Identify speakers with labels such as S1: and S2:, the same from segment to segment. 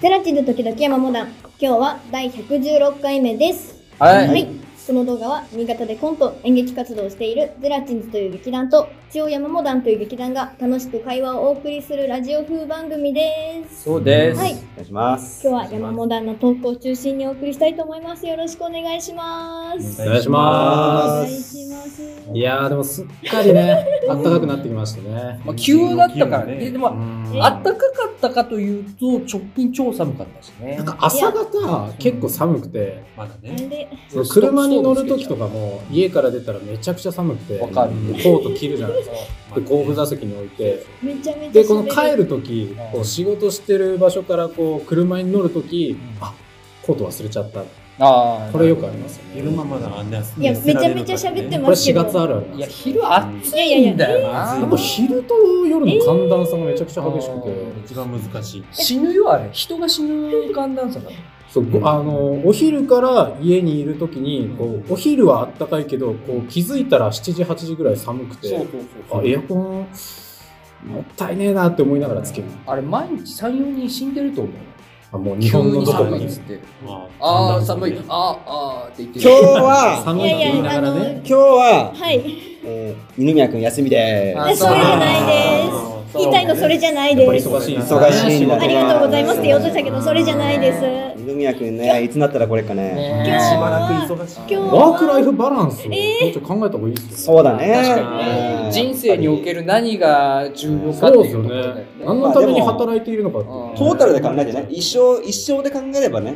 S1: ゼラチンズ時々山モダン。今日は第116回目です。
S2: はい
S1: この動画は新潟でコント、演劇活動をしているゼラチンズという劇団と、千代山モダンという劇団が楽しく会話をお送りするラジオ風番組です。
S2: そうです。
S1: はい
S2: お願いします。
S1: 今日は山モダンのトークを中心にお送りしたいと思います。よろしくお願いします。
S3: お願いしま
S1: お願いし
S3: す。
S1: ます。
S3: いやーでもすっか りね、暖かくなってきましたね。
S4: まあ、急だったからね。
S2: 急
S4: で
S2: ね
S4: も、
S3: うん
S4: あったかかったかというと、直近超寒かったしね
S3: なん。か朝方結構寒くて、
S4: まだ
S1: あ。れで、
S3: その車に乗る時とかも家から出たらめちゃくちゃ寒くて、
S4: わかる
S3: コート着るじゃないですか。で後部座席に置いて、
S1: めちゃめちゃ
S3: でこの
S1: 喋
S3: 帰る時
S4: うん、
S3: こう仕事してる場所からこう車に乗る時
S4: ん、
S3: あコート忘れちゃった。
S4: ああ。
S3: これよくありますよね。
S2: 昼間まだあんな安
S1: いや、めちゃめちゃ喋って
S3: これ
S1: ますけ
S3: 4
S1: ど。
S3: 月あるあるなん
S4: い
S3: で
S4: や、
S3: すよ。
S4: 昼暑いんだよな。
S2: いやいやいや
S3: やっぱ昼と夜の寒暖差がめちゃくちゃ激しくて。
S2: 一番難しい。
S4: 死ぬよ、あれ。人が死ぬ寒暖差だもん。
S3: そうごあのお昼から家にいるときにこうお昼はあったかいけどこう気づいたら7時8時ぐらい寒くてあエアコンもったいねえなって思いながらつける
S4: あれ、毎日3、4人死んでると思う。
S3: あもう日本のどこ
S4: 急に
S3: か
S4: 寒いっ
S3: に
S4: つって。
S2: ま
S4: ああ、寒い。あ。あ、ああって言ってる。
S5: 今日 は、
S3: 寒いって言いながら
S1: いやいやあ
S3: ね
S5: 今日は、
S1: はい。
S5: えー、二宮君休みで
S4: あ
S1: えそういうのないです。
S4: す
S1: 言いたいのそれじゃない
S3: やっぱ
S1: で
S3: り
S1: す。
S3: 忙しい
S5: す。忙しいんだ
S1: ありがとうございますって言おうとしたけど、それじゃないです。
S5: 二宮君ね、いつになったらこれかね。
S4: ね
S1: 今日
S2: しばらく忙しい。
S1: 今日
S3: ワークライフバランスをも
S1: え
S3: うちょっと考えた方がいいですよ
S5: そうだね。
S4: 確かにね、人生におけ
S5: る。
S4: る何が重要か
S3: そ
S4: っ
S3: う
S4: て
S3: です
S4: い
S3: よ
S4: う
S3: ね
S4: ことだよね。
S3: 何のために働いているのかっていう
S5: トータルで考えてね、一生、一生で考えればね、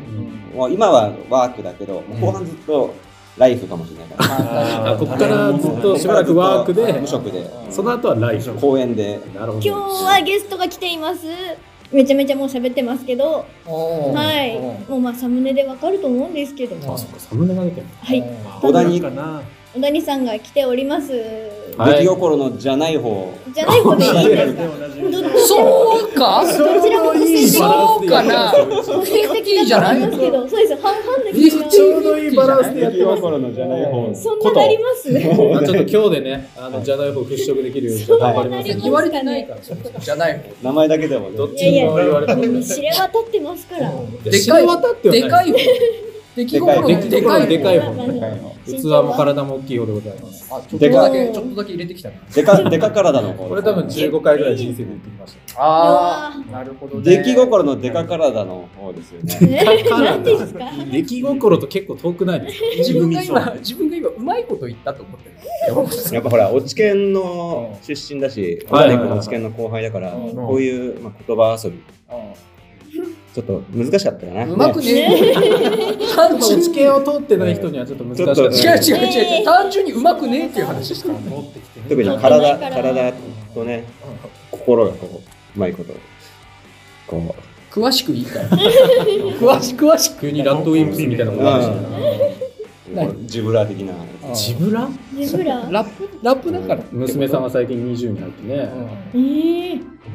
S5: もう今はワークだけど、もう後半ずっとライフかもしれないから。
S4: あ
S3: あこっからずっとしばらくワークで
S5: 無職で、
S3: その後はライフ
S5: 公園で。
S3: なるほ
S1: 今日
S3: ど
S1: はゲストが来ています。めちゃめちゃもう喋ってますけど、はい。もうまあサムネでわかると思うんですけど
S3: あそっかサムネが出てる
S1: はい。
S5: 小田に、
S1: 小谷さんが来ております。
S3: はい
S5: 出来心のじゃない方。
S1: じゃない方でいいですか
S4: そうか
S1: どちらも個性的
S4: そうかな
S1: 個性的
S4: いいじゃ
S1: だと
S4: な
S1: 思いま
S4: い
S1: すけど、そうです。半々で
S3: ちょうどいいバランスでやってます
S5: のじゃ
S4: ない方
S1: そんななります
S3: まあちょっと今日でね、あの、じゃない方払拭できるように頑張ります
S1: そう
S3: ね。
S1: 言
S4: 言
S1: わ
S4: わ
S1: れ
S4: れ
S1: て
S4: て
S1: な
S4: ないい
S1: か
S4: からじゃない
S5: 名前だけでもね
S3: どっちにも言われてもね。
S1: 知れ渡ってますから。
S4: で
S3: 知れ
S4: かい
S3: 渡って
S4: 方
S3: はない
S4: でかい方出来心
S3: 出
S4: の
S3: 来
S4: でか
S3: 心で
S4: い
S3: か
S4: 方
S3: い方。
S1: でかい
S3: 器も体も大きい方でございます。
S4: あちょっとだけ
S1: でかい
S4: ちょっとだけ入れてきたね
S5: でか、でか体の方。
S3: これ多分15回ぐらい人生で言ってきまし
S4: ああなるほどね
S5: 出来心のデカ体の方ですよね。
S1: ね何ですか
S3: た。出来心と結構遠くないですか
S4: 自分が今自分が今うまいこと言ったと思ってる山本さん
S5: やっぱほら、落ち研の出身だし、小
S3: はい
S5: 谷君落ち研の後輩だから、
S1: うん
S5: こういう、まあ、言葉遊び、ちょっと難しかったかな。
S4: うまくね単純に
S3: 地形を通ってない人にはちょっと難しかっ
S5: ちょ
S3: た
S5: っ
S3: で
S5: と
S3: す
S4: 違う違う
S3: ね。
S4: 違う違う単純にうまくねっていう話したもんね
S5: ね特に体、体とね、心がこう、うまいこと、こ
S4: 詳しくいいから詳しく詳しく
S3: 急にラッドウィンプスみたいなことがあるし
S5: う、ジブラ的な。
S3: ジブラ
S1: ジブラ
S4: ラップラップだから
S3: 娘さんが最近20に入ってね。
S1: え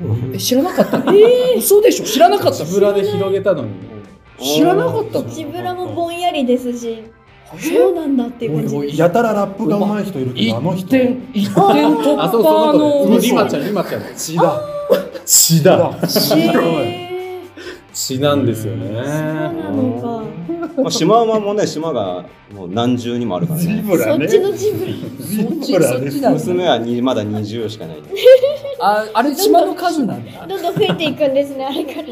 S1: ー、
S4: え知らなかったの嘘でしょ知らなかった
S3: ジ
S4: の
S3: ブラで広げたのに。
S4: 知らなかったの
S1: ジブラもぼんやりですし、そうなんだっていう感じ。
S4: おいおい
S6: やたらラップがうまい人いるけ
S4: 一
S6: ど、あの人。
S4: 点一点突
S3: あ、そう
S4: 破
S3: そうそう、そ
S4: の
S3: うリマちゃん、リマちゃん。
S6: 血だ。血だ。
S1: へー
S3: 血なんですよ
S1: そう
S3: ね。
S1: なのか。
S5: まあ、島間もね、島がもう何重にもあるからね。
S6: ブ
S1: そっちのジブラ。
S6: ジ
S4: そっち
S6: ブラ
S4: そっ
S6: です
S4: ち。なんだ
S5: 娘はにまだ20しかないんだけ
S4: ああれ島の数なんだ
S1: どんどん増えていくんですね、あれから。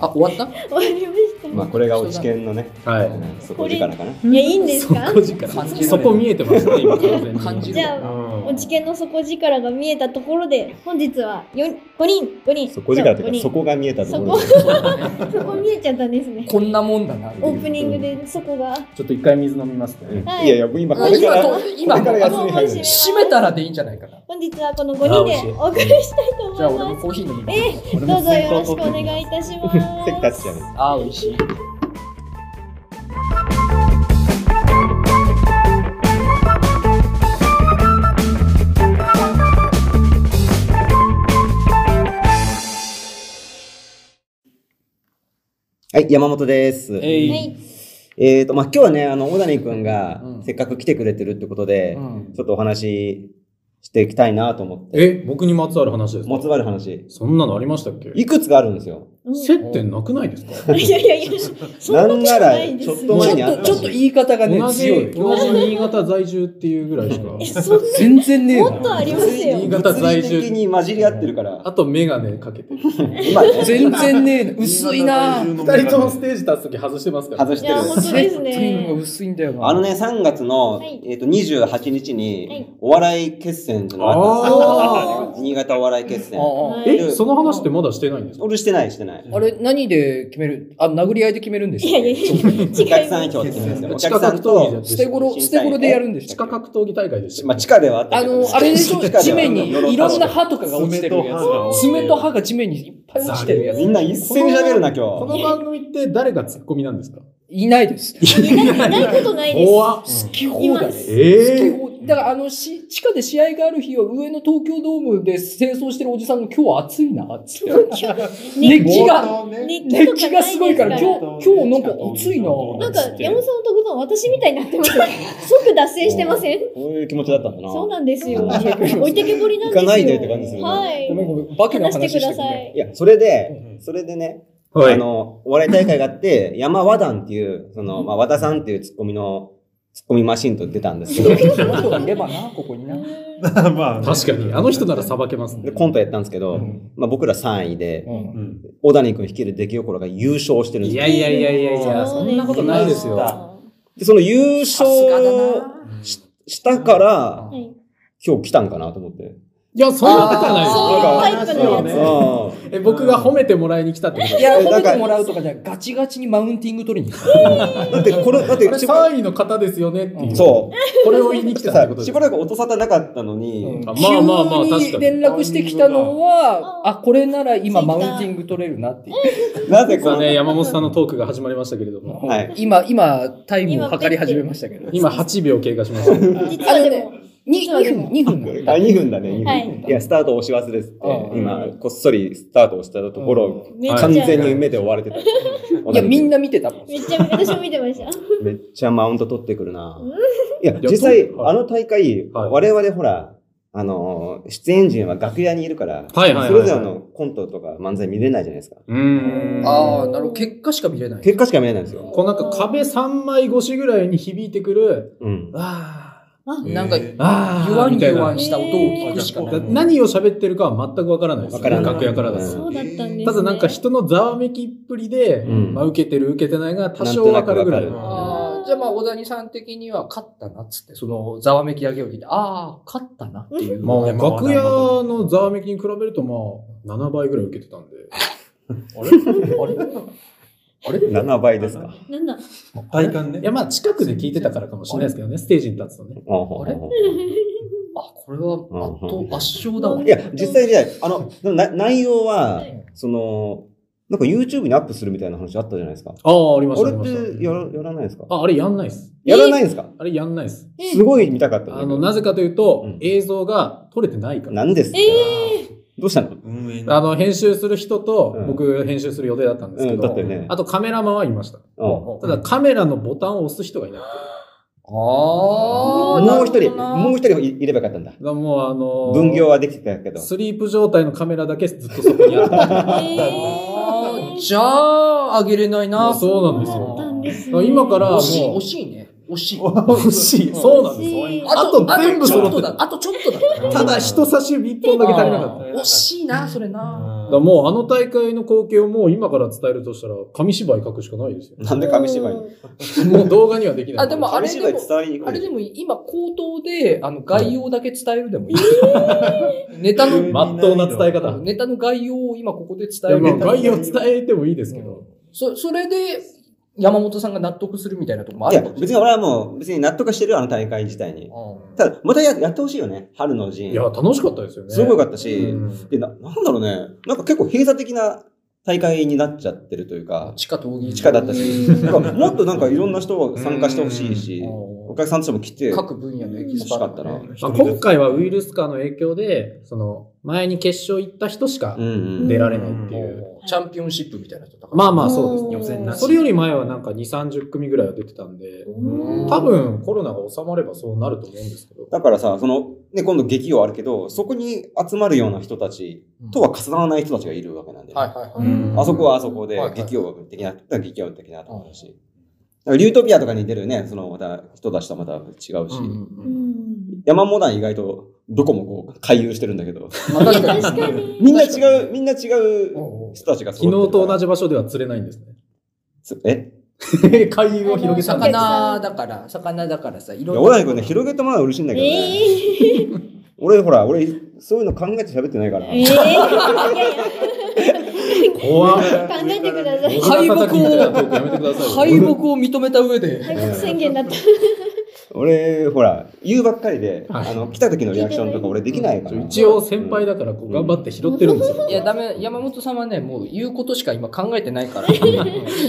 S4: あ終わっ
S1: 終わりました。
S5: ど。まあ、これが落ち研のね、
S3: はい。
S5: 底力かな。
S1: いや、いいんです
S3: 底
S1: か
S3: 力。そこ見えてますね、今完全
S4: た
S3: に。
S4: 感じる
S1: じゃあ、お知見の底力が見えたところで、本日は4 5人、5人。
S5: 底力という
S1: 五
S5: か、
S1: 人
S5: そこが見えたと
S1: そ
S5: こ
S1: こ
S5: ろで。、
S1: そこ見えちゃったんですね。
S4: こんなもんだな
S1: オープニングでそこが。
S3: ちょっと一回水飲みます
S5: うん
S3: ね。
S5: い
S1: は
S5: や
S1: い
S5: いや、今これか
S4: 今
S5: ら。
S4: と今
S5: これから休み入る
S1: もう
S4: 閉めたらでいいんじゃないかな
S1: 本日はこの5人でお送りしたいと
S4: じゃあ
S1: 思
S4: 俺
S1: い
S4: も
S1: ま
S4: コーヒー飲みます
S1: す。どうぞよろしくお願いいたし ます。
S5: 席立っちゃう。
S4: あー美味しい
S5: はい、山本です。
S4: えい
S1: はい。
S5: えーと、まあ、今日はね、あの、小谷くんが
S4: う、ん
S5: せっかく来てくれてるってことで、
S4: うん
S5: ちょっとお話ししていきたいなと思って。
S3: え、僕にまつわる話ですか
S5: もつわる話。
S3: そんなのありましたっけ
S5: いくつかあるんですよ。
S1: うん
S3: 接点なくないですか
S1: いやいやいや、そんなことないですよ。
S5: なんならちょっと前にあった
S4: ちょっと言い方がね、
S3: 同
S4: 強
S3: じ
S4: い。
S3: 同じ新潟在住っていうぐらいしか
S1: え、そんな
S4: 全然ねえ
S1: もっと
S4: な。
S1: あります
S3: 新
S1: よ。
S3: 潟在
S5: 物理的
S3: 住
S5: に混じり合ってるから、
S3: あと眼鏡かけてる
S5: 今ね、
S4: 全然ねえな。薄いな。
S3: 2人ともステージ立つ時外してますから
S5: 外し
S1: い
S5: てる
S1: や、。本当です
S4: 接点が
S1: ね。
S4: 薄いんだよな。
S5: あのね、3月の、
S1: はい
S5: えっと28日
S1: は
S5: に
S1: い、
S5: お笑い決戦っていうのが あったんですよ。新潟お笑い決
S4: あ
S5: 戦。
S4: あ。ああ
S1: はい
S3: えその話ってまだしてないんですか
S5: 俺してない、してない。
S4: あれ、何で決めるあ、殴り合いで決めるんです
S1: いやいやい や、違い
S5: お客さ
S1: ま
S5: ん
S1: す。
S5: 票って言うんですよ。お
S3: 地
S5: 客
S3: 下
S5: さ
S3: 格
S5: ん
S3: 闘技
S5: と、
S3: で
S4: 捨て頃、捨て頃でやるんでし
S3: 地
S4: た
S3: 下
S4: っけ
S3: 格闘技大会でした
S5: まあ、地下ではあった
S4: あ
S5: けど
S4: の、あれでしょ
S5: 地下では
S4: 地面にいろんな歯とかが落ちてるや
S2: 爪と歯が
S4: つ。
S2: 落ちてる
S4: 爪と歯が地面にいっぱい落ちてるや
S5: み
S4: つ。
S5: んな一斉に喋るな、今
S3: この
S5: 日。
S3: 番組って誰がツッコミなんですか
S4: いないです。
S1: いやいないことないです。
S3: 怖っ
S4: 好き放題。
S1: い
S3: ええ
S4: 好き放だからあのし、地下で試合がある日は上の東京ドームで清掃してるおじさんが今日は暑いなっつって。熱気が、
S1: 熱気と
S4: 熱気
S1: か
S4: が
S1: ない
S4: すごいから
S1: ですから。
S4: 今日、今日なんか暑いな。
S1: なんか、山本徳さん、私みたいになってますよ。即脱線してません
S5: こういう気持ちだったんだな。
S1: そうなんですよ。置いてけぼりなんですよ。
S5: 行かないでって感じするね
S1: はい。
S4: ごめんごめん。バカな
S1: 話
S4: 話
S1: してくだ
S4: る
S1: さい。
S5: いや、それで、それでね、
S3: は
S5: あ
S3: い
S5: の、お笑い大会があって、山和田っていう、その、まあ、和田さんっていうツッコミの、ツッコミマシンと出たんで すけど、
S4: その人がいればな、ここにな。
S2: まあ、
S3: 確かにあの人ならさばけますね
S5: でコントやったんですけ
S4: う
S5: ど、
S4: ん
S5: まあ、僕ら3位で、
S4: うん
S2: うん。
S5: 小谷君率いる出来心が優勝してるんです
S3: い
S5: よ
S3: やいやいやいやいやそんなことないですよ
S1: は
S5: でその優勝ししたから、
S1: い。
S5: 今日来たんかなと思って。
S3: いやそんなことはないです
S1: そういうタイプのや
S5: う
S1: つ。
S5: ん。
S3: え僕が褒めてもらいに来たってこと
S4: いや、
S5: え
S4: 褒
S5: な
S4: め
S5: んか
S4: てもらうとかじゃなくガチガチにマウンティング取りに行く。
S5: だって、これ、だっ
S3: あれ
S5: て、しば
S3: 3位の方ですよねっていう
S5: そう。
S3: これを言いに来
S5: 来て
S3: たって
S5: さ
S3: こ、と
S5: し
S3: で
S5: ばらく音沙汰なかったの
S4: う
S5: に
S4: ん、
S3: あまあまあまあ
S4: 急
S3: 確かに
S4: 連絡してきたのは、
S1: あ
S4: あ、これなら今マウンティング取れるなっていう。
S5: なぜこ
S3: さあ
S5: の、
S3: ね山本さんのトークが始まりましたけれども
S5: はい
S4: 今、今、タイムを測り始めましたけど。
S3: 今8秒経過しました
S1: 実はでも、
S4: に2分、2分
S5: あ、2分だね、2分。
S1: はい
S5: いや、スタート押し忘れてて
S4: う、ん
S5: 今、こっそりスタート押したところ、
S1: めっちゃ、
S5: 完全に目で追われてた。
S4: いや、みんな見てたもん。
S1: めっちゃ、私も見てました。
S5: めっちゃマウント取ってくるな
S1: うん。
S5: いや、
S3: や
S5: 実際
S3: そ、う
S5: あの大会、
S3: はい
S5: 我々ほら、あのー、出演陣は楽屋にいるから、
S3: はいはいはい
S5: それぞれのコントとか漫才見れないじゃないですか。
S3: うーん
S4: ああ、なるほど。結果しか見れない。
S5: 結果しか見れないんですよ。
S3: こうなんか壁3枚越しぐらいに響いてくる
S5: うん。
S4: あ
S1: あ
S4: ーなんか、
S3: ああ
S4: ゆわん
S3: みた
S4: ゆ
S3: いな
S4: わんした音を聞くしか
S3: だ
S4: ない。
S3: 何を喋ってるかは全くわからないです
S5: わからない
S3: 楽屋からだと
S5: うん
S1: そうだったんですね。
S3: ただなんか人のざわめきっぷりで、
S5: うん
S3: まあ、受けてる受けてないが多少わかるぐらい
S5: なんとなく
S4: ああ、じゃあまあ、小谷さん的には勝ったなっつって、その、ざわめきだけを聞いて、ああ、勝ったなっていう。
S3: まあ
S2: 山は
S3: 楽屋のざわめきに比べるとまあ7倍ぐらい受けてたんで
S4: あれあれあれ
S5: 7倍ですか。
S1: なんだ。
S2: 体感ね
S3: い。やまあ近くで聞いてたからかもしれないですけどねステージに立つとね
S5: あほんほんほん
S4: あ、これは圧倒、圧勝だわ
S1: うん
S5: い。や、実際ね、あの、でもな内容は
S1: はい、
S5: その、なんか YouTube にアップするみたいな話あったじゃないですか。
S3: ああありまし
S5: あ
S3: たあ
S5: れ
S3: り
S5: っ
S3: まして
S5: やらやらないですか
S3: たああれやんないです
S5: やらないんですか
S3: あれやんないです
S1: え
S5: すごい見たかったん
S3: あ
S5: だけど
S3: のなぜかというと、
S5: うん
S3: 映像が撮れてないから
S5: なんですか
S1: え
S5: どうしたの
S2: 運営
S3: あの編集する人と
S5: うん
S3: 僕編集する予定だったんです
S5: う
S3: け
S5: ん、だ
S3: ど、
S5: ってね。
S3: あとカメラマンはいました
S5: うん
S3: ただカメラのボタンを押す人がいなくて
S4: ああ、
S5: もう一
S4: なる
S5: 人、
S4: ほどな
S5: もう一人いいればよかったんだ。
S3: だからもうあのー
S5: 分業はできてたけど。
S3: スリープ状態のカメラだけずっとそこに あった。
S1: ー、え
S4: あー
S1: ー、
S4: じゃあ、あげれないな。
S3: そうなんです
S1: そう
S3: よ。
S1: なんです
S3: だから今から
S4: 惜
S3: もう、
S4: しい、惜しいね。惜しい。
S3: 惜しい。そうなんですよ。
S1: しい
S3: あと全部
S4: ちょっ
S3: 揃って
S4: とだ
S3: る。
S4: あとちょっとだったな。
S3: ただ人差し指一本だけ足りなかった。だか
S4: 惜しいな、それな。
S3: らもうあの大会の光景をもう今から伝えるとしたら、紙芝居書くしかないですよ。
S5: なんで紙芝居
S1: うん
S3: もう動画にはできない。
S4: あでも
S5: 紙芝居伝わりに
S4: あ
S5: く
S4: れ
S5: い。
S4: でも今、口頭で、あの、概要だけ伝えるでもいい。 ネタの、
S3: まっとうな伝え方。い
S4: ネタの概要を今ここで伝え
S3: や、
S4: る。
S3: まあ概要伝えてもいいですけど。
S4: そ、それで、山本さんが納得するみたいなとこもあ
S5: い
S4: る
S5: や、
S4: かもしれない
S5: 別に俺はもう、別に納得してるよ、あの大会自体
S4: う
S5: に。
S4: ん
S5: ただ、またややってほしいよね、春の陣。
S3: いや、楽しかったですよね。
S5: すごい良か
S3: っ
S5: った
S3: た
S5: し、でな、なんだろうね、なんか結構閉鎖的な大会になっちゃってるというか、
S4: 地下闘技
S5: 地下だったし、なんかもっとなんかいろんな人が参加してほしいし、
S4: うん
S5: お客さんたちも来て、
S4: 各分野のエキ
S5: 欲
S4: ス
S5: し
S4: パー
S5: か
S4: ト
S5: ったな。うん
S3: まあ、今回はウイルス化の影響で、その、前に決勝行った人しか
S5: うん。
S3: 出られないっていう。
S4: もうチャンピオンシップみたいな人とか。
S3: まあまあそうですね。
S1: 予選
S2: なし
S3: それより前はなんか2、30組ぐらいは出てたんで、多分コロナが収まればそうなると思うんですけど。
S5: だからさ、その、ね、今度劇業あるけど、そこに集まるような人たちとは重ならない人たちがいるわけなんで、
S4: はいはいはい。
S1: うん
S5: あそこはあそこで
S4: はいはい
S5: 劇業ができなかったら劇業できなかったし、だからリュートピアとかに出るね、そのまた人たちとはまた違うし、
S1: うん
S5: 山モダン意外とどこもこう回遊してるんだけど、
S4: まあ確かに
S1: 確かに。
S5: みんな違う、みんな違う
S4: うん
S5: 人たちが
S3: 昨日と同
S5: じ。
S3: じ場所では釣れないんです
S5: え
S3: ね。 会遊を広げた
S1: あの
S4: 魚だから、魚だからさ、いろ
S5: い
S4: ん
S5: や
S4: な。
S5: 小田井君ね、広げてもらうの嬉しいんだけどね。
S1: ええ
S5: 俺、ほら、俺、そういうの考えて喋ってないから。
S1: ええいやいや
S3: 怖っ。
S1: 考えてください。
S4: 敗北を
S3: 大阪叩きみたいなトークやめてください
S4: 敗
S3: よ。
S4: 北を認めた上で。
S1: 敗北宣言だった。
S5: 俺、ほら、言うばっかりで、
S3: はい
S5: あの、来た時のリアクションとか俺できないから。
S3: 一応先輩だからこう頑張って拾ってるんですよ。
S4: いや、ダメ、山本さんはね、もう言うことしか今考えてない から。拾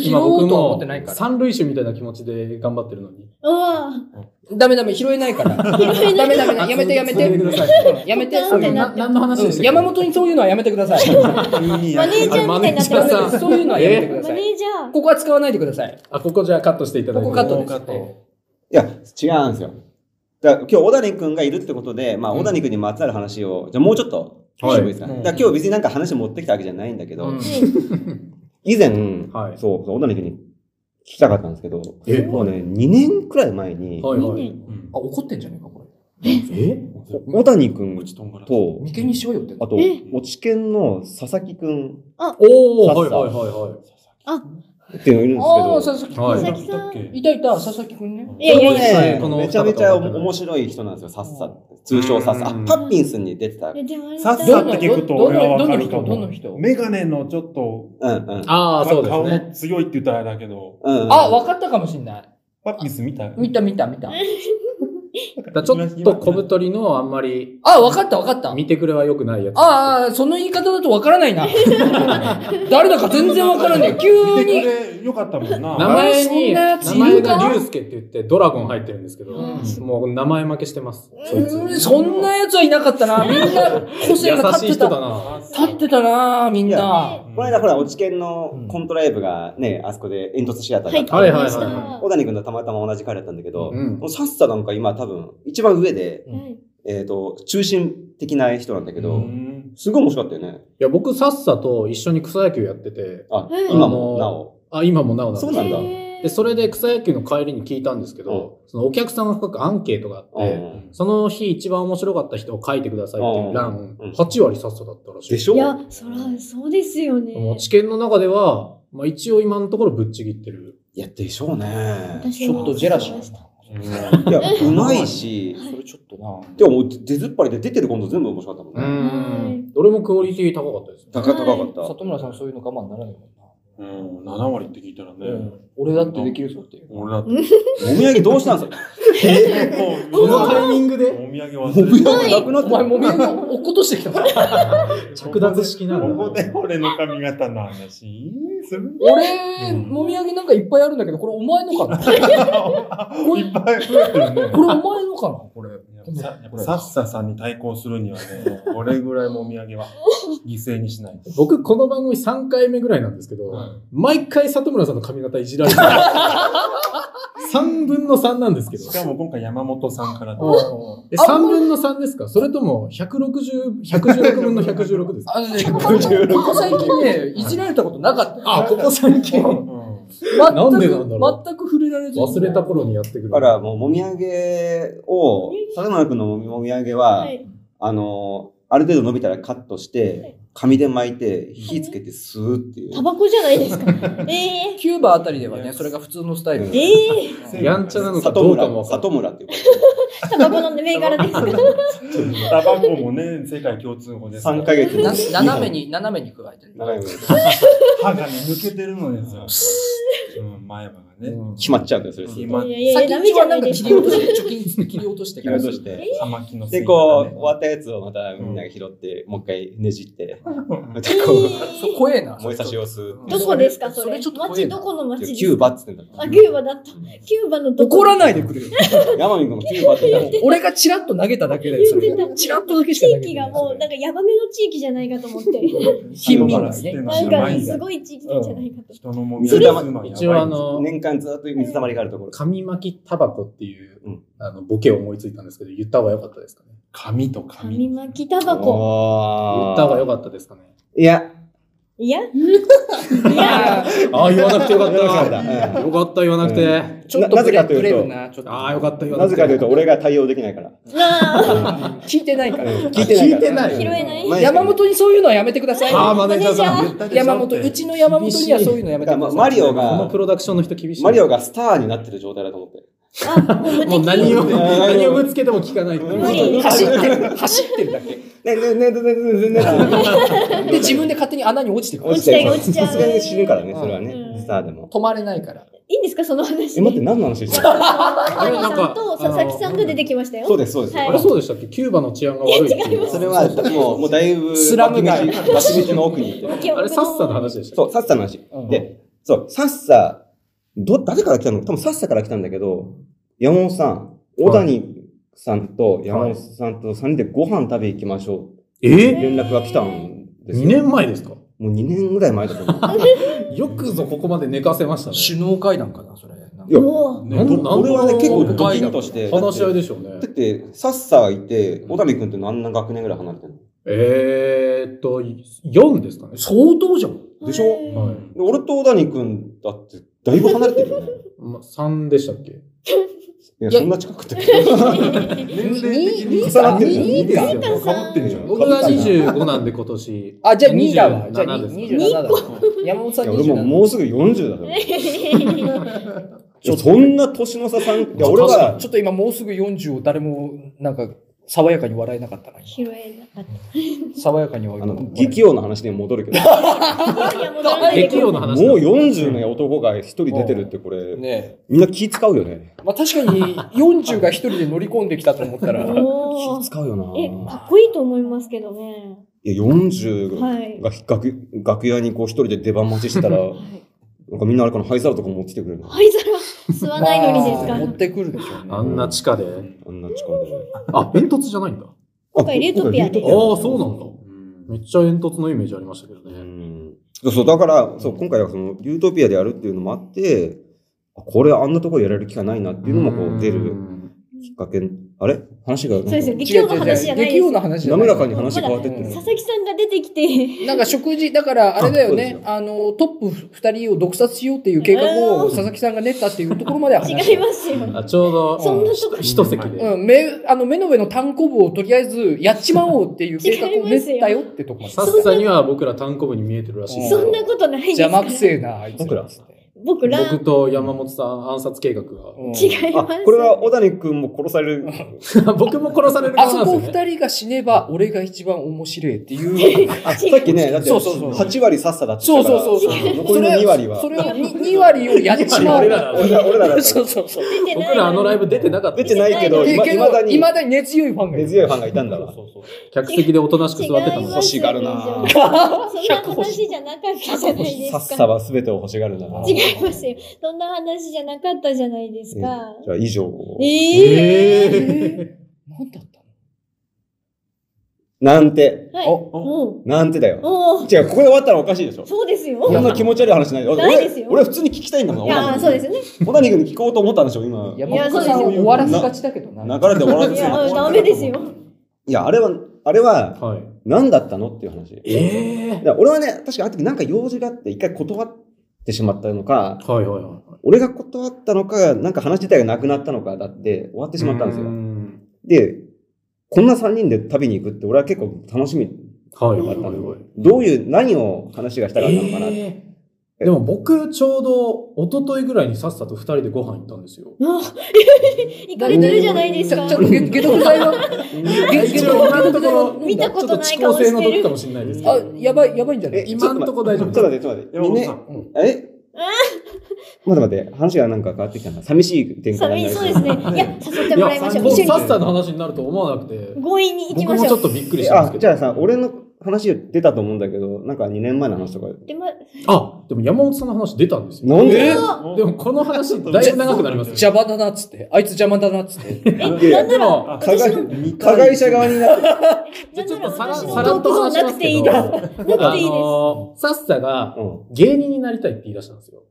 S3: 今
S4: お
S3: 僕
S4: うとは思っ
S3: も
S4: てないから。
S3: 三塁手みたいな気持ちで頑張ってるのに。
S1: おお。
S4: ダメダメ、拾えないから。ダメダメダメ、やめてやめて。う
S3: 続けください
S4: んやめて、
S1: ポ
S4: そ
S1: カンっ
S4: うい
S1: て
S4: う
S1: な
S4: の。
S3: な何の話でしたっけ
S4: 山本 にそういうのはやめてください。
S1: マネージャーみたいになってま
S3: マネージャー
S1: す。
S3: さん
S4: そういうのはやめてく
S1: マ
S4: ださ
S1: ネ
S4: い。
S1: ージャー。
S4: ここは使わないでください。
S3: あ、ここじゃあカットしていただ
S4: こ
S3: いて。
S4: こカットです。
S5: いや、違うんですよ。だから今日、小谷君がいるってことで、まあ、
S4: うん
S5: 小谷君にまつわる話を、じゃあもうちょっと、
S3: はい
S5: してもいいですか。
S4: う
S5: だ
S4: ん
S5: から今日別になんか話持ってきたわけじゃないんだけど、
S4: うん
S5: 以前、
S3: はい
S5: そう、そう小谷君に聞きたかったんですけど、
S3: え
S5: もうね、2年くらい前に、
S3: はいは
S1: 二
S3: い
S1: 年。
S4: あ、怒ってんじゃねえか、こ
S3: え
S5: 小谷君
S6: ちとんがらせ
S5: と
S4: れ。、眉間にしわ寄ってん
S5: あ
S4: の
S5: と
S1: え、
S5: 落ち研の佐々木君
S3: お
S5: さ
S3: ー、
S5: っ
S3: はい
S5: さ
S3: はいはいはい。
S5: っていうのいるん
S4: ああ、
S5: です
S4: 佐々木
S3: は
S1: 佐
S3: い
S4: 君
S1: 々木さん。
S4: いたいた、佐々木君ね。
S1: いやいやいや。
S5: け
S3: こ
S5: ど、
S3: の
S5: めちゃめちゃ
S3: お二方
S5: 面白い人なんですよ、さっさ。通称さっさ。あ
S2: うん
S5: パッピンスに出てた。うん
S1: えでもあれ
S2: さっ
S1: だ
S2: さと聞くと
S4: ど
S2: 俺は
S4: のど
S2: 分
S4: の
S2: かると
S4: 人ど
S2: 思
S4: の
S2: う。
S4: 人
S2: メガネのちょっと、
S5: うん。
S3: ああ、そうです
S2: 顔
S3: ね。
S2: も強いって言ったらあれだけど、
S5: うんうん
S4: あ、わかったかもしんない。
S2: パッピスみたい。
S4: 見た見た見た。
S3: だからちょっと小太りのあんまり
S4: あ、わかったわかった。
S3: 見てくれは良くないやつ。
S4: ああ、その言い方だとわからないな。 誰だか全然わからない。急
S2: 見て
S4: に。
S2: くれよかったもんな。
S3: 名前に、
S4: あ
S3: 名
S4: ーそんなやついる
S3: 前
S4: か
S3: が竜介って言ってドラゴン入ってるんですけど、
S4: う
S3: もう名前負けしてます。そいつ。
S4: うんそんな奴はいなかったな。みんな個性が
S3: 優
S4: 立っ
S3: しい
S4: て
S3: 人だ
S4: た。
S3: な。
S4: 立ってたな、みん
S5: い
S4: な。
S5: この間ほら、落ち研
S4: うん
S5: のコントライブがね、あそこで煙突シアターだった。
S3: はいはいはい
S5: 小谷君とたまたま同じ彼だったんだけど、
S3: うん
S5: もうさっさなんか今多分、一番上で、
S4: うん
S1: はい
S5: えっと、中心的な人なんだけ
S2: う
S5: ど、
S2: ん
S5: すごい面白かったよね。
S3: いや、僕、さっさと一緒に草野球やってて、
S5: あ
S1: うん、
S5: 今もなお。
S3: あ、今もなおなんです
S5: そうなんだ。
S3: で、それで草野球の帰りに聞いたんですけど、そのお客さんが深くアンケートがあっ
S5: う
S3: て、
S5: ん
S3: その日一番面白かった人を書いてくださいっていう欄
S5: うん、
S3: 8割さっさだったらしい。
S5: でしょ
S1: いや、そら、そうですよね。
S3: もう知見の中では、まあ一応今のところぶっちぎってる。
S5: いや、でしょうね。
S1: 私
S4: ちょっとジェラシー。
S5: いや、うまいし、
S4: それちょっとな。
S5: でももう出ずっぱりで出てる今度全部面白かったもんね。
S1: ん
S3: どれもクオリティ高かったですね。
S5: 高か高かった。
S4: 里村さんそういうの我慢ならないもんな。
S2: うん、7割って聞いたら
S4: う
S2: ね。
S4: ん俺だってできるぞっていう。
S2: 俺だって。
S5: もみあげどうしたんすか
S3: このタイミングで
S2: もみあげ忘
S5: もみあ
S2: れ
S5: げなくなっ
S4: お前
S5: た。
S4: もみあげ落っことしてきたから。
S3: 着脱式な
S2: こ
S3: の
S2: こで俺の髪型の話する
S4: 俺、
S2: うん
S4: もみあげなんかいっぱいあるんだけど、これお前の かなこれ
S2: いっぱい増えてるね。
S4: お前のかなこれ。
S2: ささっささんに対抗するにはね、これぐらいもみあげは犠牲にしないと。
S3: 僕、この番組3回目ぐらいなんですけど、毎回里村さんの髪型いじられてる。3分の3なんですけど
S2: し。かも今回山本さんからだ
S3: え、3分の3ですかそれとも、160、116分の116ですか
S4: あの ね、ここ最近ね、いじられたことなかった。
S3: あ、ここ最近。
S2: うん
S4: 全く
S3: なんでなんだろ
S4: 全く触れられずに
S3: 忘れた頃にやってくる。
S5: だからもうもみあげを、里村君のもみもみあげは、
S1: はい。
S5: あの、ある程度伸びたらカットし
S1: はい
S5: て、紙で巻いて、火つけて吸うってい
S1: タ
S5: う。
S1: バコじゃないですか。ええ。
S4: キューバあたりではね、それが普通のスタイル。
S1: ええ。
S3: やんちゃなのか
S5: 里
S3: どうか
S5: 村
S3: もわかんな
S5: 里
S3: い。
S5: 村 っていう
S1: タバコの銘柄ですか。
S2: タバコもね、世界共通語ですから。
S5: 3ヶ月に
S4: な斜めに、斜めに加えてる。
S5: 長い目で
S2: 歯がね、抜けてるのですよ。うん、前歯がね。からね。
S5: 決まっちゃうんですよ。
S2: うん
S5: それ
S2: まあ
S1: いやいや、
S4: 先
S1: ダ
S4: に
S1: メ
S4: 一
S1: じゃな
S4: 番ないんか
S1: です
S4: 切
S1: か
S4: り。落として、貯金って切り落として
S5: 切
S4: から
S5: り落として。
S2: 葉巻の吸い
S5: で、
S2: 殻
S5: こう、
S2: ね
S5: 終わったやつをまたみんなが拾って、もう一回ねじって、またこう、
S4: そう怖えな。
S5: 燃えさしを吸う。
S1: どこですか、そ
S4: そ
S1: れ。
S4: れちょっと怖
S1: 町
S4: えな
S1: どこの町ですか
S5: キューバっつってんだ
S1: あ、キューバだった。キューバのどこ
S4: 怒らないでくれよ。
S5: 山見君もキューバって言ったもん
S4: 俺がチラッと投げただけ だよ、それ
S1: 言って。た
S4: チラッとだけしか
S1: 地
S4: 投げて
S1: 域
S4: な
S1: が
S4: い。
S1: もう、なんかヤバめの地域じゃないかと思 って。
S4: 貧民
S2: だ
S4: ですね。
S1: なん
S2: やば
S1: か、
S2: いんだ
S1: すごい地域じゃないかと。
S2: 人のもみ
S5: 水
S2: 合い
S5: 玉
S2: 吸うのはやばい
S3: 一応あの、
S5: 年間ずっと水たまりがあるところ。
S3: 紙巻きタバコっていう、
S5: うん
S3: あの、ボケを思いついたんですけど、言った方が良かったですかね。
S2: 紙と紙。
S1: 紙巻きタバコ。
S3: 言った方が良
S5: か
S3: かったですかね。
S5: いや、
S1: いや、
S3: ああ、言わなく てよかった。
S5: 言わなかったうん
S3: よかった、言わなくて。
S4: ちょっと
S5: な
S4: な
S5: ぜ
S4: ぜ
S5: か
S4: か
S5: というと
S4: というと、
S3: ああ、よかった、言わ
S5: な
S3: なく
S5: ぜ
S3: て。
S5: かというと、俺が対応できないから。
S1: なあ、
S4: 聞いてないから。
S5: 聞いてないか
S3: 聞
S5: ら。
S3: いてない
S1: 拾えない。
S5: 前
S4: 山本にそういうのはやめてください。
S3: ああ、マネージャーさ
S1: マネ
S3: ん。
S4: 山本、うちの山本にはそういうのやめてください。
S5: マリオ
S3: この
S5: が
S3: プ、ロダクションの人厳しい。
S5: マリオがスターになってる状態だと思って。
S1: あ、もう無
S3: もう
S1: 敵。
S3: 何を、
S5: いや
S3: 何をぶつけても聞かない。
S5: 無
S1: 理
S4: 走ってる、走ってるだけ。
S5: ねねねねねねねね。
S4: で、自分で勝手に穴に落ちてくる
S1: 落。ちちゃう、落ちちゃう。
S5: さすがに死ぬからね、それは
S1: う
S5: ね。
S1: ん
S5: スターでも。
S4: 止まれないから。
S1: いいんですか、その話。
S5: え、待って、
S1: て、
S5: 何の話してる
S1: アニさんと佐々木さんが出てきました
S5: そう
S1: よ。
S5: です、そうです。
S1: はい
S3: あれそうでしたっけキューバの治安が悪いって
S1: いや違い
S3: い
S1: ま
S3: う。
S1: す
S5: それは、もう、もうだいぶ、
S4: スラム街
S5: 脇道脇道の奥に行ってる。
S3: あれ、サッサの話でした
S5: そ
S3: っ
S5: う、サッサの話。
S4: うん
S5: で、そう、サッサ、ど、誰から来たの多分サッサから来たんだけど、山本さん、小谷さんと山本さんと3人でご飯食べ行きましょ
S3: け
S5: う。
S3: え
S5: 連絡が来たんですよ。
S3: ?2 年前ですか
S5: もう2年ぐらい前だ と思う。
S3: よくぞここまで寝かせましたね。
S4: 首脳会談かな、それ。
S5: いや
S1: おー
S3: なん
S5: ど俺はね、
S3: なん
S5: 結構
S3: なん
S5: ドキッとして。
S3: 話し合い
S5: だ
S3: でしょうね
S5: っ。て、サッサがいて、小谷君って何の学年ぐらい離れてるの
S3: えーっと、4ですかね。
S4: 相当じゃん。
S5: でしょ
S3: はい。
S5: で俺と小谷君だって、だいぶ離れてるよね。
S3: ま、3でしたっけ
S5: いや、
S4: いや
S5: そんな近くて。
S2: 年齢的に
S5: 重なってるじゃん。
S3: いいですよ
S1: いいか
S2: 被ってるじゃん。
S3: 僕が25なんで今年。
S4: あ、じゃあ2だわ。じゃあ
S3: 27ですね
S4: 2 27だわ。山本さん
S5: いや俺も
S4: 27。
S5: もうすぐ40だから。ちょそんな年の差さん、いや、俺は、
S4: ちょっと今もうすぐ40を誰も、なんか、爽やかに笑えなかったな。
S1: 拾えなかっ
S4: 爽やかに笑
S5: あ
S4: えな
S5: の
S4: かっ、た。
S5: 激王の話に戻るけど、
S1: た。いや、戻らないで
S3: 劇
S1: く
S3: 用
S1: れ
S3: の話だ
S5: もう40の男が一人出てるってこれ、
S4: ね
S5: みんな気使うよね。
S4: まあ確かに40が一人で乗り込んできたと思った ら、
S1: お
S5: 気
S1: ー
S5: 使うよな
S1: え、かっこいいと思いますけどね。
S5: いや、40が、
S1: はい。
S5: 楽楽屋にこう一人で出番待ちしてたら、なんかみんなあれかな、ハイサラとか持ってきてくれるの。
S1: 灰皿吸わないのにです
S4: まあ持っ
S1: か。
S4: てくるでしょうね。
S3: あんな地下で。
S5: あんな力で。
S3: あ、煙突じゃないんだ。あ
S1: 今回レートピアで
S3: あ、そうなんだ。
S2: うん
S3: めっちゃ煙突のイメージありましたけど
S5: う
S3: ね。
S5: んそうそう、だから、そう、今回はその、ユートピアでやるっていうのもあって、あこれあんなところやれる機会ないなっていうのもこう出るきっかけ、あれ話がなんか
S1: そうですよ。
S4: 違う
S1: 劇用の
S4: 違う違う
S1: 話じゃない
S4: 激
S1: で
S4: 用
S1: す。
S4: の話じゃない
S5: 滑らかに話変わってってる
S1: 佐。々木さんが出てきて、
S4: なんか食事、だからあれだよ
S5: あそう
S4: ね
S5: で、
S4: あの、トップ二人を毒殺しようっていう計画を佐々木さんが練ったっていうところまでは話した
S1: 違いますよ。
S3: あ、ちょうど、
S1: そんなとこ
S3: ひ一席で。
S4: うん、目、あの、目の上の単行部をとりあえずやっちまおうっていう計画を練ったよってとこまで
S3: さっさには僕ら単行部に見えてるらしいです
S1: そんなことないです
S4: 邪
S1: から
S4: 魔くせえな、あいつ。
S5: 僕ら
S1: 僕ら、違い
S3: 僕と山本さん暗殺計画が。
S4: うん
S1: ま
S5: あ
S1: す。
S5: これは小谷君も殺される。
S3: 僕も殺される
S4: あ
S3: 側な
S4: そ
S3: ん
S4: こ
S3: ですよね。
S4: 二人が死ねば俺が一番面白いっていう。
S5: あさっきね、だって
S4: そうそうそう
S5: 8割さっさだったか
S4: そ
S5: ら。
S4: うそうそうそう。
S5: 残りの2割は。
S4: それを2割をやっちまう。
S3: 俺らだ
S5: 俺ら俺らだっ た
S4: そ
S5: ら
S4: うそうそう。
S1: 出てない。
S3: 僕らあのライブ出てなかった
S5: 出。てないけど、い
S4: い
S5: ま
S4: けど
S5: だ、に
S4: いまだに根強いファンがい
S5: 根
S4: る。
S5: 強いファンがいたんだわ。
S3: 客席でおとなしく座ってた
S1: 違い
S3: もん
S1: ます。
S5: 欲しがるな
S1: そんな話じゃなかったじゃないで
S5: さっ
S1: す
S5: さ
S1: か。
S5: は全てを欲しがるんだな。
S1: 違いますよ。そんな話じゃなかったじゃないですか。
S5: じゃあ以上。
S1: ええ
S3: ええ。
S4: なんだった
S5: なんて、
S1: はい。
S4: お
S1: おう
S5: なんてだよ。
S1: おう
S5: 違う、ここで終わったらおかしいでしょ。
S1: そうですよ。
S5: こんな気持ち悪い話ないよ。
S1: ないですよ
S5: 俺俺普通に聞きたいんだもん。
S1: いやー、そうですよね。
S5: 小谷君に聞こうと思ったんでしょ、今。
S4: の
S5: 流
S1: いや
S4: 山本さんを終わらせがちだけどな。
S5: れで終わらせ
S1: い
S5: て
S1: や、うんダメですよ。
S5: いや、あれは、あれは、
S3: はい。
S5: 何だったのっていう話。
S3: ええ。
S5: だから俺はね、確かにあの時なんか用事があって一回断ってしまったのか、
S3: はいはいはい。
S5: 俺が断ったのか、なんか話自体がなくなったのかだって終わってしまったんです
S3: う
S5: よ。
S3: ん
S5: で、こんな3人で旅に行くって俺は結構楽しみ
S3: はい
S5: だ
S3: は
S5: っ
S3: い
S5: た
S3: はい
S5: の
S3: はい
S5: で。、どういう、何を話がしたかったのかなって。
S3: ええでも僕、ちょうど、一昨日ぐらいにさっさと二人でご飯行ったんですよ。
S1: あ行かれてるじゃないですか
S4: ちょ。っとゲゲドフ剤 は、ゲゲ
S3: 一
S4: ド
S3: 応
S4: フ
S3: 今
S4: 剤
S3: のところ、
S1: 見たことない
S3: ちょ
S1: 顔
S3: っと
S1: してる
S3: 遅効性の時かもしれないですけ
S4: あ
S3: ど。、
S4: やばい、やばいんじゃな
S5: え
S4: い
S3: 今んとこ大丈夫
S5: ちょっと待って、ちょっと待って。
S2: 山本
S5: 二
S2: さ
S5: 年
S2: ん、
S5: え待って待って、話がなんか変わってきたな。寂しい展開
S1: 寒、
S5: にないり
S1: そう
S5: う
S1: ですね。いや、誘ってもらいましょう。
S3: もう
S1: 一
S3: さ
S1: 緒
S3: っさの話になると思わなくて
S1: に、強引に行き
S3: 僕
S1: ま
S3: も
S1: し
S3: ち
S1: ょ
S3: ょっ
S1: う。
S3: とびっくり
S5: え
S3: したん
S5: あ
S3: で、す
S5: じ
S3: け
S5: ゃ
S3: ど。
S5: あさ、俺の話出たと思うんだけど、なんか2年前の話とかで。
S1: でも、
S3: あ、でも山本さんの話出たんですよ。
S5: なんで
S1: え
S3: でもこの話、だいぶ長くなりますよ。
S4: 邪魔だなっつって。あいつ邪魔だなっつって。
S1: なんなら、
S2: あ
S5: 加害
S2: 見たい
S5: 加害者側になって。
S1: なん
S3: ちょっ
S1: なら
S3: とさら
S1: 私
S3: さ
S1: の
S3: ら
S1: ト
S3: っ
S1: ーク
S3: と
S1: ゾーン
S3: 話し
S1: な
S3: ます
S1: くていい
S3: けど、
S1: です。
S3: あ
S1: なくていいです。
S3: のー、さっさが
S5: うん。
S3: 芸人になりたいって言い出したんですよ。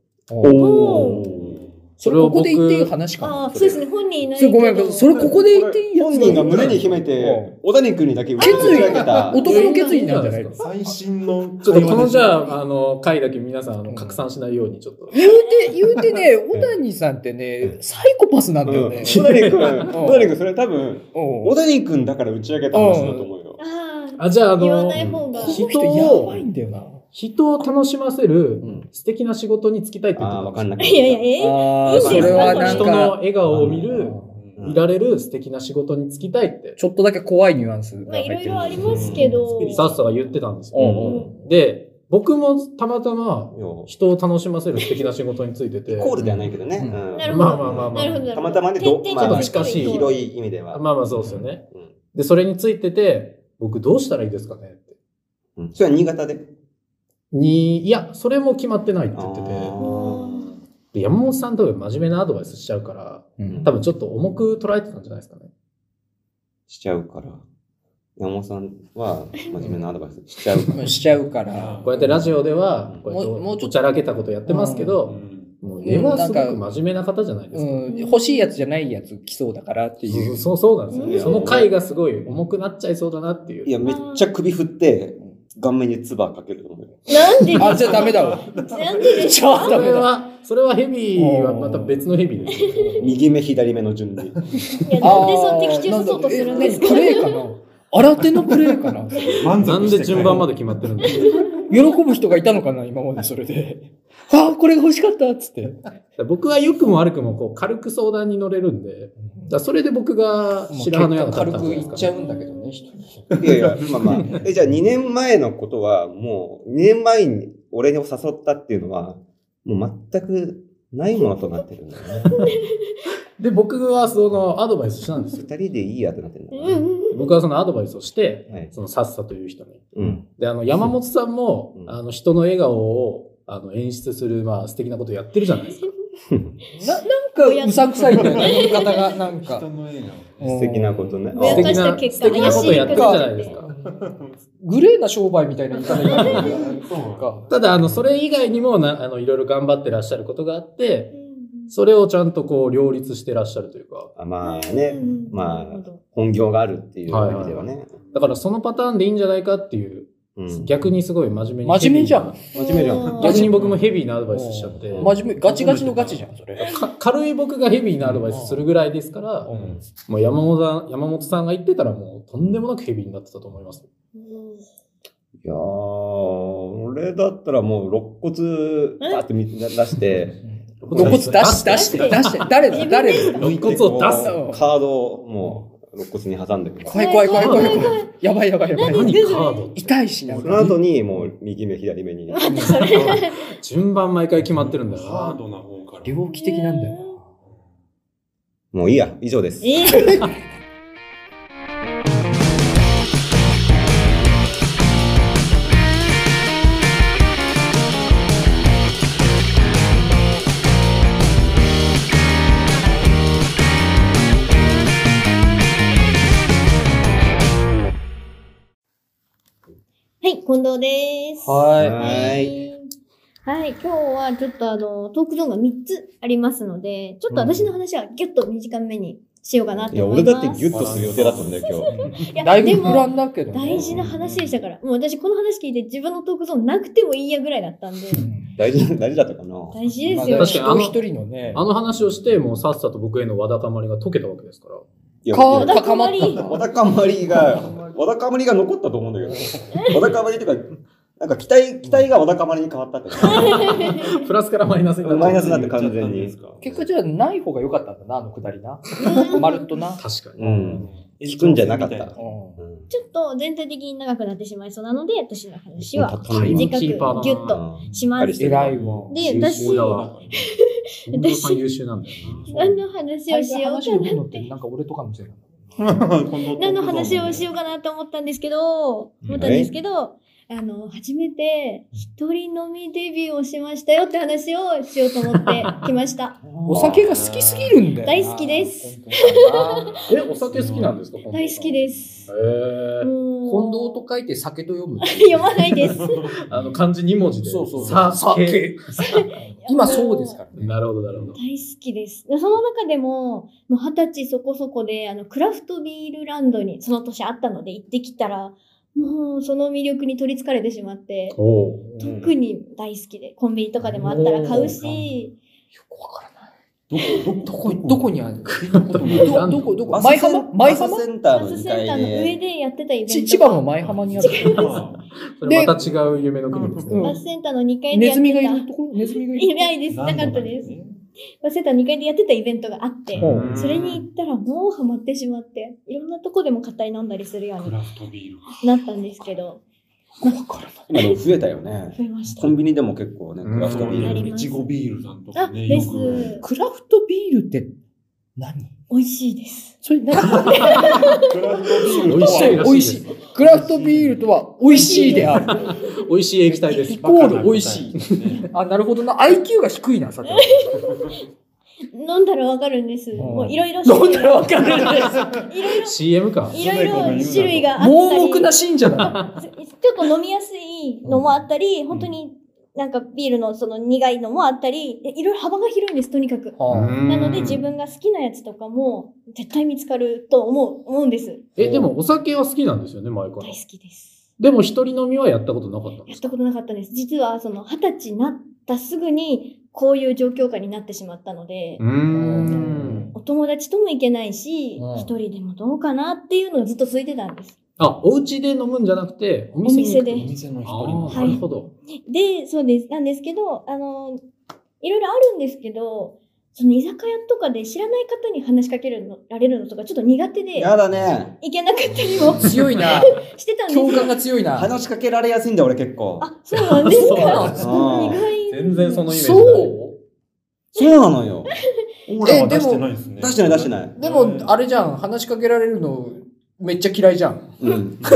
S1: お
S4: それここで言っていい話か
S1: あ
S4: な
S1: あ、。そうですね、本人いないけ
S4: それ
S1: ど。
S4: ごめん、それここで言っていいやつ
S5: 本人が胸に秘めて、小谷君にだけ受け継げた。
S4: 男の決意なんじゃないの
S2: 最新の
S3: ちょっとこのじゃ
S2: あ
S3: あ、あの、回だけ皆さん、あ
S4: う
S3: の、
S4: ん
S3: 拡散しないようにちょっと。
S4: 言うて、言うてね、小谷さんってね、サイコパスなんだよ
S5: う
S4: ね
S5: ん。小谷君、小谷君、それ多分、
S4: うん
S5: 小谷君だから打ち上げた話だと思うよ。
S1: ああ、
S3: あ、じゃあ、あ
S1: 言わ
S3: の
S1: な、い方が。
S4: この人やばいんだよな。
S3: 人を楽しませる
S5: ん
S3: 素敵な仕事に就きたいって言って
S5: ああ、
S3: た
S5: わかんなくなっ
S1: いやいや、え
S5: た。
S4: あ
S1: いい
S4: あ、
S1: です
S4: そ
S1: ね
S4: れはなん
S3: 人の
S4: か、
S3: 笑顔を見る、
S5: うん
S3: いられる素敵な仕事に就きたいって、
S4: ちょっとだけ怖いニュアンス
S1: まあ、
S4: が
S1: い
S4: 入
S1: ろ
S4: っ
S1: い
S4: てる
S1: ろ。ありますけど。
S3: さっさは言ってたんです
S4: う
S3: よ。
S4: んうん
S3: で、僕もたまたま
S5: よ
S3: 人を楽しませる素敵な仕事についてて、
S5: イコールではないけどね。
S4: うん
S5: うん
S1: なるほど
S3: まあまあまあま
S1: なるほど。なるほど
S3: あ、
S5: たまたまねど
S1: 点々
S5: まあ
S1: ちょっと
S3: 近しい
S5: 広い意味では。
S3: まあまあそうですよね。
S5: うん
S3: で、それについてて、僕どうしたらいいですかねって。
S5: うんそれは新潟で。
S3: に、いや、それも決まってないって言ってて、
S5: あ
S3: で山本さん多分真面目なアドバイスしちゃうから、
S4: うん
S3: 多分ちょっと重く捉えてたんじゃないですかね。
S5: しちゃうから。山本さんは真面目なアドバイスしちゃうから。
S4: しちゃうから。
S3: こうやってラジオでは
S5: うん、
S3: こうやって
S4: もうもうちょ
S3: お
S4: っ
S3: ちゃらけたことやってますけど、もう根はすごく真面目な方じゃないですか。
S4: うん、欲しいやつじゃないやつ来そうだからってい
S3: そう
S4: う。
S3: そうそうなんですよね。
S5: うん
S3: その回がすごい重くなっちゃいそうだなっていう。
S5: いや、めっちゃ首振って、顔面に唾かけると思うよ。
S1: なんで
S4: あ、じゃあダメだわ。
S1: なんでで
S4: じ
S1: し
S4: ゃ
S1: ょ
S4: あ
S3: そ
S4: ダ
S3: れ
S4: メだ。
S3: は、それはヘビーはまた別のヘビーですよね。
S5: 右目、左目の順に。
S1: いや、なんでその敵中刺そうとするんですか
S4: あーなんだえ何プレイかな新手のプレイかな
S2: 満足して
S3: なんで順番ま
S2: で
S3: で決まってるんだろ
S4: 喜ぶ人がいたのかな今までそれで。ああ、これが欲しかったっつって。
S3: う 僕は良くも悪くもこう軽く相談に乗れるんで、だからそれで僕が白羽の矢が立
S4: 軽
S3: ったん
S4: く
S3: じゃないいです
S4: っ
S3: か
S4: ち
S3: ね、
S4: ゃうんだけどね、人に。
S5: いやいや、まあまあ。え、じゃあ2年前のことは、もう、2年前に俺を誘ったっていうのは、もう全くないものとなってるんだよね。
S3: で、僕はそのアドバイスしたんです
S5: 二
S3: よ。
S5: 人でいいやってなってるんだ
S1: うんうんうん
S3: 僕はそのアドバイスをして、
S5: はい。
S3: そのさっさという人に。
S5: うん。
S3: で、あの、山本さんも
S5: う、ん
S3: あの、人の笑顔を、あの、演出する、まあ、素敵なことやってるじゃないですか。
S4: な、なんかうさんくさいんだよね、言い方が、なんか
S2: 人。の映
S5: 素敵なことね。
S1: ぼやかした結果、
S3: 素敵な
S1: 怪し
S3: こと
S1: い
S3: やってるじゃないですか。
S4: グレーな商売みたいな言い方になる
S2: 画。そう
S4: か。
S3: ただ、あの、それ以外にもな、あの、いろいろ頑張ってらっしゃることがあって、それをちゃんとこう、両立してらっしゃるというか。
S5: あまあ
S1: う
S5: ね
S1: ん、うん
S5: まあ
S1: なるほど
S5: 本業があるっていう意味ではね。
S3: だから、そのパターンでいいんじゃないかっていう、
S5: うん
S3: 逆にすごい真面目に。
S4: 真面目じゃん。
S5: 真面目じゃん。
S3: 逆に僕もヘビーなアドバイスしちゃって。
S4: 真面目、ガチガチのガチじゃん、それ。
S3: か軽い僕がヘビーなアドバイスするぐらいですから、
S4: うん
S3: もう山本さん山本さんが言ってたらもうとんでもなくヘビーになってたと思います。
S5: いやー、俺だったらもう肋骨バーって見出して、
S4: 露骨出し、出
S3: 出
S4: して、出して、誰だ、誰だ。
S3: 肋骨を出す。
S5: こうカードをもう肋骨に挟んでくる。
S4: 怖い怖い怖い怖い怖い。やばいやばいやばい。
S3: 何カード
S4: 痛いしな。
S5: その後にもう右目左目に。
S3: 順番毎回決まってるんだよ
S2: ハー
S3: な。
S2: ドな方から。
S4: 猟奇的なんだよ
S5: もういいや、以上です。
S1: えはい、近藤です。
S4: な。は
S5: はい。
S1: はい、今日はちょっとあの、トークゾーンが3つありますので、ちょっと私の話はギュッと短めにしようかなと
S5: いや、
S1: 思い
S5: 俺
S1: ます。
S5: だってギュッとする予定だったんだよ、今日。
S1: いや
S4: だい
S1: で
S4: ぶ不
S1: も、
S4: 安だけどね。
S1: 大事な話でしたから、もう私この話聞いて自分のトークゾーンなくてもいいやぐらいだったんで、
S5: 大事、 大事だったかな。
S1: 大事で
S4: まあ
S1: す
S4: で
S1: よ。
S4: も
S3: 確かにあの
S4: 一人一人のね。
S3: あの話をしてもうさっさと僕へのわだかまりが解けたわけですから。
S5: いや、
S4: 顔
S1: わだかまり
S4: 高まった
S5: わだかまりが、わだかまりが残ったと思うんだけど。わだかまりっていうか、なんか期待、期待がわだかまりに変わったから。
S3: プラスからマイナスになっちゃう
S5: マイナスになって完全に
S2: 言っちゃったんですか
S4: 結果じゃあない方が良かったんだな、あのくだりな。まるっとな。
S3: 確かに。
S5: うん。聞くんじゃなかった。うん
S1: ちょっと全体的に長くなってしまいそうなので、私の話
S5: う
S1: は
S5: ん
S3: タイム
S1: 短くギ
S3: キ
S1: ュ
S3: ーパーだな
S1: ッと。します
S5: しっかりしてる
S4: 偉いわ。
S1: で、私、
S3: 優秀だわ本田さん優秀なんだよ
S1: 何の話をしよう
S4: 話
S1: か
S4: を
S1: な。
S4: るのって、なんか俺とかのせいな
S2: 何
S1: 何の話をしようかなと思ったんですけど、思ったんですけど、あの、初めて一人飲みデビューをしましたよって話をしようと思 ってきました。
S4: の。お酒が好きすぎるんだよな。
S1: 大好きです
S4: 本当だな。
S3: え、お酒好きなんですか
S1: 大好き
S3: す。
S1: です。
S3: へー
S1: 近
S4: 近藤と書いて酒と読む。
S1: 読まない です。
S3: あの、漢字二文字で。
S4: そうそうそう
S3: さ酒。
S4: 今そうですからね。
S3: なるほど、なるほど。
S1: 大好きです。でその中でも、もう二十歳そこそこで、あの、クラフトビールランドにその年あったので行ってきたら、もうその魅力に取り憑かれてしまって、
S3: おう
S1: 特に大好きで、コンビニとかでもあったら買うし、
S4: よくわからない。
S2: どこ、
S4: どこ、どこにある
S3: な
S4: ど
S3: んだ
S4: どこ、どこ
S5: バス
S4: 舞
S5: セ
S4: 浜
S5: ン
S4: 舞
S5: バス
S4: 浜
S5: センター
S1: バ
S5: の
S1: ス
S5: 2
S1: センタ
S5: 階
S1: ーの上
S5: で。
S1: でやってたイベン
S4: ち
S1: ト。
S4: 千葉の舞浜にある。
S3: それまた違う夢の国です
S4: うん
S3: ね。
S1: バスセンターの2階で
S4: ネ
S1: やって
S4: ズ
S1: た。
S4: ミがいるところネズミがいる
S1: いないです。なかったです。バスセンターの2階でやってたイベントがあって、
S3: うん
S1: それに行ったらもうハマってしまって、いろんなとこでも買ったり飲んだりするよう
S2: クラフトビー
S1: に
S2: ル。
S1: なったんですけど、
S5: 今でも増えたよね。
S1: 増えました
S5: コ。ンビニでも結構ね、クラフトビ
S1: あ
S5: ー
S1: り
S5: ル。
S1: ます
S2: いちごビールさんと
S1: あ、
S2: かね、
S1: で
S2: よ
S1: す。
S2: く。
S4: クラフトビールって何
S1: 美味しいです。
S4: それ何
S2: クラフトビール
S3: 美味しいら
S4: 美
S3: しいで
S4: 味
S3: す
S4: しい。クラフトビールとは美味しいである。
S3: 美味しい液体です
S4: イ。コール美味しい。
S2: い。
S4: あ、なるほどな。IQ が低いな、さて。
S1: 飲んだらわかるんです。もういろいろ種
S4: どん
S1: 類
S4: なわかるんです
S1: いろいろ、
S3: CM か。
S1: いろいろ種類があったり。
S4: 盲目な信者だ。
S1: ちょっと飲みやすいのもあったり、本当になんかビールのその苦いのもあったり、いろいろ幅が広いんです、とにかく。
S4: はあ
S1: なので自分が好きなやつとかも絶対見つかると思う、思うんです。
S3: え、でもお酒は好きなんですよね、前か
S1: 大
S3: ら
S1: 好。きです。
S3: でも一人飲みはやったことなかったんで
S1: やっ
S3: す
S1: た
S3: か
S1: ことなかったんです。実はその二十歳になったすぐにこういう状況下になってしまったので、
S3: うーん。
S1: お友達とも行けないし、
S4: うん
S1: 一人でもどうかなっていうのをずっと空いてたんです。
S3: あ、お家で飲むんじゃなくて、お
S1: お
S3: 店に
S1: 店
S3: 行く
S1: で
S2: お。店の一
S3: あ
S2: 人
S3: ーな
S1: はい
S3: るほど。
S1: で、そうです。なんですけど、あの、いろいろあるんですけど、その居酒屋とかで知らない方に話しかけるのられるのとかちょっと苦手で、
S5: やだね。
S1: 行けなかったりも
S4: 強いな。
S1: してたんです
S4: 共感
S1: よ。
S4: が強いな。
S5: 話しかけられやすいんだよ、俺結構。
S1: あ、そうなんです
S3: そう
S1: か。
S5: うん
S1: 意外
S3: 全然そのイメージない。
S4: そう
S5: そうなのよ。
S2: オーラは出してないですね。
S5: 出してない、出してない。
S4: でも、あれじゃん。話しかけられるの、めっちゃ嫌いじゃん。
S5: うん。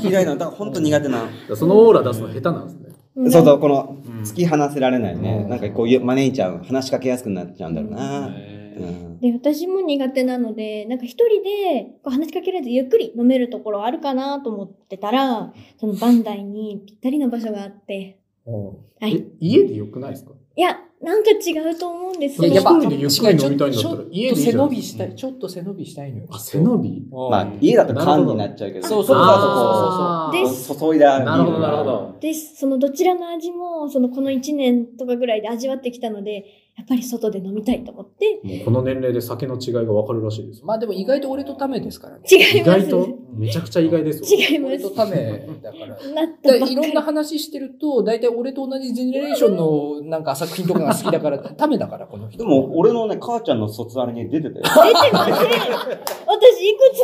S5: 嫌いなの。だから本当苦手な。
S3: だからそのオーラ出すの下手なんですね。
S1: うん
S5: そうそう、この、
S2: うん
S5: 突き放せられないね
S4: う。ん
S5: なんかこういう、招いちゃう。話しかけやすくなっちゃうんだろうな。
S2: ね
S5: うん。
S1: で、私も苦手なので、なんか一人でこう話しかけられずゆっくり飲めるところあるかなと思ってたら、そのバンダイにぴったりの場所があって、は
S3: え
S1: い。
S3: 家でよくないですか
S1: いや、なんか違うと思うんです
S3: いややっぱ
S1: その
S3: 一人でゆっくり飲みたいんだっ
S4: 違う
S3: たら
S4: ちょっと
S3: 家でいいじゃん
S4: ちょっと背伸びしたい。ちょっと背伸びしたいのよ。
S3: あ、背伸び
S5: まあ、家だと缶になっちゃうけど。
S4: そうそうそう
S3: あ
S1: そう
S3: ー
S1: そうそう
S5: こう注いだ。
S3: なるほど、なるほど。
S1: です。そのどちらの味も、そのこの1年とかぐらいで味わってきたので、やっぱり外で飲みたいと思って、
S3: もうこの年齢で酒の違いがわかるらしいです。
S4: まあでも意外と俺とためですからね。
S1: 違い
S3: 意
S1: ます。
S3: 外とめちゃくちゃ意外ですよ。
S1: 違いま
S4: 俺と
S1: す。
S4: ため だから。
S1: なったばっ
S4: で
S1: か
S4: い
S1: り
S4: ろんな話してると、大体俺と同じジェネレーションのなんか作品とかが好きだ から、ためだから、この人。
S5: でも、俺のね、母ちゃんの卒アルに出てた
S1: 出
S5: よ。
S1: てません。私いくつ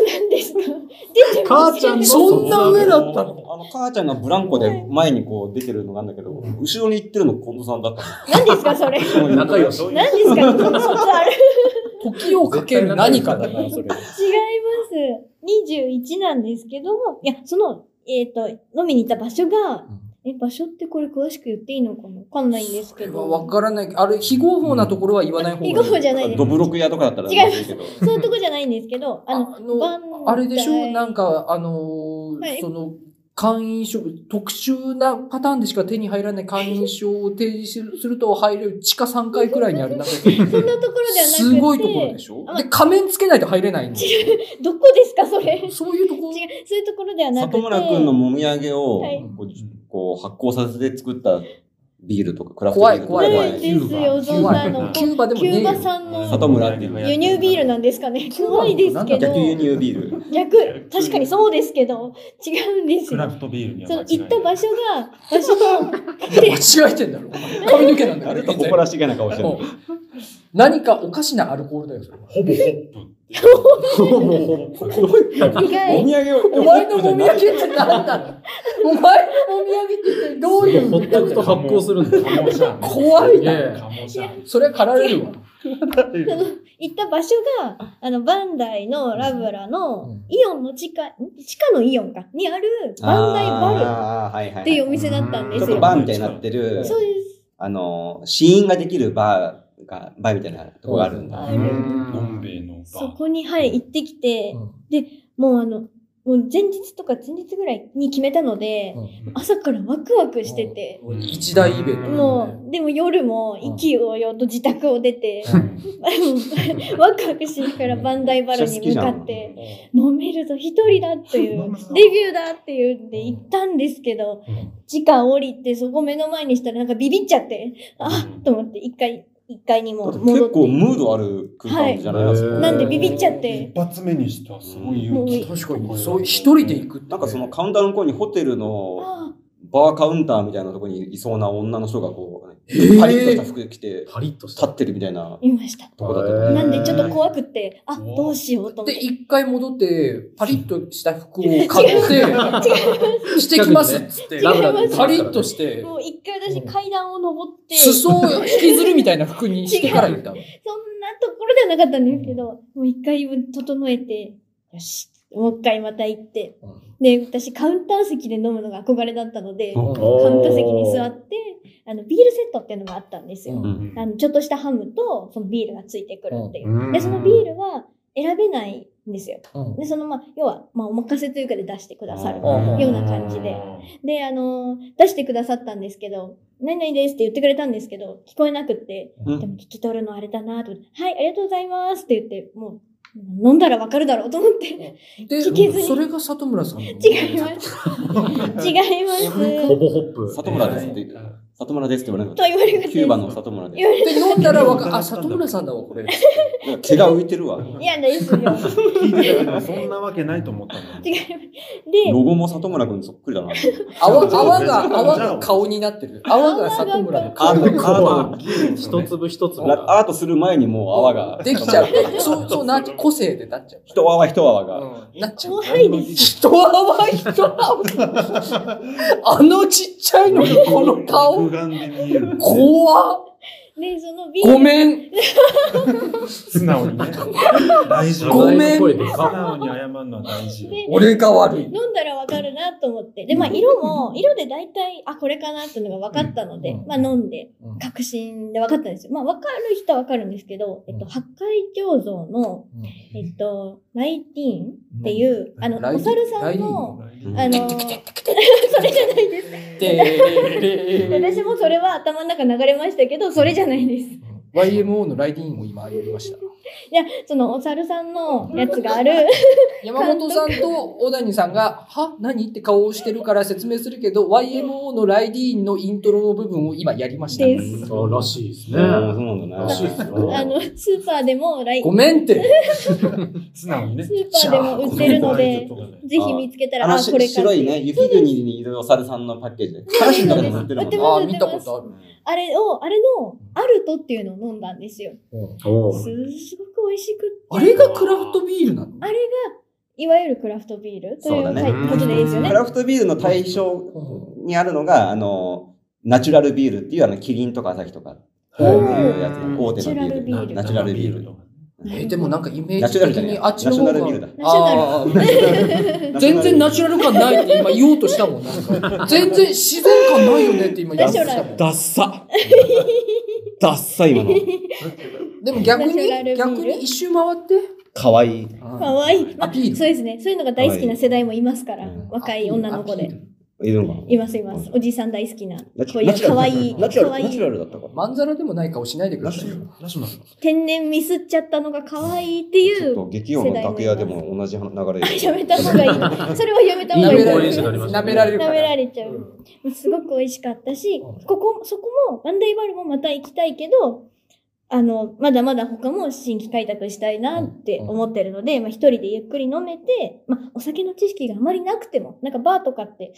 S1: なんですか出てません。
S3: 母ちゃんの
S4: そんな上だったの
S5: あの、母ちゃんがブランコで前にこう出てるのがあるんだけど、後ろに行ってるの近藤さんだった
S1: 何ですか、それ。
S5: の。
S3: 仲良し。
S1: 何ですか、この卒アル。違い
S4: 時をかける何かだな、それ。
S1: ます。21なんですけども、いや、その、えっ、と、飲みに行った場所が、え、場所ってこれ詳しく言っていいのかなわかんないんですけど。
S4: わからない。あれ、非合法なところは言わない方がいい。
S1: 非合法じゃないです
S5: ドブロク屋とかだったら
S1: 違います
S5: いけど。
S1: そういうとこじゃないんですけど、あの、
S4: あ
S1: バ
S4: の、
S1: ン
S4: あれでし
S1: ダ
S4: ょ
S1: イ
S4: なんか、あのー
S1: はい
S4: その、会員証、特殊なパターンでしか手に入らない会員証を提示すると入れる地下3階くらいにある、なんか、
S1: そんなところではなくて、
S4: すごいところでしょ
S1: あ
S4: で、仮面つけないと入れないんで
S1: どこですか、それ。違う、
S4: そういうとこ
S1: そういうところではなくて。
S5: 里村くんのもみあげを
S1: はい
S5: こう、こう発酵させて作ったビールとかクラフトビールとか。
S4: 怖い怖
S1: ないですよ、そんなの。
S4: キューバでも
S1: キ
S4: ね
S1: ュ
S4: え
S1: ー
S4: よ
S1: バ産の
S5: 里村っていう
S1: 輸入ビールなんですかね。怖いですけど
S5: 逆。輸入ビール。
S1: 逆、確かにそうですけど、違うんです
S2: クラ
S1: よ。
S2: フトビールには
S1: その
S2: 間違い
S1: 行
S2: な
S1: っ
S2: い
S1: た場所が、場所の、
S4: 間違えてんだろ。髪の毛なんだ
S5: あ
S4: から
S5: れと誇らしげな顔してる。
S4: うん何かおかしなアルコールだよ、それは
S2: ほぼホップ。
S1: 意
S5: お
S1: 外、
S5: 土産を。
S4: お前のもみあげって何なのお前のもみあげってどうい
S3: ほっ
S4: う
S3: とくと発酵するんだ。
S2: カモシャーね。
S4: 怖いな。
S3: え
S2: カモシャーね。
S4: それは駆られるわ。
S1: その、行った場所が、あの、バンダイのラブラ
S4: う
S1: の
S4: ん、
S1: イオンの地下、ん地下のイオンか、にある、バンダイバ
S5: あーはいは
S1: ル
S5: い。
S1: っていうお
S5: ち
S1: 店だったんです
S5: ょっと
S1: よ。
S5: バーみたいになってる、
S1: そうです。
S5: あの、試飲ができるバーが、バーみたいなとこがあるんだ。
S1: あ
S2: う
S1: る
S2: んどん兵衛のバー。
S1: そこに、はい、行ってきて、
S4: うん
S1: もうあの、もう前日とか前日ぐらいに決めたので、朝からワクワクしてて、
S4: うん一大イベント。
S1: もう、でも夜も息をよと自宅を出 て、ワクワクしながらバンダイバルに向かって、飲めるぞ、一人だという、デビューだっていうんで行ったんですけど、時間降りてそこ目の前にしたらなんかビビっちゃって、あ
S2: うん
S1: と思って一回、一階にもう戻
S5: 結
S1: っ
S5: 構
S1: て。
S5: ムードある空間じゃないですか。
S1: なんでビビっちゃって、
S2: 一発目にしてはすごい勇気。
S4: 確かに、そう、一人で行くってね。
S5: なんかそのカウンターの向こうにホテルの
S1: あ
S5: バーカウンターみたいなところにいそうな女の人がこう、
S4: へー
S5: パリッとした服着て
S3: パリッとし
S5: 立
S3: た。
S5: ってるみたいな
S1: あ、見ました。
S5: とこだったと思う。
S1: なんでちょっと怖くて、あ、
S2: おー
S1: どうしようと思っ
S4: で、
S1: て。
S4: 一回戻って、パリッとした服を買って、してきますっつって、
S1: 違います
S4: なんかパリッとして、
S1: もう一回私階段を登って、そん
S4: 裾を引きずるみたいな服にしてから行ったの。
S1: なところではなかったんですけど、もう一回整えて、よし、もう一回また行って。で、私カウンター席で飲むのが憧れだったので、カウン
S3: カ
S1: ター席に座って、あの、ビールセットっていうのがあったんですよ。
S5: う
S2: うん
S5: ん
S1: あの、ちょっとしたハムと、そのビールがついてくるっていう。
S2: うん
S1: で、そのビールは選べないんですよ。
S4: うん
S1: で、その、まあ、要は、まあ、お任せというかで出してくださる。
S4: うん
S1: ような感じでで、あのー出してくださったんですけど、何々ですって言ってくれたんですけど、聞こえなくって、
S5: うん
S1: でも聞き取るのあれだなと思って、はい、ありがとうございますって言って、もう、飲んだらわかるだろうと思って、聞けずに
S4: で、それが里村さんの。
S1: 違います。 違います。
S3: ほぼホップ。
S5: 里村ですって、里村ですって言われな
S1: と
S5: かっ
S1: 言われが
S5: た。
S1: ち
S5: キューバの里村で
S1: 言。われ
S4: で、飲んだらわか、あ、里村さんだわ、これ。
S5: 毛が浮いてるわ。
S1: いやですよ。違います。
S2: 聞いてたけど、そんなわけないと思ったんだ。
S1: で、
S5: ロゴも里村くんそっくりだ な。
S4: 泡泡が、泡が顔になってる。泡が里村の
S5: ア
S4: 顔
S5: ー
S4: になって
S5: ト、
S4: る。
S5: アー
S3: 一粒一粒
S5: トラ
S3: が。
S5: アートする前にもう泡が。
S4: できちゃう。そう、そう、なっちゃう個性でなっちゃう。
S5: 一泡一泡が。
S4: うんなっちゃう。
S1: 後輩です。
S4: 一泡一泡。あのちっちゃいのにこの顔。
S2: 肉眼で見える。
S4: 怖っ
S1: で、そのビー
S4: ご
S1: ル、
S4: めん。
S2: 素直にね。大事。
S4: ごめん
S3: 声で
S2: 素
S3: か
S2: 直に謝るのは大事。
S1: で
S4: 俺が悪い。
S1: 飲んだらわかるなと思って。で、まあ、色も、色で大体、あ、これかなっていうのが分かったので
S4: うん、
S1: まあ、飲んで
S4: うん、
S1: 確信で分かったんですよ。まあ、分かる人は分かるんですけど、えっと、八海鏡像の、えっと、ライティーンっていう、あの、
S4: ライ
S1: お猿さんの、
S2: 大
S5: う
S2: 事
S5: ん
S1: あの、それじゃないです。私もそれは頭の中流れましたけど、それじゃないです。
S4: YMO のライディーンを今やりました。
S1: いや、その、お猿さんのやつがある、
S4: 山本さんと小谷さんが、は何って顔をしてるから説明するけど、YMO のライディーンのイントロの部分を今やりました。
S1: です。
S3: そうらしいです
S5: うん
S3: ね。
S5: そうなんだ
S3: らしいです
S5: な。
S3: よ。
S1: あの、スーパーでも、ライ、
S4: ごめんって。
S2: 素直にね
S1: ス。ーパーでも売ってるので、ぜひ見つけたら、あ、これかっ
S5: 白
S1: て
S5: い
S1: いう。
S5: ね、雪国にいるお猿さんのパッケージで。からしの中に乗ってるも
S1: 売
S5: んね
S1: って
S4: あ
S1: ます
S4: 見たことある。
S1: あれを、あれの、アルトっていうのを飲んだんですよ。
S3: お
S1: す
S3: う
S1: すごく美味しくって。
S4: あれがクラフトビールなの
S1: あれが、いわゆるクラフトビールとい
S5: そう
S1: う
S5: だね
S1: はいことでいいですよね
S5: ク。ラフトビールの対象にあるのが、あの、ナチュラルビールっていうあの、キリンとかアサヒとかっていうやつ、大手のビール。ナチュラルビール。
S4: えーでもなんかイメー
S5: ナ
S4: ジ
S5: チュ
S4: 的
S5: ラルじゃね
S4: に
S5: え。
S4: あ
S5: ナ
S4: っち
S5: チ
S4: の
S5: ュ
S4: 方
S5: ラ
S4: が
S5: ルビールだ。
S4: あー全然ナチュラル感ないって今言おうとしたもん。なん か全然自然感ないよねって今言おうとしたもん。
S5: ダッ サ。ダッサ、今の。
S4: でも逆
S1: ナチュラルビー
S4: に、
S1: ル
S4: 逆に一周回って。
S5: かわいい。
S1: かわいい。ま
S4: ア
S1: あ、
S4: ピール
S1: そうですね。そういうのが大好きな世代もいますから
S5: うん、
S1: 若い女の子で。
S5: いるのか
S1: いますいます。おじさん大好きな、こ
S5: な
S1: ういう可愛い、
S5: ナチュ
S1: 可
S5: ラ
S1: 愛
S5: ルナチュラ
S1: い、
S5: ルだったから。
S4: まんざらでもない顔しないでくださいよ。
S6: ナショナル。
S1: 天然ミスっちゃったのが可愛いってい
S5: ちょっ
S1: う
S5: と劇音の楽屋でも同じ流れで。
S1: やめた方がいい。 それはやめた方が
S4: 舐
S1: いい
S4: め。ら
S6: 応
S4: れ
S6: 援者
S4: る
S6: になりました
S4: 舐められるか
S1: 舐めら
S4: ら。
S1: れちゃう。すごく美味しかったし、ここ、そこも、バンダイバルもまた行きたいけど、あの、まだまだ他も新規開拓したいなって思ってるので、まあ一人でゆっくり飲めて、まあお酒の知識があまりなくても、なんかバーとかって、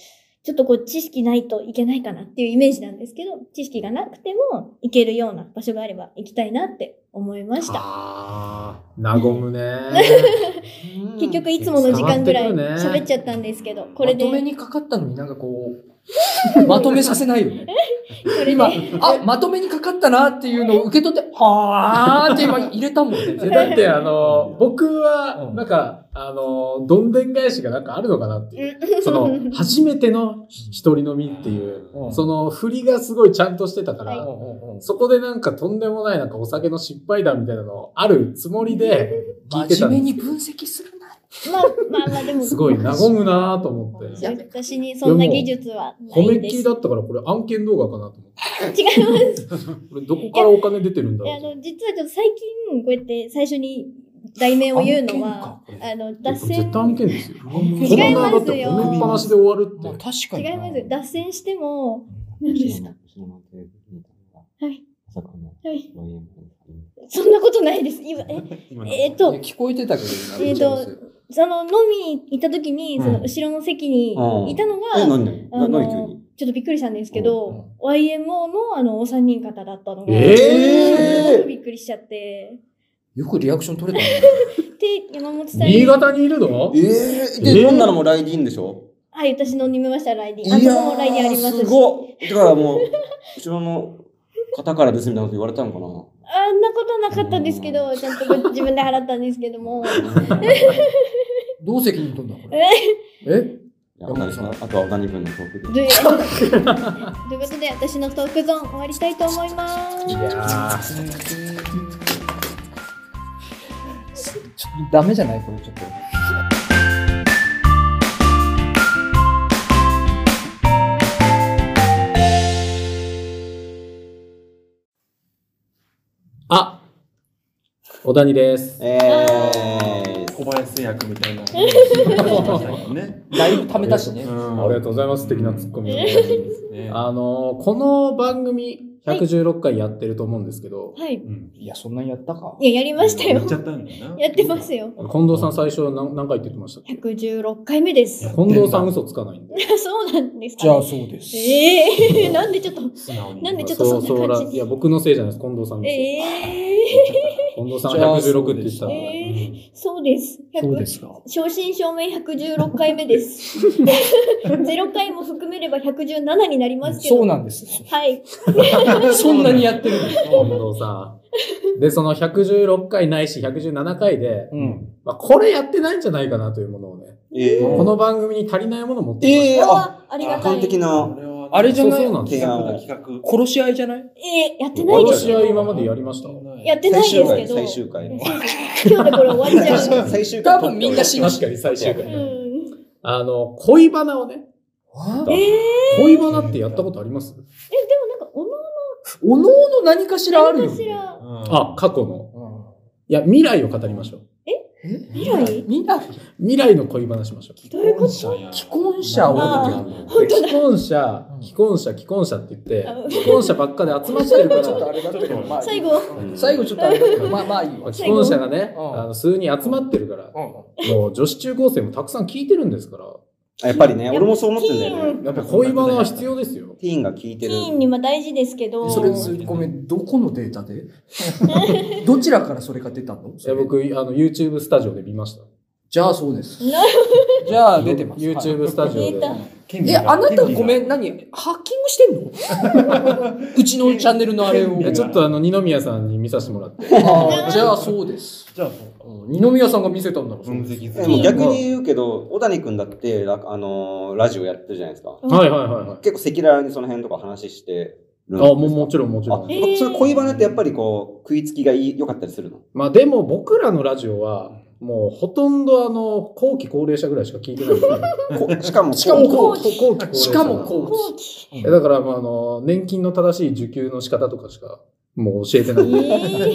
S1: ちょっとこう知識ないといけないかなっていうイメージなんですけど、知識がなくても行けるような場所があれば行きたいなって思いました。
S3: ああ、和むね。
S1: 結局いつもの時間ぐらい
S3: 伝わってくるね
S1: 喋っちゃったんですけど、こ
S4: こ
S1: れ
S4: れ
S1: で、
S4: まとめ
S1: こ
S4: にかかったのになんかこう、 まとめさせないよね。
S1: れで、
S4: 今、あ、まとめにかかったなっていうのを受け取って、はーって今入れたも んね。
S3: いやだって、あの、僕
S4: う
S3: は、
S4: ん
S3: なんか、あの、どんでん返しがなんかあるのかなっていう。そ の、初めての一人飲みっていう
S4: う、ん
S3: その、振りがすごいちゃんとしてたか
S1: は
S3: ら
S1: い、
S3: そこでなんかとんでもないなんかお酒の失敗談みたいなのあるつも りで聞いて
S4: 真
S3: たん
S4: 面目
S3: で
S4: に分析するな。
S1: まあまあまあでも、
S3: す。すごい和むなぁと思って。
S1: そう私にそんな技術はない
S3: 褒め
S1: ん
S3: っ
S1: で
S3: き
S1: す。違
S3: り
S1: い
S3: だったからこれ案件動画かなと思って。
S1: ます。
S3: これどこからお金出てるんだ
S1: いやあ
S3: ろう
S1: の実はちょっと最近こうやって最初に題名を言うのは
S4: 案件か
S1: あの
S3: と。
S1: 脱
S3: これ絶
S1: 線
S3: 対案件ですよ。こ
S1: 違い
S3: んな
S1: ま
S3: だっ
S1: す
S3: て
S1: よ
S3: 褒めっぱなしで終わる
S4: まあ
S3: っ
S4: 確
S3: て。
S4: かにな。
S1: 違います脱線しても
S5: 何
S1: です
S5: か
S1: はい
S5: まさかの
S1: はい
S5: ワイン
S1: そんなことないです。今え
S2: 今
S1: えーっ
S4: いや
S1: と
S4: 聞こえてたけどな、
S1: えーとその飲みに行った時に
S4: うん
S1: その後ろの席にいたの
S5: え、
S1: が
S5: 何何
S1: あ
S5: 何急
S1: の
S5: に
S1: ちょっとびっくりしたんですけど YMO のあのお三人方だったのが
S3: え
S5: ー
S1: すごくびっくりしちゃって
S4: よくリアクション取れたね。
S1: で山本さんに
S3: 新潟にいるの
S5: え
S3: え
S5: ー、で、
S3: ー
S5: こんなのもライディーンでしょ
S1: はい私の飲みましたライディ
S5: い
S1: ンあそこもライディンあ
S5: ー
S1: ります
S5: す
S1: し
S5: ごいだからもう、後ろの方からですみたいなこと言われたのかな
S1: あんなことなかったんですけど、ちゃんとご自分で払ったんですけど も。
S4: どう責任取んだ、こ
S1: え
S4: れ。え
S5: いやお谷さんあとは小谷君のトーク
S1: と
S5: で。
S1: いうということで、私のトークゾーン終わりたいと思います。
S3: いやー
S4: ちょっとダメじゃないこれ、ちょっと。
S3: あ小谷です。
S5: えー、
S2: 小林製薬みたいな。ね。
S4: だいぶ溜めたしね。
S3: ありがとうございます。素敵なツッコミを。
S2: ね
S3: あのこの番組116回やってると思うんですけど、
S1: はい。
S4: いや、そんなにやったか。
S1: いや、やりました
S2: 言
S1: よ
S2: っ。ちゃったんだよな。
S1: やってますよ。
S3: 近藤さん最初何何回って言ってましたっけ
S1: 116回目です。
S3: 近藤さん嘘つかないんで。
S1: そうなんですか、
S4: じゃあ、そうです。
S1: ええー、なんでちょっと、
S2: 素直に。
S1: なんでちょっ
S3: そ
S1: と
S3: う
S1: そ
S3: そ
S1: ん
S3: う
S1: な
S3: ら
S1: 感
S3: い
S1: じ
S3: や、僕のせいじゃないです。近藤さんのせい。
S1: ええ
S3: 近藤さんは116って言ってた
S1: ー、
S3: の。
S1: ええー、そうです。
S4: そうで
S1: 100
S4: すか。
S1: 正真正銘116回目です。0回も含めれば117になりますけど。
S4: そうなんです。
S1: はい。
S4: そんなにやってるんです。
S3: 近藤さん。で、その116回ないし117回で、
S4: うん。
S3: まあ、これやってないんじゃないかなというものをね、
S5: えー、
S3: この番組に足りないものを持ってきまし
S5: えー、あ、
S1: あありがた
S5: 完
S1: い。
S5: 璧な。
S4: あれじゃ
S3: そう
S4: な
S3: そう
S4: い
S3: なんです
S2: 企
S3: よ。
S2: 画だ企画。
S4: 殺し合いじゃない
S1: えーやってないで
S3: 私
S1: す。
S3: は今までやりました。
S1: やってないですけど。
S5: 最終回、最終
S1: 今日でこれ終わっちゃ
S5: 回。
S1: う。
S5: 最終回。
S4: 多分みんな死ぬ
S3: 確かに最終
S1: う
S3: 回。
S1: ん、
S3: あの、恋バナをね、
S1: えー、え、
S3: 恋バナってやったことあります
S1: でもなんか、おの
S4: おのおの何かしらあるよ
S1: かしら、
S3: あ、過去の。いや、未来を語りましょう。
S1: 未来
S4: みんな
S3: 未来の恋話しましょう。
S1: どういうこと
S4: 既婚者を
S1: あ
S3: で既婚者、既婚者、既婚者って言って
S1: あ、
S3: 既婚者ばっかで集まってるか ら、
S4: あれだったけど、まあ
S1: 最後、
S4: 最後ちょっとあれだけど、まあまあいいわ。
S3: 既婚者がね、
S4: うん
S3: あの数人集まってるから、
S4: う
S3: もう女子中高生もたくさん聞いてるんですから、
S5: あやっぱりね、俺もそう思ってんだよね。
S3: やっぱ恋バナは必要ですよ。
S5: ティーンが聞いて
S1: テ
S5: る。
S1: ィーンにも大事ですけど、
S4: んそれずごめん、どこのデータ でどちらからそれが出たの
S3: いや僕、あの、YouTube スタジオで見ました。
S4: じゃあそうです。
S1: な
S4: じゃあ出てます。
S3: YouTube スタジオ
S1: デ
S3: で
S1: ー。タ、
S4: え、あなたごめん、何ハッキングしてんの うちのチャンネルのあれを。
S3: いやちょっとあの、二宮さんに見させてもらって。
S4: あーじゃあそうです。
S2: じゃあ、
S4: うん二宮さんが見せたんだからそう
S2: 分
S4: です。
S2: 析
S5: でも逆に言うけど、小谷君だって、ラあのーラジオやってるじゃないですか。
S1: うん
S3: はいはいはいはい。
S5: 結構赤裸々にその辺とか話してる
S3: あ、
S5: んですか
S3: もうもちろんもちろん
S5: あ、。
S1: えー
S5: それ恋バナってやっぱりこう、食いつきがいい良かったりするの
S3: まあでも僕らのラジオは、もうほとんどあの、後期高齢者ぐらいしか聞いてないですね。
S5: こしかも、
S4: しかも
S3: 後
S4: 後
S3: 期後期高齢者。
S4: しかもこ
S1: 後期。
S3: えだから、まあ、あの、年金の正しい受給の仕方とかしか、もう教えてな
S1: え
S3: い。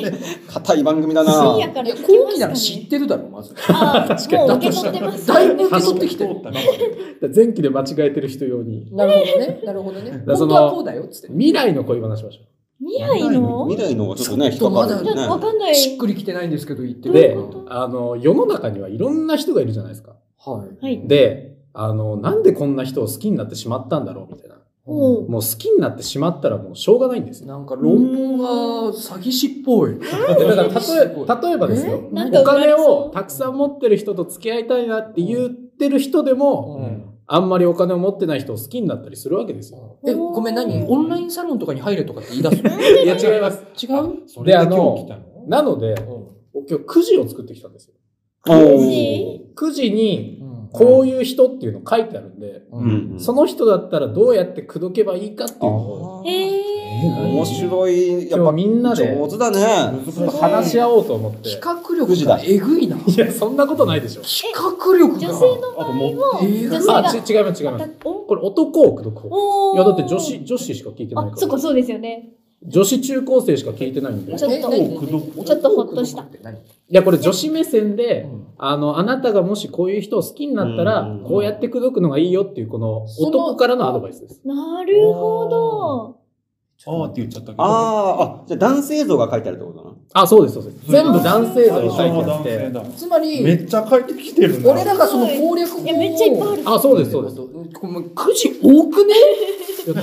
S1: ー、
S5: 硬い番組だ
S1: 深
S5: な
S1: 夜から
S4: え
S1: 聞き
S4: 後
S1: ま
S4: 期なら
S1: し
S4: 知
S1: た
S4: っ
S1: ね。
S4: てるだろ、まず。
S1: ああ、
S4: チケッ
S1: も
S4: ト
S1: う受け取ってます。
S4: だいぶ受け取ってき
S2: 通
S4: て
S2: っ
S4: る。
S2: たな。
S3: 前期で間違えてる人用 に、
S4: なるほどね。なるほどね。
S3: らそ
S4: 本
S3: の
S4: 当はこうだよ、つって。
S3: 未来の恋話しましょ
S1: 未来の
S5: 未来の方がちょっとね、
S4: ち
S5: 引
S4: ょっと
S5: っかかる
S1: ちょっと
S5: よ
S1: わ
S5: ね。
S1: かんない。
S4: しっくりきてないんですけど、言って
S3: う。
S4: る
S3: で
S4: こ、
S3: あの、世の中にはいろんな人がいるじゃないですか。
S4: とはい。
S1: はい。
S3: で、あの、なんでこんな人を好きになってしまったんだろうみたいな。
S1: おう
S3: もう好きになってしまったらもうしょうがないんですよ。
S4: なんか論法が詐欺師っぽい。
S3: でだから例え、例えばですよ。
S1: なんか
S3: お
S1: 売ら
S3: 金
S1: れそう
S3: をたくさん持ってる人と付き合いたいなって言ってる人でも、
S4: うん
S3: あんまりお金を持ってない人を好きになったりするわけですよ。
S4: え、ごめん、何オンラインサロンとかに入れとかって言い出す
S3: いや、違います。
S4: の違う
S2: それが今
S3: であの
S2: 日来たの
S3: なので、今日くじを作ってきたんですよ。
S1: お
S3: くじに、
S4: うん
S3: こういう人っていうの書いてあるんで、
S5: うんうん
S3: その人だったらどうやって口説けばいいかっていうのを、
S5: あー
S1: え
S2: えー
S5: 面白い。やっ
S3: 今日
S5: ぱ
S3: みんなで
S5: 上手だね。
S2: 難しい
S3: 話し合おうと思って。
S4: 企画力がえぐいな。
S3: いや、そんなことないでしょ。
S4: 企画力
S1: ー、
S4: が
S1: 女性の
S2: あともう
S4: えぐ
S1: 女
S4: い
S1: 性が
S3: あ、ち違います、違います。
S1: お
S3: これ男を口説く
S1: お
S3: 方。
S1: ー
S3: いや、だって女子、女子しか聞いてない
S1: あ
S3: か、。
S1: そっからそうですよね。
S3: 女子中高生しか聞いてないんで。い
S1: ちょっと
S4: え何何
S1: ちょっとほっとした
S4: 男を口説くって何
S3: や、これ女子目線で、
S4: うん
S3: あの、あなたがもしこういう人を好きになった
S5: う
S3: ら
S5: ん、
S3: こうやって口説くのがいいよっていう、この男からのアドバイスです。
S1: なるほど。
S2: あーって言っちゃったけど。
S5: あーあ、じゃあ男性像が書いてあるってことだな。
S3: あ、そうです、そうです。全部男性像
S2: 最
S3: に
S2: 初
S3: 書い
S2: は
S3: てあっ
S2: 男性
S3: て。
S2: だ。
S4: つま
S2: め
S4: り、
S2: っちゃ書いてきてるな。
S4: 俺らがその攻略法を
S1: いやめっちゃいっぱいある
S3: あ、そうです、そうです。
S4: す。これくじ多くね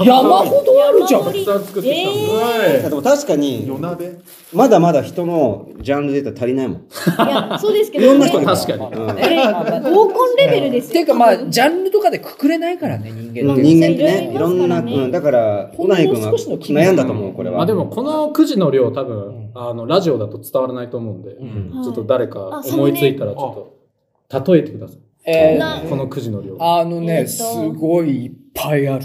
S4: 山ほどあるじゃ
S3: た
S4: ん
S1: 山
S3: くさん作ってきたんで。
S5: いやでも確かに、
S2: 夜なべ
S5: まだまだ人のジャンルで言ったら足りないもん。
S1: いや、そうですけ
S5: い
S1: ど、
S5: ろんな人
S1: こ
S5: が。
S3: 確かに
S5: うん
S1: れ合コンレベルですよ。
S4: ていうかまあ、ジャンルとかでくくれないからね、人間って。
S5: 人間ってね、い
S1: い
S5: ろ
S1: ろ
S5: ん
S1: いろい
S5: な、
S1: ますからね
S5: うん、だから、
S4: ほ
S5: 小
S4: んの
S5: 谷君は
S4: 少しの気分
S5: 悩んだと思う、これは。
S3: まあでも、このくじの量多分
S4: うん、
S3: あの、ラジオだと伝わらないと思うんで
S5: う、
S1: は
S5: ん、
S1: い
S3: ちょっと誰か思いついたら、ちょっと、例えてください。
S4: えー
S1: な
S3: このくじの量。あ、
S4: あの
S1: え
S4: ね、
S1: ーと
S4: すごいいっぱいある。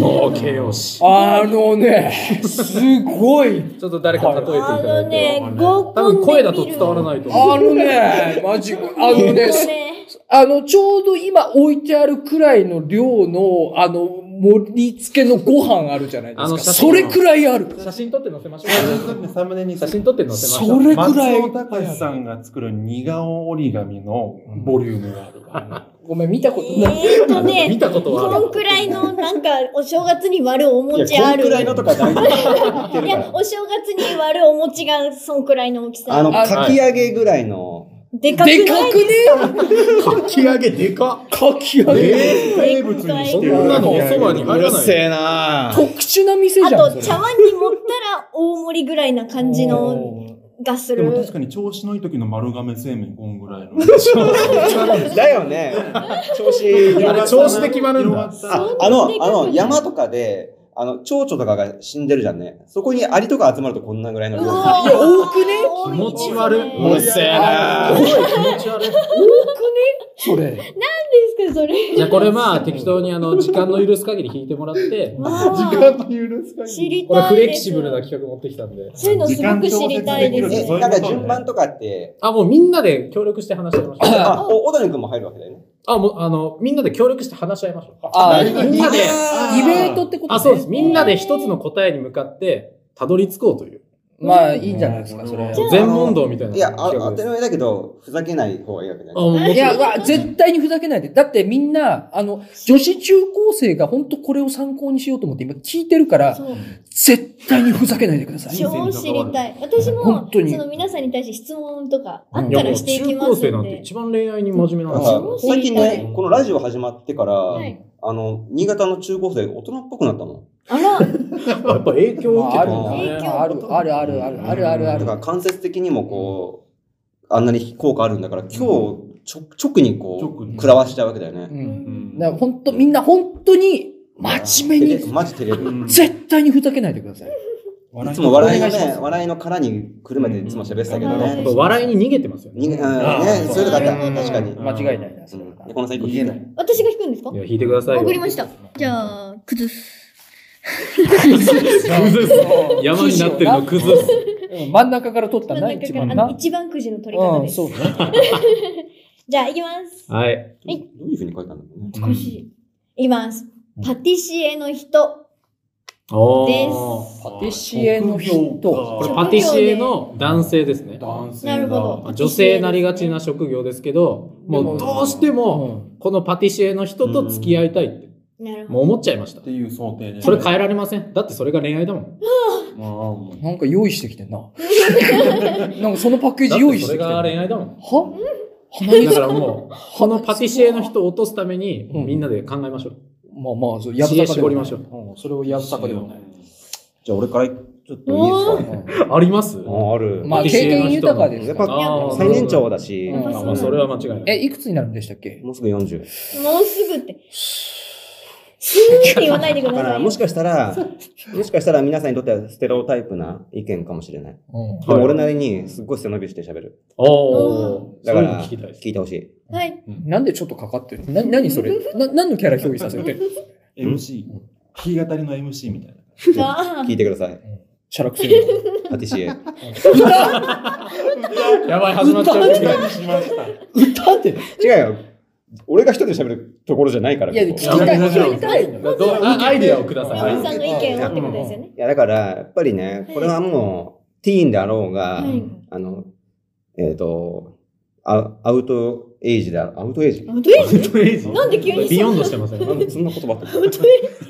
S3: もう、形容詞。
S4: あのね、すごい。
S3: ちょっと誰か例えてい
S1: あ
S3: ただ
S1: の
S3: いて。
S1: ね、合
S3: 多
S1: コンで見
S3: 分
S1: る。
S3: 声だと伝わらないと思う。
S4: あのね、マジ、あのね、
S1: 本当
S4: す
S1: ね
S4: あの、ちょうど今置いてあるくらいの量の、あの、盛り付けのご飯あるじゃないで
S3: あ
S4: す
S3: の
S4: か。
S3: 写真
S4: それくらいある。
S3: 写真撮って載せましょ
S2: サムネに
S3: う。写真撮って載せましょ。
S4: そうれく
S2: 松
S4: らい
S2: 尾。隆さんが作る似顔折り紙のボリュームがあるわ。
S4: ごめん、見たことない。
S1: えーっと
S3: 見
S1: ね、
S3: たことはあ
S1: こ
S3: る
S1: ん。くらいの、なんか、お正月に割るお
S5: いや、
S1: 餅あ
S5: こん
S1: る。
S5: くらいのとか 大丈夫。
S1: いや、お正月に割るお餅が、そんくらいの大き
S5: あ
S1: さ。
S5: の、かき上げぐらいの。
S1: でかくない
S4: でかくね
S3: かき上げでか
S4: かき揚げ。
S2: 名物にしてる。
S3: そんなのおそばに入らない
S5: えな
S4: 特殊な店じゃ
S1: あ
S4: ん。そ
S1: と、
S4: れ
S1: 茶碗に盛ったら大盛りぐらいな感じのがす
S2: で
S1: る
S2: も。確かに調子のいい時の丸亀製麺こんぐらいの。
S5: だよね。調子いい
S3: や調子で決まるんだ
S5: ああの、あの、山とかで、あの、蝶々とかが死んでるじゃんね。そこにアリとか集まるとこんなぐらいの量。
S1: い
S4: や多くね
S3: 気持ち悪い。
S1: 何
S5: う
S1: で
S5: っせえな
S3: すごい気持ち悪い。
S4: それ。
S1: すか、それ。
S3: じゃあこれまあ適当にあの時間の許す限り引いてもらって、
S2: 時間の許す限り
S1: 知り
S3: これ
S1: た
S3: フ
S1: い
S3: レ
S1: で
S3: キ
S1: す。
S3: シブルな企画持ってきたんで。
S1: そういうのすごく知りたいで
S2: 時間調節でき
S1: す
S2: る。
S5: え、なんか順番とかって、
S3: あ、もうみんなで協力して話し合いましょう。
S5: あ、お、小谷君も入るわけだよね。
S3: あ、もうあの、みんなで協力して話し合いましょう。
S4: あ
S5: だいぶ
S3: みんなで、
S4: ディベートってことね
S3: あ、そうです。みんなで一つの答えに向かって、たどり着こうという。
S4: まあ、いいんじゃないですか、それ。
S1: じゃあ
S3: 全問答みたいない
S5: や、あ
S3: 企画
S5: 当
S3: で
S5: た
S3: す
S5: り。前だけど、ふざけない方がいいわけだ
S3: あ、
S5: よね。
S3: もうも
S4: い
S3: ちろん
S4: や、わ絶対にふざけないで。だってみんな、あの、女子中高生が本当これを参考にしようと思って今聞いてるから、
S1: そう
S4: 絶対にふざけないでください。
S1: 超知りたい。私も、
S4: 本当に
S1: その皆さんに対して質問とかあっ
S3: いや
S1: た
S3: もう
S1: らしていき
S3: 中
S1: ま
S3: 高
S1: す
S3: 生なんんて
S1: で。
S3: 一番恋愛に真面目な
S5: だ
S3: ん
S5: か
S3: です
S5: ら
S3: よ。
S1: 超知りたい
S5: 最近ね、このラジオ始まってから、
S1: い
S5: あの、新潟の中高生大人っぽくなったもん。
S1: あら、
S3: やっぱ影響を受け
S4: あ
S3: た
S4: る
S3: んだね。
S1: ね
S4: ある、ある、ある、ある、ある、ある、あ
S5: だ
S4: る
S5: か。ら間接的にもこう、あんなに効果あるんだから、今日、ちょ、直にこ
S2: 直
S5: う、
S2: に
S5: 食らわしちゃうわけだよ
S4: う
S5: ね。
S4: ん。
S2: うん
S4: だから本当、みんな本当に、真面目
S5: 照れ
S4: に、
S5: マジ照れ
S2: う
S5: る。
S2: ん
S4: 絶対にふざけないでください。
S5: いつも笑いの
S4: お願いし
S5: ね
S4: ま、す
S5: 笑いの殻に来るまでいつも喋ってたけど
S1: うん
S3: やっ
S5: ね
S3: ぱ。笑いに逃げてますよね。
S5: にうん、ね
S2: あー、
S5: そういうのがあ
S1: なる
S5: っ
S1: ほ
S5: た。
S1: ど
S5: 確かに。うん
S4: 間違いないな、それは。
S5: でこの際、こう、ない。
S1: 私が弾くんですか
S3: いや、引いてくださいよ。
S1: わかりました。じゃあ、崩す。
S3: 崩す。山になってるの崩す。
S4: うん真ん中から取ったな、
S1: 真ん中
S4: 一
S1: から
S4: 番
S1: あ
S4: な
S1: の。一番くじの取り方
S4: う
S1: で
S4: ん、
S1: す
S4: そう。ね。
S1: じゃあ、いきます。
S3: はい。
S5: どういうふうに書いたんだろうね。
S1: 少し。いきます。パティシエの人。
S3: お
S1: で
S3: ー。
S4: パティシエの人。
S3: これパティシエの男性ですね。
S6: 男性
S1: なるほど。
S3: 女性なりがちな職業ですけど、もうどうしても、このパティシエの人と付き合いたいって、
S1: なるほ
S3: もう思っちゃいました
S2: って。いう想定で。
S3: それ変えられません。だってそれが恋愛だもん。
S2: まあもう
S4: なんか用意してきてん な。なんかそのパッケー
S3: だ
S4: ジ
S3: っ
S4: 用
S3: て
S4: 意し
S3: そ
S4: てきて
S3: れ
S4: ん
S3: が
S4: な。
S3: 恋愛だもん。
S4: は
S3: だからもう、このパティシエの人を落とすために、
S4: うん
S3: みんなで考えましょう。
S4: まあまあ、そう、やぶさかでは
S3: 知恵絞り
S4: な
S3: ま
S4: い。
S3: しょ
S4: うん、それをやぶさかではない。
S5: じゃあ俺からちょっといいですかね。
S3: あります
S5: あある。
S4: まあ、経験豊かです
S5: やっ
S4: から。
S5: ぱ
S3: あー
S5: 最年長だし、
S4: うん
S3: まあまあそれは間違いない。
S4: え、いくつになるんでしたっけ
S5: もうすぐ40。
S1: ど。もうすぐって。すーって言わないでく
S5: だ
S1: だ
S5: か
S1: さ
S5: ら
S1: い。
S5: もしかしたら、もしかしたら皆さんにとってはステレオタイプな意見かもしれない。
S4: うん。
S5: でも俺なりにすっごい背伸びして喋る。
S3: おー、
S5: だ
S3: そう
S5: か
S3: いうの
S5: ら
S3: 聞きたいです。
S5: 聞いてほしい。
S1: はい。
S4: なんでちょっとかかってるな、何それな、何のキャラ憑依させてる
S2: MC、弾き語りの MC みたいな。
S1: あ
S5: 聞いてください。
S4: シャラクセリ。
S5: パティシ エ。
S3: やばい、始まっちゃう。
S2: しました。
S4: 歌って
S5: 違うよ。俺が一人で喋るところじゃないから。
S4: いや、聞
S5: ここ
S4: きたい。
S3: もちろん
S4: 聞きたいのよ
S3: どうあアイデアをください。
S1: 山
S5: はい
S1: 本さんの意見をってことですよね。
S5: いや、だから、やっぱりね、これはもう、ティーンであろうが、
S1: はい
S5: あの、えっ、と、アアウトエイジであ、アウトエイジ
S1: アウトレイジ
S3: なん
S1: で急にそんな
S3: ビヨンドしてません
S5: なんでそんな言葉って。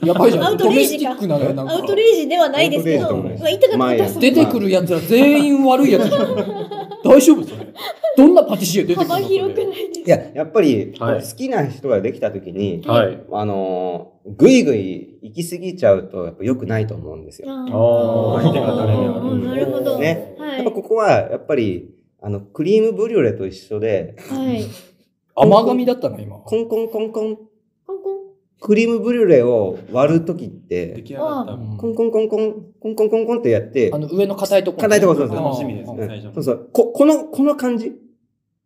S4: やばいじゃ
S1: ア
S4: ん。
S1: ウ
S4: ド
S1: トレ
S4: メ
S1: イ
S4: ス
S1: ジ
S4: ティ
S1: か
S4: ックなのよ、なん
S1: アウト
S4: か。
S1: レイジではないですけ
S5: アウ
S1: ど、
S5: トレイジで
S1: まあ、
S5: はない
S1: 言いたかったことは
S5: 前へ
S4: 出てくるやつら全員悪いやつじゃん。大丈夫それ。どんなパティシエ出てくるの
S1: 幅
S4: それ
S1: 広くないです
S5: いや、やっぱり、
S3: はい
S5: 好きな人ができたときに、
S3: はい。
S5: あのー、ぐいぐい行き過ぎちゃうと、やっぱ良くないと思うんですよ。
S1: あ
S3: あ
S2: ー相手が誰であれ
S1: なるほど。
S5: ね。
S1: は
S5: やっ
S1: い。
S5: ぱここは、やっぱり、あの、クリームブリュレと一緒で、
S1: はい。
S4: 甘噛みだったの、今。
S5: コンコンコンコン、
S1: コンコ
S5: クリームブリュレを割るときって
S2: 出、来上がった。
S5: コンコンコンコン、コンコンコンコンってやって
S4: あ、の、上の硬いとこ。
S5: 硬いとこそうそう
S2: 楽しみです
S4: うん
S5: う
S2: ね、
S5: ん
S2: 最初
S5: そうそう、こ、この、この感じ。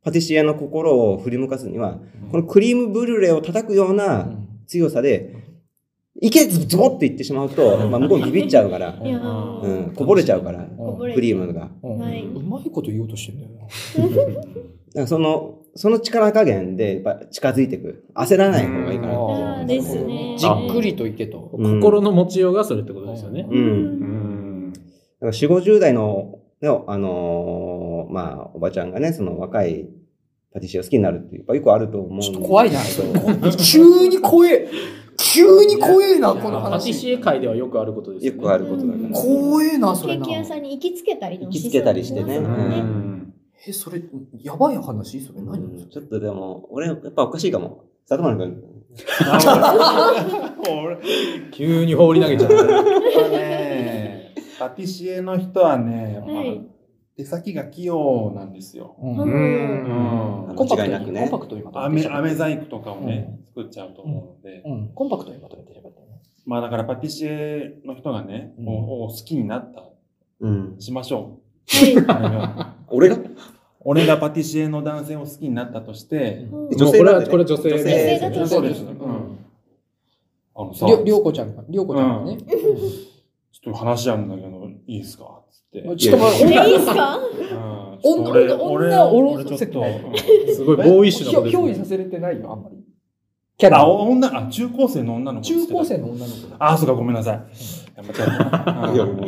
S5: パティシエの心を振り向かすには、このクリームブリュレを叩くような強さで、いけズボっていってしまうと、まあ向こうビビっちゃうから、
S1: ン。いや
S5: う
S1: ー
S5: ん、こぼれちゃうから、
S1: こぼれ
S5: クリームが。だか
S4: うん
S1: はいう
S4: まいこと言おうとしてんだよな。
S5: らその、その力加減で、やっぱ近づいていく。焦らない方がいいかなって思
S1: あ
S5: う
S1: ーですね
S4: じっくりといけと。
S5: うん
S3: 心の持ちようがそれってことですよね。
S5: う。
S2: うんん。
S5: だから4、50代の、ね、あのーまあ、おばちゃんがね、その若いパティシエを好きになるっていう、やっぱよくあると思うんで
S4: ちょっと怖いな、それ急に怖え。急に怖えな、この
S3: パティ
S4: 話。
S3: シエ界ではよくあることです
S5: よくあることだから。
S4: 怖えな、そ
S1: ケ
S4: れ
S1: ー
S4: な。
S1: キ屋さんに行きつけたりの
S5: 行きつけたりして
S1: しそ
S5: ね
S1: うですね
S4: え、それ、やばい話それ
S5: う
S4: 何
S5: んちょっとでも、俺、やっぱおかしいかも。里丸君。
S3: 急に放り投げちゃう。
S2: やっぱね、パティシエの人はね、やっぱ
S1: はい
S2: 手先が器用なんですよ。
S1: う
S4: うん
S1: ん
S2: うん
S4: コンパク
S5: 間違い
S4: トに、コ
S5: なく
S4: ン
S5: ね
S4: パクトにまとめ
S2: 飴
S4: て。
S2: 飴細工とかをね、作っちゃうと思うので。
S4: うん、コンパクトにまとめてればいいんだよね
S2: まあだからパティシエの人がね、
S4: うん
S2: おお好きになった、
S5: うん。
S2: しましょ
S1: はい。
S2: う。あの
S5: 俺が
S2: 俺がパティシエの男性を好きになったとして、
S1: うん
S5: 女
S3: 女
S5: 性
S3: 性
S5: なんでね
S3: これはこれ女性
S5: 女性だ
S1: と
S2: そうです。うん。あのさ、
S4: りょり
S2: ち
S4: ょ
S2: ょ
S4: うこちゃんが、りょうこちゃんがね。
S2: っと話あるんだけど、いいですかつって。うん
S4: ちょっと待って、
S1: えいいっすか
S2: 女
S4: 女女を下ろさせて
S2: 俺
S3: すごいボーイッシュなことです
S4: 憑依
S3: ね
S4: さ。せれてないよ、あんまり。キャ
S2: うんあ、
S4: ラを。
S2: お女、あ、中高生の女の子で
S4: 中
S2: すけど
S4: 高生の女の子だ。
S2: あ、そうか、ごめんなさい。やっぱちょっとうん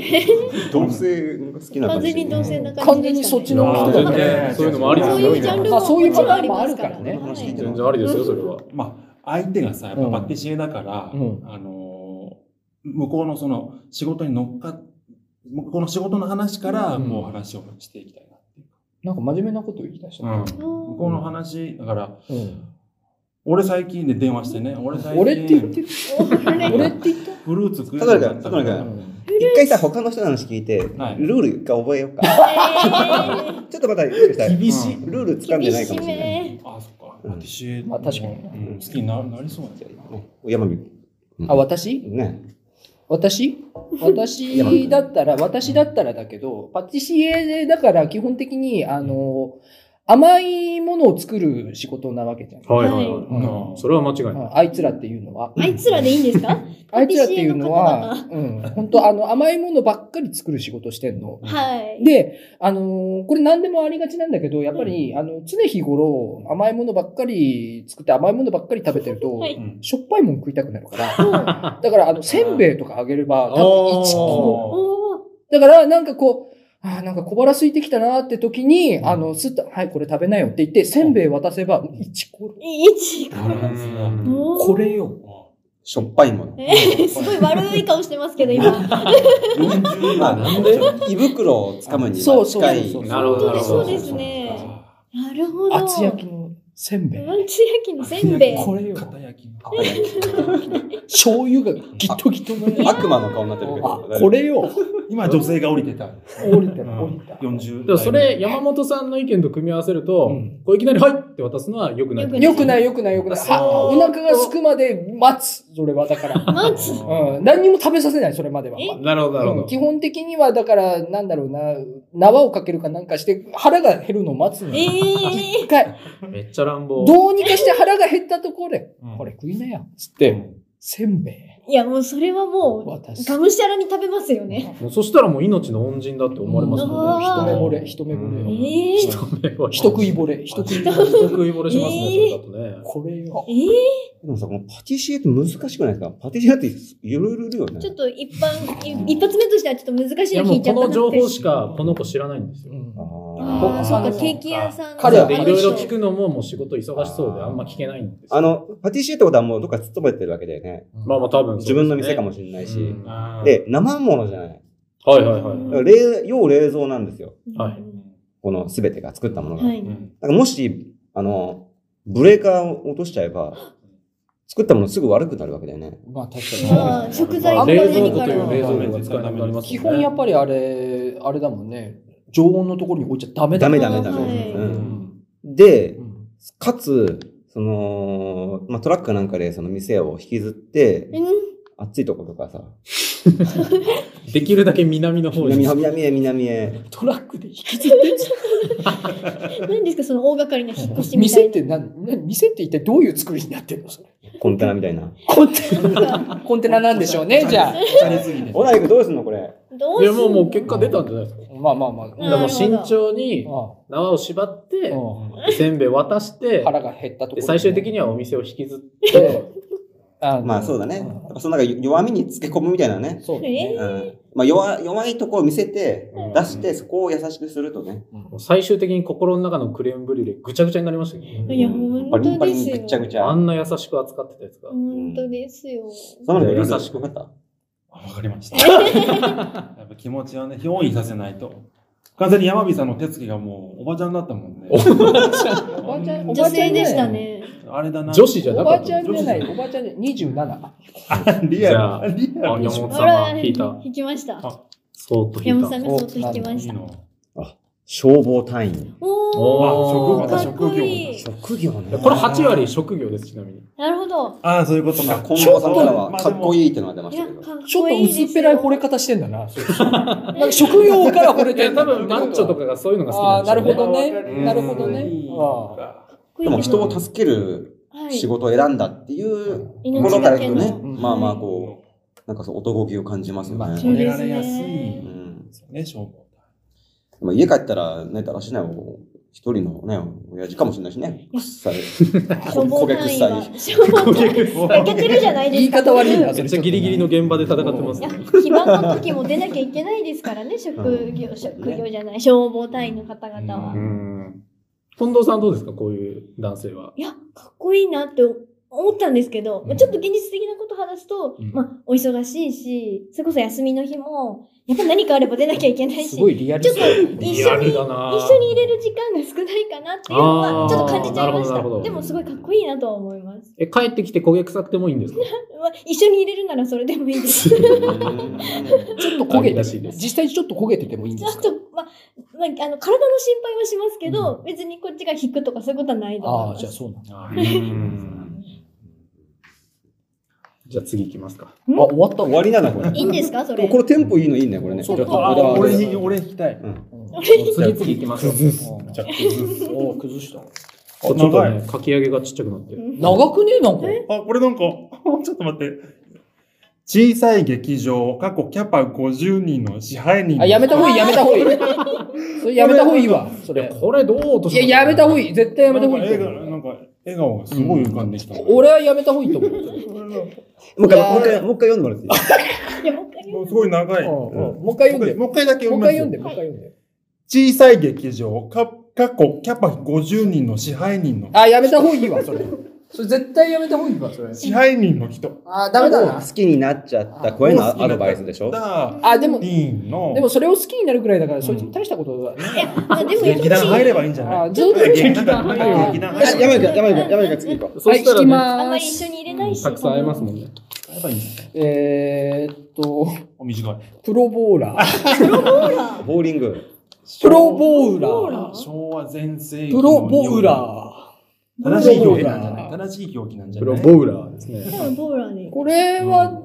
S5: 同性が好きな
S1: 完
S5: 感じ
S1: 全に同性な感じ。
S4: 完全にそっちの
S2: あ
S4: 人
S2: ー
S4: だ
S3: 全
S4: ね。
S3: 然そういうのもあり
S1: そ
S3: で
S1: う
S3: す
S1: い
S3: よ。
S1: うジャン
S3: 全
S1: ルも
S4: あそういう
S1: もちろんあ
S4: ジャンル
S1: り
S4: も
S1: ま
S4: あ
S1: す
S4: る
S1: か
S4: からら
S1: ね。
S4: ね
S1: はい
S3: 然ありですよ、それは。
S2: まあ、相手がさ、やっ
S4: うん
S2: ぱパティシエだから、
S4: うん
S2: あのー、向こうのその仕事に乗っかっ、向こうの仕事の話から、
S4: うん
S2: もう話をしていきたいなっていうか。
S4: なんか真面目なこと言い出した。
S2: うん向こうの話、だから、俺最近で電話してね、俺最近、
S4: 俺って言ってる。
S1: お
S4: 俺って言った。
S2: フルーツ食え
S5: 里
S2: な
S5: 中里中
S4: うん
S5: 一回さ、他の人の話聞いて、ル
S2: はい
S5: ールが覚えようか。
S1: え
S5: ちょっ とまた、厳
S2: 厳しい
S5: ルール
S1: ー
S5: 掴んで
S1: 厳
S5: ないか
S1: し
S5: もしれない。
S1: め。
S2: あ、そっか。パ
S5: う
S2: テ
S5: ん
S2: ィシエ、
S4: まあ確かに
S2: うん好きにななりそうなんだよな。
S5: 山見。
S4: あ、私
S5: ね。
S4: 私私だったら、私だったらだけど、パティシエだから基本的に、あの、甘いものを作る仕事なわけじゃん。
S3: はい
S1: い
S3: は
S1: はいい
S3: は。
S1: はい
S4: うん
S3: それは間違いない。
S4: うんあいつらっていうのは。
S1: あいつらでいいんですか
S4: あいつらっていうのは、うん、本当あの、甘いものばっかり作る仕事してんの。
S1: はい。
S4: で、あのーこれ何でもありがちなんだけど、やっぱり、あの、常日頃、甘いものばっかり作って甘いものばっかり食べてると、
S1: はい
S4: しょっぱいもん食いたくなるから、だから、あの、せんべいとかあげれば、多分1キロ。
S1: おー
S4: だから、なんかこう、あーなんか小腹空いてきたなーって時に、あの、すっと、はい、これ食べなよって言って、せんべい渡せば、1コロ。
S1: いいち
S3: うん
S1: おー
S4: これよ。
S5: しょっぱいもの。
S1: えーすごい悪い顔してますけど、 今。
S2: 40
S5: まあ、
S2: 万。
S5: なんで胃袋をつかむに
S4: そ
S5: は
S4: うそうそう
S5: 近
S4: そう
S5: い。
S3: なるほどなるほど
S1: 本当にそうですねなるほど。
S4: 厚焼きのせんべい。
S1: 厚焼きのせんべい。
S4: これよ。
S2: 片焼き。
S4: 醤油がギットギットになる。
S5: 悪魔の顔になってるけ
S4: あ
S5: ど。、
S4: これよ。
S2: 今女性が降りてた。
S4: 降りたら降りた。
S2: 40。
S3: だからそれ、山本さんの意見と組み合わせると、
S4: うん
S3: こういきなり、はいって渡すのは良くない。
S1: 良く
S4: よくないよくないよくない。あお腹が空くまで待つ。それは だから。
S1: マジ
S4: うん。何にも食べさせない、それまでは。
S1: え
S3: なるほど、なるほ
S4: う
S3: ど
S4: ん。基本的には、だから、なんだろうな、縄をかけるかなんかして、腹が減るのを待つの
S1: え
S4: よ。
S1: え
S4: 一回、
S3: めっちゃ乱暴。
S4: どうにかして腹が減ったところで、これ食いなや。つって、せんべい
S1: いや、もうそれはも
S4: 渡
S1: う、
S4: す。
S1: がむしゃらに食べますよね。
S3: もうそしたらもう命の恩人だって思われますもんね。
S1: あ
S4: 一
S1: ー
S4: 目惚れ、一目惚れよ。
S1: ええ
S3: 一目惚れ。
S4: 一食い惚れ、一食い惚れ。
S3: 一食い惚れしますね、それだとね。
S4: これよ。
S1: え
S5: でもさ、このパティシエって難しくないですかパティシエっていろいろいるよ
S1: ー
S5: ね
S1: ちょ。っと一般、い一発目としてはちょっと難し
S3: い
S1: い
S3: や
S1: の
S3: も
S1: 聞いうちゃ
S3: こ
S1: ったな
S3: の
S1: って。
S3: 情報しかこの子知らないんですよ。
S5: あ
S1: ああ、そう
S4: あ
S1: か、
S4: の
S1: ケーキ屋さんの
S4: 彼は
S3: で、い
S4: ね
S3: ろいろ聞くのももう仕事忙しそうで
S5: あー
S3: あんま聞けないんです
S5: ーあ
S3: よ。
S5: の、パティシエってことはもうどっか勤めてるわけだよね。
S3: まあまあ多分、
S5: 自分の店かも
S3: し
S5: しれな
S3: れ
S5: いし。
S2: あー
S5: で、生物じゃない。
S3: はいはいはい。
S5: だから冷要冷蔵なんですよ。
S3: はい
S5: この全てが作ったものが。
S1: は
S2: う
S1: い。
S2: ん
S5: だからもし、あの、ブレーカーを落としちゃえば、作ったものすぐ悪くなるわけだよね。
S4: まあ確か
S1: まあ、
S4: に。
S1: 食材
S3: まあ
S1: が
S3: 冷蔵
S1: 何
S3: 庫
S1: か
S3: とい
S1: ら
S3: う。冷蔵庫が使えなくなりますもんね。
S4: 基本やっぱりあれ、あれだもんね。常温のところに置いちゃダメだ
S5: ダメ
S4: だ。
S5: ダメダメ。
S1: はい
S5: うん
S2: ん
S5: で
S4: う、ん
S5: かつ、その、まあ、トラックなんかでその店を引きずって、
S1: うん
S5: 暑いとことかさ、
S3: できるだけ南の方に
S5: 南。南へ南へ。
S4: トラックで引きずってんじ
S1: 何ですか、その大掛かりな引っ越
S4: ゃ
S1: し
S4: ん。
S1: みた
S4: 店
S1: い
S4: って何何店って一体どういう作りになってるのそれ
S5: コンテナみたいな。
S4: コンテナ、コンテナなんでしょうね、じゃあ。
S2: チャリすぎて。
S5: オライクどうすんのこれ。
S1: な。どうす
S3: いや
S1: んの
S3: もうもう結果出たんじゃないですか。
S4: まあまあまあ。
S1: う
S3: だ
S1: ん
S3: からもう慎重に
S4: あ
S3: 縄を縛って、
S4: あ
S3: せんべい渡して、
S4: 腹が減ったところ
S3: で
S4: で。
S3: 最終的
S4: に。
S3: にはお店を引きずって、
S4: あ
S5: まあそうだね。やっぱそのなんか弱みにつけ込むみたいなね。
S4: そうだ
S5: う
S4: ね。
S5: ん。まあ弱、弱いとこを見せて
S3: うん、
S5: 出して、そこを優しくするとね。
S3: もう最終的に心の中のクレームブリュレぐちゃぐちゃになりましたけどね。
S1: いや、本
S5: パリン
S1: 当
S5: パ
S1: で
S5: リ
S1: す
S5: ン
S1: よ。
S5: ぐっちゃぐち
S3: あ
S5: ゃ。
S3: んな優しく扱ってたやつが。
S1: 本当ですよ。
S5: その
S3: 優
S5: 優
S3: し
S5: し
S3: く
S5: くかった。
S2: わかりました。やっぱ気持ちはね、憑依させないと。完全に山火さんの手つきがもうおばちゃんだったもんね。
S4: おばあちゃん、おば
S1: 女
S4: あちゃ
S1: 性
S4: ん
S1: で
S4: じゃない
S1: した。ね。
S2: あれだな。
S3: 女子じゃ
S4: お
S3: な
S4: ば
S3: か
S4: あ
S3: った
S4: ちゃんじゃない、おばあちゃんじゃない、27。
S2: リアル。リ
S3: あ、
S2: ア
S3: 山
S2: ル。
S3: 本
S1: あら
S3: さんが引いた。
S1: 引きました。
S3: そーっと引
S1: 山
S3: い
S1: 本さ
S3: た。
S1: んが相当引きま
S2: い
S1: し
S2: い
S1: た。
S2: の。
S5: 消防隊員。
S1: お
S2: お
S1: お、
S2: ー
S1: かっこいい。
S5: 職業ね。
S3: これ8割職業です、ちなみに。
S1: なるほど。
S2: ああ、そういうことか。
S5: 近藤さんからは、かっこいいってのが出ま
S1: い
S5: し
S1: や、
S5: た
S1: か
S5: け
S1: っ
S5: ど。
S4: ちょっ
S1: こといいです
S4: 薄
S1: よ。
S4: っぺらい惚れ方してんだな。なんか職業から惚れ
S3: い
S4: て
S3: や、
S4: ん
S3: 多
S4: だな
S3: 分マッチョとかがそういうのが
S4: あ
S3: 好
S4: あ、な
S3: きな
S4: ん
S3: で
S4: る
S3: しょ
S4: ほ
S3: うね。
S4: どね。
S3: うん
S4: なるほどね。あ
S2: ああ。
S1: こいい
S5: でも
S1: ですよ
S5: 人を助ける
S1: はい
S5: 仕事を選んだっていうとこ
S1: 命
S5: ろか
S1: が
S5: ら
S1: け
S5: いくと
S1: の。
S5: ね、
S4: うん
S5: まあまあこう、なんかそう男気を感じますよ
S4: まあ
S1: そう
S5: ね。
S2: 褒め
S1: で
S2: ら
S1: す
S2: れやすい。
S1: ね。
S2: ね、消防
S5: まあ、家帰ったらね、だらしないも一人のね、親父かもしれないしね。くっさい。
S1: 消防隊員は
S5: 焦。
S1: 消防隊員。負けてるじゃない
S4: 言
S1: で
S4: い
S1: すか。
S4: 方悪いな、
S1: い
S4: そ
S3: めっ
S4: れ。
S3: ちゃギリギリの現場で戦ってます
S1: や、
S3: ね。
S1: 非番の時も出なきゃいけないですからね、職業、職業じゃない、消防隊員の方々は
S2: う。
S3: ん近藤さんどうですかこういう男性は。
S1: いや、かっこいいなって思ったんですけど、まあちょっと現実的なこと話すと、
S3: うん
S1: まあ、お忙しいし、それこそ休みの日も、やっぱ何かあれば出なきゃいけないし、
S4: す
S1: ちょ
S4: ご
S1: っ
S4: いリアル
S1: と
S4: さ
S1: 一緒に、一
S3: リ
S1: 緒
S3: アル
S1: に
S3: だな
S1: 入れる時間が少ないかなっていうの
S3: あー
S1: は、ちょっと感じちゃいまし
S3: なるほどなるほど
S1: た。でも、すごいかっこいいなとは思います。
S3: え、帰ってきて焦げ臭くてもいいん ですか
S1: まあ一緒に入れるならそれでもいい です。ちょっ
S4: ちょっと焦げ
S3: ら
S4: て
S3: しいです
S4: 実際ちょっと焦げててもいいんですか
S1: と、まあ、まあ、あの、体の心配はしますけど、別にこっちが引くとかそういうことはないと思い
S4: ああ、
S1: ます
S4: じゃあそうなんだ。
S2: 隊員。
S3: じゃあ次行きますか。
S5: あ、終わった終わりなんだ、これ。
S1: いいんですかそれ。
S5: これテンポいいのいいね、これね。
S1: そう
S5: ちょっと
S1: あ
S5: 小田原
S2: 俺
S5: で
S2: ひ俺引きたい。
S3: 次々行きますよ。
S2: じゃあ崩す。おー崩した。
S3: ちょっとね、書き上げがちっちゃくなってる。
S4: 長くねえなんか。
S2: あ、これなんか、ち ょっと待って。小さい劇場、過去キャパ50人の支配人。
S4: あ、やめた方がいい、やめた方がいい。それやめた方がいいわ、そ
S3: いや、
S4: れ。
S3: これどう落と
S4: い
S3: し
S4: や、やめた方がいい。絶対やめ
S2: な
S4: た方
S2: んか
S4: がいい
S2: 映
S4: と
S2: 画、
S4: 思う。
S2: なんか、笑顔がすごい浮かんできた。
S4: 俺はやめた方がいいと思う。
S5: もう一回、もう一回、もう一回読んでもらってい い
S1: いやもう一回言う
S2: もうすごい長い。も
S4: もう一回読んで。も
S2: う一回だけ読
S4: う一
S2: みま
S4: 回
S2: すよ
S4: 読んで、もう一回読んで。
S2: 小さい劇場、か過去キャパ50人の支配人の、
S4: あ、やめた方がいいわ、それ。 それ絶対やめた方がいいわ、それ。
S2: 支配人の人。
S4: あ、ダメだな。
S5: 好きになっちゃった声のアドバイスでしょ
S2: ダ
S4: あ、でも、
S2: ディーンの
S4: で、もそれを好きになるくらいだから、そいつも大したことはない。
S1: まあでもやっ
S2: 劇団入ればいいんじゃない
S4: あ、ずっと
S2: 劇団入れば劇団入れば
S5: やめるか、やめるか、やめるか、次行こう。
S3: そしたらね、
S1: あんま
S4: は
S1: り
S4: い、引き
S1: 一
S4: ま
S1: 緒に入れないし。
S3: たくさん会えますもんね。
S4: す。えーっと、
S2: お短い。
S4: プロボーラー。
S5: ボーリング。
S4: プロボーラー。
S2: 昭和全盛期の
S4: プロボーラ
S2: 正しい表記なんじゃない正しい表記なんじゃ
S3: プ
S2: な
S3: ロ
S2: い
S3: ボウラーですね。
S1: でもボーラーで
S4: ー。。これは、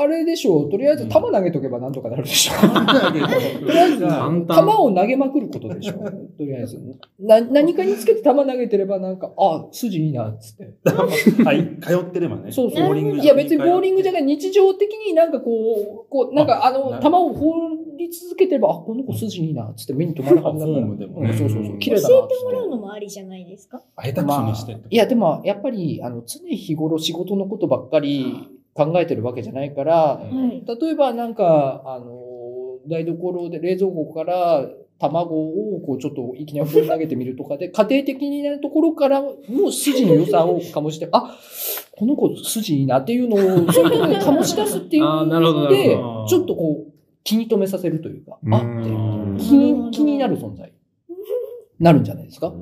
S4: あれでしょう。とりあえず、球投げとけばなんとかなるでしょう。
S2: とりあえずな
S3: 簡
S4: 球
S3: 単。
S4: を投げまくることでしょ。とりあえず。な、何かにつけて球投げてればなんか、あ、筋いいな、っつって。
S2: はい、通ってればね。
S4: そうそう
S2: ボーリング
S4: いや別にボーリングじゃ
S2: ゃ
S4: なくて日常的になんかこう、こう、なんかあの、
S2: な
S4: 球を放り続けてれば、あ、この子筋いいな、っつって目に留まらはずだか
S2: フォ
S4: ら。
S2: ームでも
S4: うんそうそう
S2: う
S4: そ
S2: ん
S4: う。綺麗だ
S1: 教
S4: な
S1: え
S4: っつって
S1: もらうのもありじゃないですか
S2: あ、下手くそにしてって。
S4: いや、でも、やっぱり、あの、常日頃仕事のことばっかり考えてるわけじゃないから、
S1: はい。
S4: 例えばなんか、あの、台所で冷蔵庫から卵をこうちょっといきなり放り投げてみるとかで、家庭的なところからもう筋の良さを醸して、あ、この子筋いいなっていうのを、そういうところで醸し出すっていう
S3: あーなるほど
S4: の
S3: なるほど
S4: で、ちょっとこう、気に留めさせるというか、あっていう
S2: うん
S4: 気に、気になる存在。なるんじゃないですか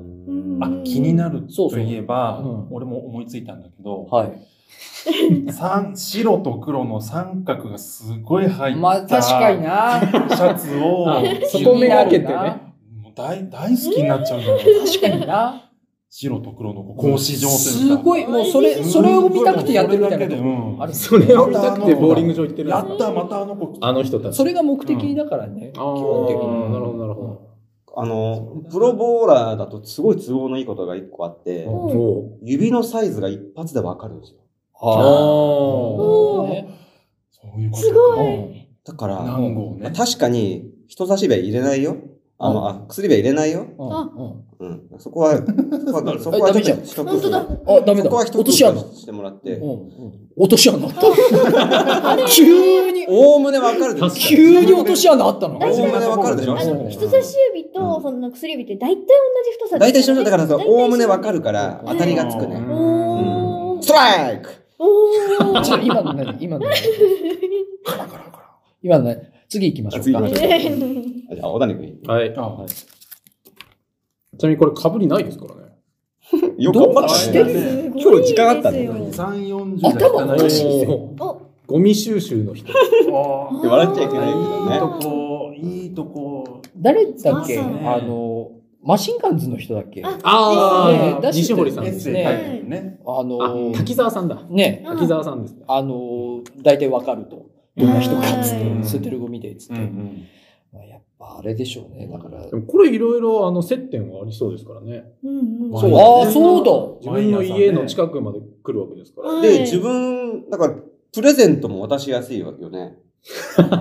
S2: あ、気になる
S4: そう
S2: と
S4: そう
S2: いえば
S4: うん、
S2: 俺も思いついたんだけど、
S4: はい。
S2: 三白と黒の三角がすごい入った。
S4: まあ、確かにな。
S2: シャツを
S3: あ、
S4: そ
S3: そ
S4: こ
S3: こ
S4: め
S3: め
S4: が
S3: が
S4: け
S3: け
S4: て
S3: て
S4: ね
S3: ね。
S2: もう大大好きになっちゃうんだよ。
S4: 確かにな。
S2: 白と黒の格子状という
S4: す
S2: か。
S4: ごい、もうそれ、それを見たくてやってるみたいなとこ
S2: うん
S4: ある
S3: それを見たくてボーリング場行ってるんで
S2: や
S3: すか
S2: った、またあの子来た。
S3: あの人たち。
S4: それが目的だからね。
S3: あー
S4: 基本的に。
S3: なるほど、なるほ
S5: あの、プロボーラーだとすごい都合のいいことが一個あって
S3: ど。、お
S5: 指のサイズが一発でわかるんですよ。
S3: あ
S1: おー
S4: ね
S2: そういうこと。
S1: すごい
S2: うん
S5: だから、
S2: 何号ね。
S5: 確かに人差し指は入れないよ。あの、あ薬指は入れないよ。
S4: うん
S1: あ
S5: うん。そこ は、そこは、そこはちょっと一工
S1: 本当
S5: 夫。
S1: だ。
S4: うんあ、ダメ
S5: そ
S4: だ。
S5: こは一
S4: 落
S5: 工夫
S4: とし穴。うん
S5: してもらって、
S4: 落とし穴あ った。急に、
S5: おおむねわかるでしょ
S4: 急に落とし穴あったの。
S5: 大おおむねわかるでしょ
S1: あの
S4: うん
S1: 人差し指とその薬指って大体同じ太さ
S5: 大体一緒でしょだから
S1: そ
S5: そうう、おおむねわかるから、
S4: うん
S5: 当たりがつくね。
S1: おー
S5: ストライク
S1: おー
S4: ちょ今の何今の何
S2: カラカラカラ。
S4: 今の何次行きましょうか
S5: あ。次
S1: え
S5: あじゃあ、小谷君。
S3: あ。はい。
S2: あ、はい。
S3: ちなみにこれ被りないですからね。
S5: よ
S4: どうして
S2: る
S1: すごい
S5: 今日時間あったね
S1: ですよ
S2: 三四十
S4: 頭おかしいですよ
S3: おー
S1: お
S3: ゴミ収集の人。
S2: あ
S5: で笑っちゃいけないけど
S2: ーいい
S5: ね
S2: とこ、いいとこ。
S4: 誰だっけ
S1: そう
S2: ね
S4: あの、マシンガンズの人だっけあ
S1: あ
S3: あ
S4: ー
S3: 西堀
S2: エ
S3: さん
S2: ッ
S3: です
S2: セイ
S3: ね。
S2: 書いてるね。
S4: の
S3: あ、、滝沢さんだ。
S4: ね、
S1: うん
S3: 滝沢さんですね。
S4: あの、大体わかると。どんな人かっつって、
S2: うん
S4: 捨ててるゴミでっつっ
S2: うん
S4: て
S2: う。ん。
S4: まあやっぱあれでしょうね。だから、
S3: でもこれいろいろあの接点はありそうですからね。
S1: うんうん
S2: そう
S4: ああ、そう
S3: 自分の家の近くまで来るわけですから。
S1: はい
S5: で、自分、だから、プレゼントも渡しやすいわけよね。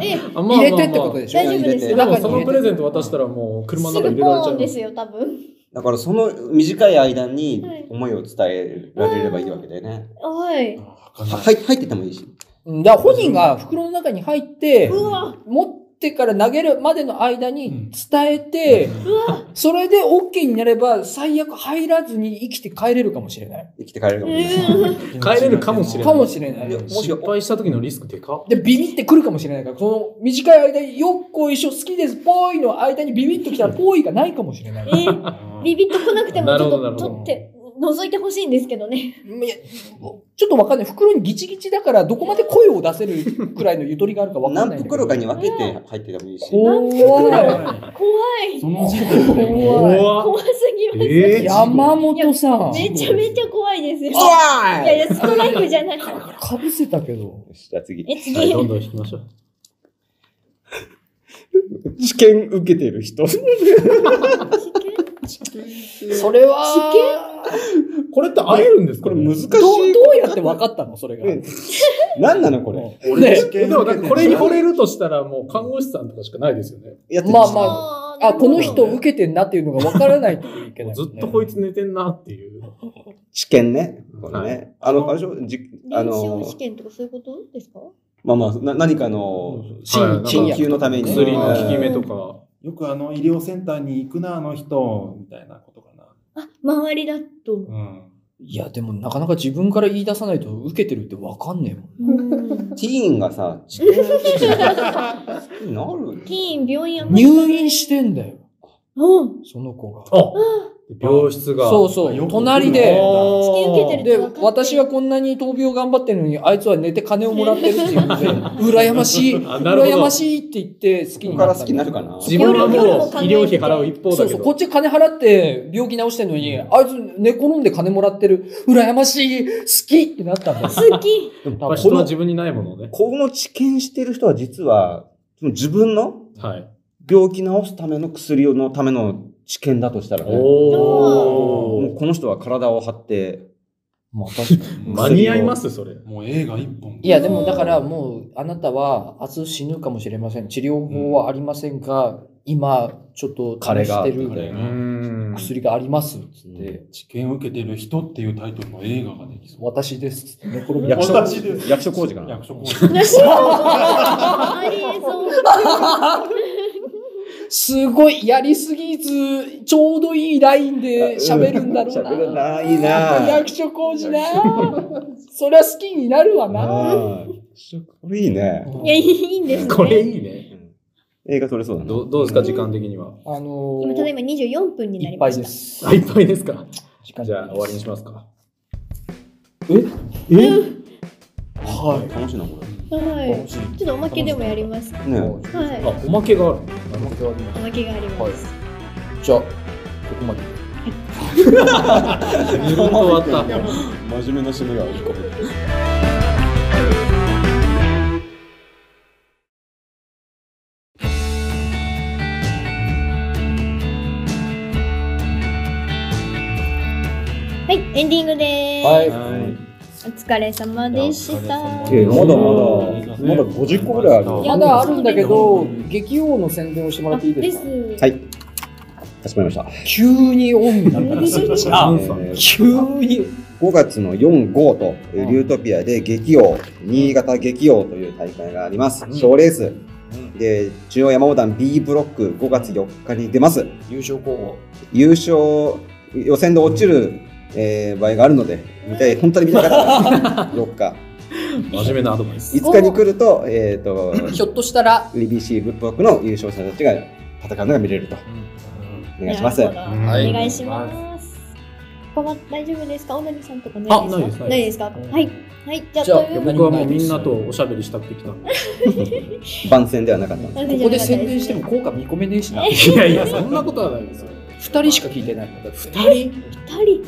S1: え
S3: あまあ
S4: だ。入れてってことでしょ
S1: 大丈夫です
S5: で
S1: よ
S3: でも
S4: 中
S3: そ
S4: に入れ
S3: の
S4: て
S3: プレゼント渡したらもう車の
S1: す
S3: 中
S1: ぐ
S3: に入
S1: ポ
S3: れられちゃ
S1: ー
S3: う
S1: ンですよ多分
S5: だから、その短い間に
S1: はい
S5: 思いを伝えられればいいわけだよね。
S1: はい
S2: は
S5: は入入っててもいいし。
S4: うんだから本人が袋の中に入って、
S1: うわ
S4: 持ってから投げるまでの間
S2: うん
S4: に伝えて、
S1: うわ
S4: それで OK になれば最悪入らずに生きて帰れるかもしれない。
S5: 生きて帰れるかもしれない。
S1: うん
S3: 帰れるかもしれない
S4: かもしれない
S5: いや。もし
S3: 失敗した時のリスクでかっ
S4: で、ビビってくるかもしれないから、その短い間に、よっこいしょ、好きです、ぽいの間にビビッときたら、ぽいがないかもしれない。
S1: えビビッと来なくてもちょっ
S3: なる
S1: と
S3: ほど
S1: 取って覗いてほしいんですけどね。
S4: いやちょっとわかんない。袋にギチギチだから、どこまで声を出せるくらいのゆとりがあるかわかんない
S5: 何
S4: んだけど。
S5: 袋かに分けて入っててもいいし。
S4: 怖い。
S1: 怖い。
S2: その時点でもう
S4: 怖い。
S1: 怖すぎます。
S6: えー
S4: 山本さん。
S1: めちゃめちゃ怖いですよ。
S5: 怖
S1: いやいや、ストライクじゃない。
S4: かぶせたけど。
S5: よし、じゃあ次。
S1: え、次。
S3: はい、どん
S1: え、
S3: どん引きましょう。
S5: 試験受けてる人。
S4: それは、
S3: これって会えるんです
S5: こ
S3: か、
S5: れ
S3: ね、
S5: 難しい。
S4: どうどうやって分かったのそれが。
S5: うん何なのこれ。
S4: ね
S6: 試験受けて
S3: え
S6: る
S3: でもなんかこれに惚れるとしたらもう看護師さんとかしかないですよね。
S5: やって
S4: まあ
S5: ち
S4: まあ、この人受けてんなっていうのが分からないといけ
S3: も
S4: な
S3: う
S4: い。
S3: ずっとこいつ寝てんなっていう。
S5: 試験ね。これ
S3: は
S5: ね。あの、あれでしょじあ
S1: 臨床
S5: の
S1: 試、験とかそういうことですか
S5: まあまあ、な何かの、
S3: はいなん
S5: 新
S3: か
S5: 新級のために。
S3: 薬の効き目とか。
S2: よくあの医療センターに行くな、あの人、みたいなことかな。
S1: あ、周りだと。
S2: うん。
S4: いや、でもなかなか自分から言い出さないと受けてるって分かんねえもん。
S1: うん
S5: ティーンがさ、試験受けてるなる
S1: ティーン、病院あんまり行かない
S4: 入院してんだよ、
S1: うん。
S4: その子が。
S3: あ病室が。
S4: そう
S3: う。
S4: そ
S2: よく
S4: う、隣で。
S1: 試験受けてる
S4: で
S1: って分かって、
S4: 私はこんなに闘病頑張ってるのに、あいつは寝て金をもらってるっていうので、羨ましい、
S3: あなるほ
S4: 羨
S3: ど
S4: ましいって言って好き
S5: こ
S4: に
S5: こ
S4: な
S5: か
S4: ったんだよ
S5: ら好きになるかな
S3: 自分はもう医療費払う一方
S4: そ
S3: だ
S4: う
S3: け
S4: そう、
S3: ど。
S4: こっち金払って病気治してるのに、あいつ寝転んで金もらってる、羨ましい、好きってなったんだよ。
S1: 好き。
S3: やっぱ人は自分にないものをね。
S5: この治験してる人は実は、その自分の
S3: はい。
S5: 病気治すための薬のための治験だとしたらね、も
S3: お
S5: う
S3: ー。
S5: この人は体を張って、
S4: まあ確かに。
S3: 間に合いますそれ。
S2: もう映画一本。
S4: いや、でもだからもう、あなたは明日死ぬかもしれません。治療法はありませんが、今、ちょっと試して
S5: 彼が
S4: る
S3: う
S5: う
S3: ん
S4: 薬があります。つっ
S5: う
S4: て、
S2: 治験を受けてる人っていうタイトルの映画ができそう。
S4: 私です。寝転び
S5: 役所
S2: 私です
S5: 役所工事かな
S2: 役。所工事。
S1: ありえそう。
S4: すごい、やりすぎず、ちょうどいいラインで喋るんだろうな。
S5: 喋るな、いいな。
S4: 役所工事な。そりゃ好きになるわな。
S5: うんこれいいね。
S1: いや、いいんですね。
S3: これいいね。
S5: 映画撮れそうだな。
S3: どどうですか、時間的には。
S4: あの
S1: 今、ただい
S4: ー、
S1: ま24分にないり
S4: っぱ
S1: ま
S4: い
S1: し
S4: で
S1: た。
S4: す。
S3: あ、いっぱいですか。
S4: 時間
S3: じゃあ終わりにしますか。
S5: え
S4: は
S5: 楽しいな、こ
S1: はい。
S4: い。
S1: ちょっとおまけでもやりますか。
S5: れ。ね
S1: は
S3: あ
S1: い。、
S3: おまけがある。
S1: おまけがあります。
S4: じゃあ、ここまで。
S3: ゆるっと終わった。
S5: 真面目な締めが一個入ってる
S1: はい、エンディングです。
S4: はい。
S1: お疲れ様でした。
S5: いやまだまだ、ま
S2: ま
S5: だ50個ぐらいある
S2: は
S5: よ
S2: い
S4: まだあるんだけど、劇王の宣伝をしてもらっていいですか
S1: で
S5: はい。かしこまりました。
S4: 急にオンになったらしい。
S3: あ
S5: えー
S4: 急に。
S5: 5月の4、5と、
S4: う
S5: えー
S4: ん
S5: リュートピアで劇王、新潟劇王という大会があります。
S4: ん
S5: 賞レース。で、中央山横断 B ブロック5月4日に出ます。
S4: 優勝候補。
S5: 優勝、予選で落ちる、えー場合があるので、見たい、本当に見たか ったら、どっか。
S3: 真面目なアドバイス。
S5: 5日に来ると、えっ、と、
S4: ひょっとしたら、
S5: BBC ブックの優勝者たちが戦うのが見れると。お願いします。
S1: お
S5: は
S2: はい
S1: 願いします。ここは大丈夫ですか、おなみさんとかね。
S3: あないです
S1: な
S3: ないい
S1: で
S3: です
S1: か。はい。はい、じゃあ、
S4: じゃあ
S1: という
S3: 僕はもうみんなとおしゃべりしたくてきたんで。
S5: 番宣ではなかったんです。
S4: ここで宣伝しても効果見込めねえしな。二
S3: いやいや、そんなことはないですよ。
S4: 人しか聞いてないもん。だって
S3: 二人
S1: 二人。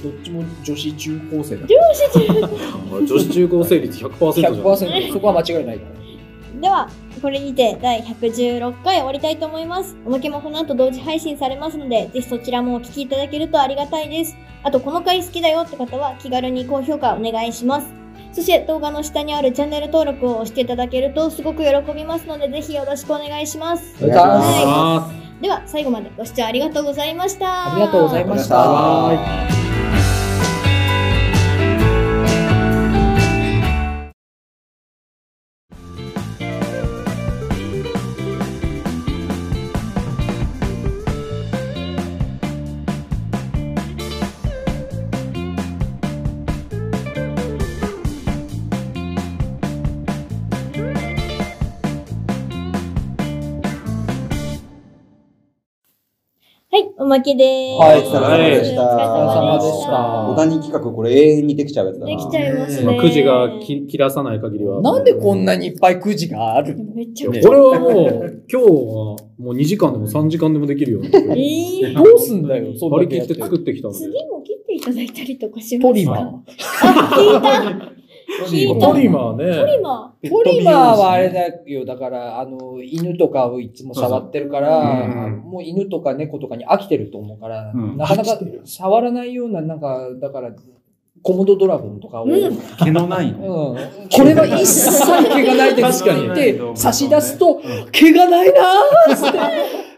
S4: どっちも女子中高生だ。
S3: 女子中高生率100%じゃん。
S4: 100%そこは間違いないから。
S1: では、これにて第116回終わりたいと思います。おまけもこの後同時配信されますので、ぜひそちらもお聞きいただけるとありがたいです。あと、この回好きだよって方は気軽に高評価お願いします。そして動画の下にあるチャンネル登録を押していただけるとすごく喜びますので、ぜひよろしくお願いします。
S5: お願いします
S1: はい
S3: あー
S1: では、最後までご視聴ありがとうございました。
S4: ありがとうございまし
S5: ありがとうございました
S4: た。
S1: ははい、おまけでーす。
S5: はい
S1: お
S5: お
S1: 疲
S5: 疲
S1: れ様
S5: れ
S1: で
S5: 様で
S1: し。
S5: したた
S4: お疲れ様でした
S5: おだに企画、これ永遠にできちゃうやつだな。
S1: できちゃいます
S3: まあ、
S1: ね。
S3: くじがき切らさない限りは。
S4: なんでこんなにいっぱいくじがある
S1: めっちゃ
S3: こ
S1: く
S3: れ
S1: ちゃ。
S3: はもう、今日はもう2時間でも3時間でもできるように。
S1: えー
S4: どうすんだよ、そん
S3: 張
S4: だ
S3: り
S4: け
S3: 切
S4: や
S3: って作ってきたんで。
S1: 次も切っていただいたりとかします
S4: ポ
S1: か
S4: リマ
S1: 聞いた。
S3: ポリマーね。
S1: ポリマ
S4: ー。ポリマーはあれだよ、だから、あの、犬とかをいつも触ってるから、
S2: うん
S4: もう犬とか猫とかに飽きてると思うから、
S2: うん
S4: なかなか触らないような、なんか、だから、コモドドラゴンとかを、
S1: うん
S2: 毛のないの。
S4: うんこれは一切毛がないです
S2: 確かに
S4: って差し出すと、毛がないなーっつって、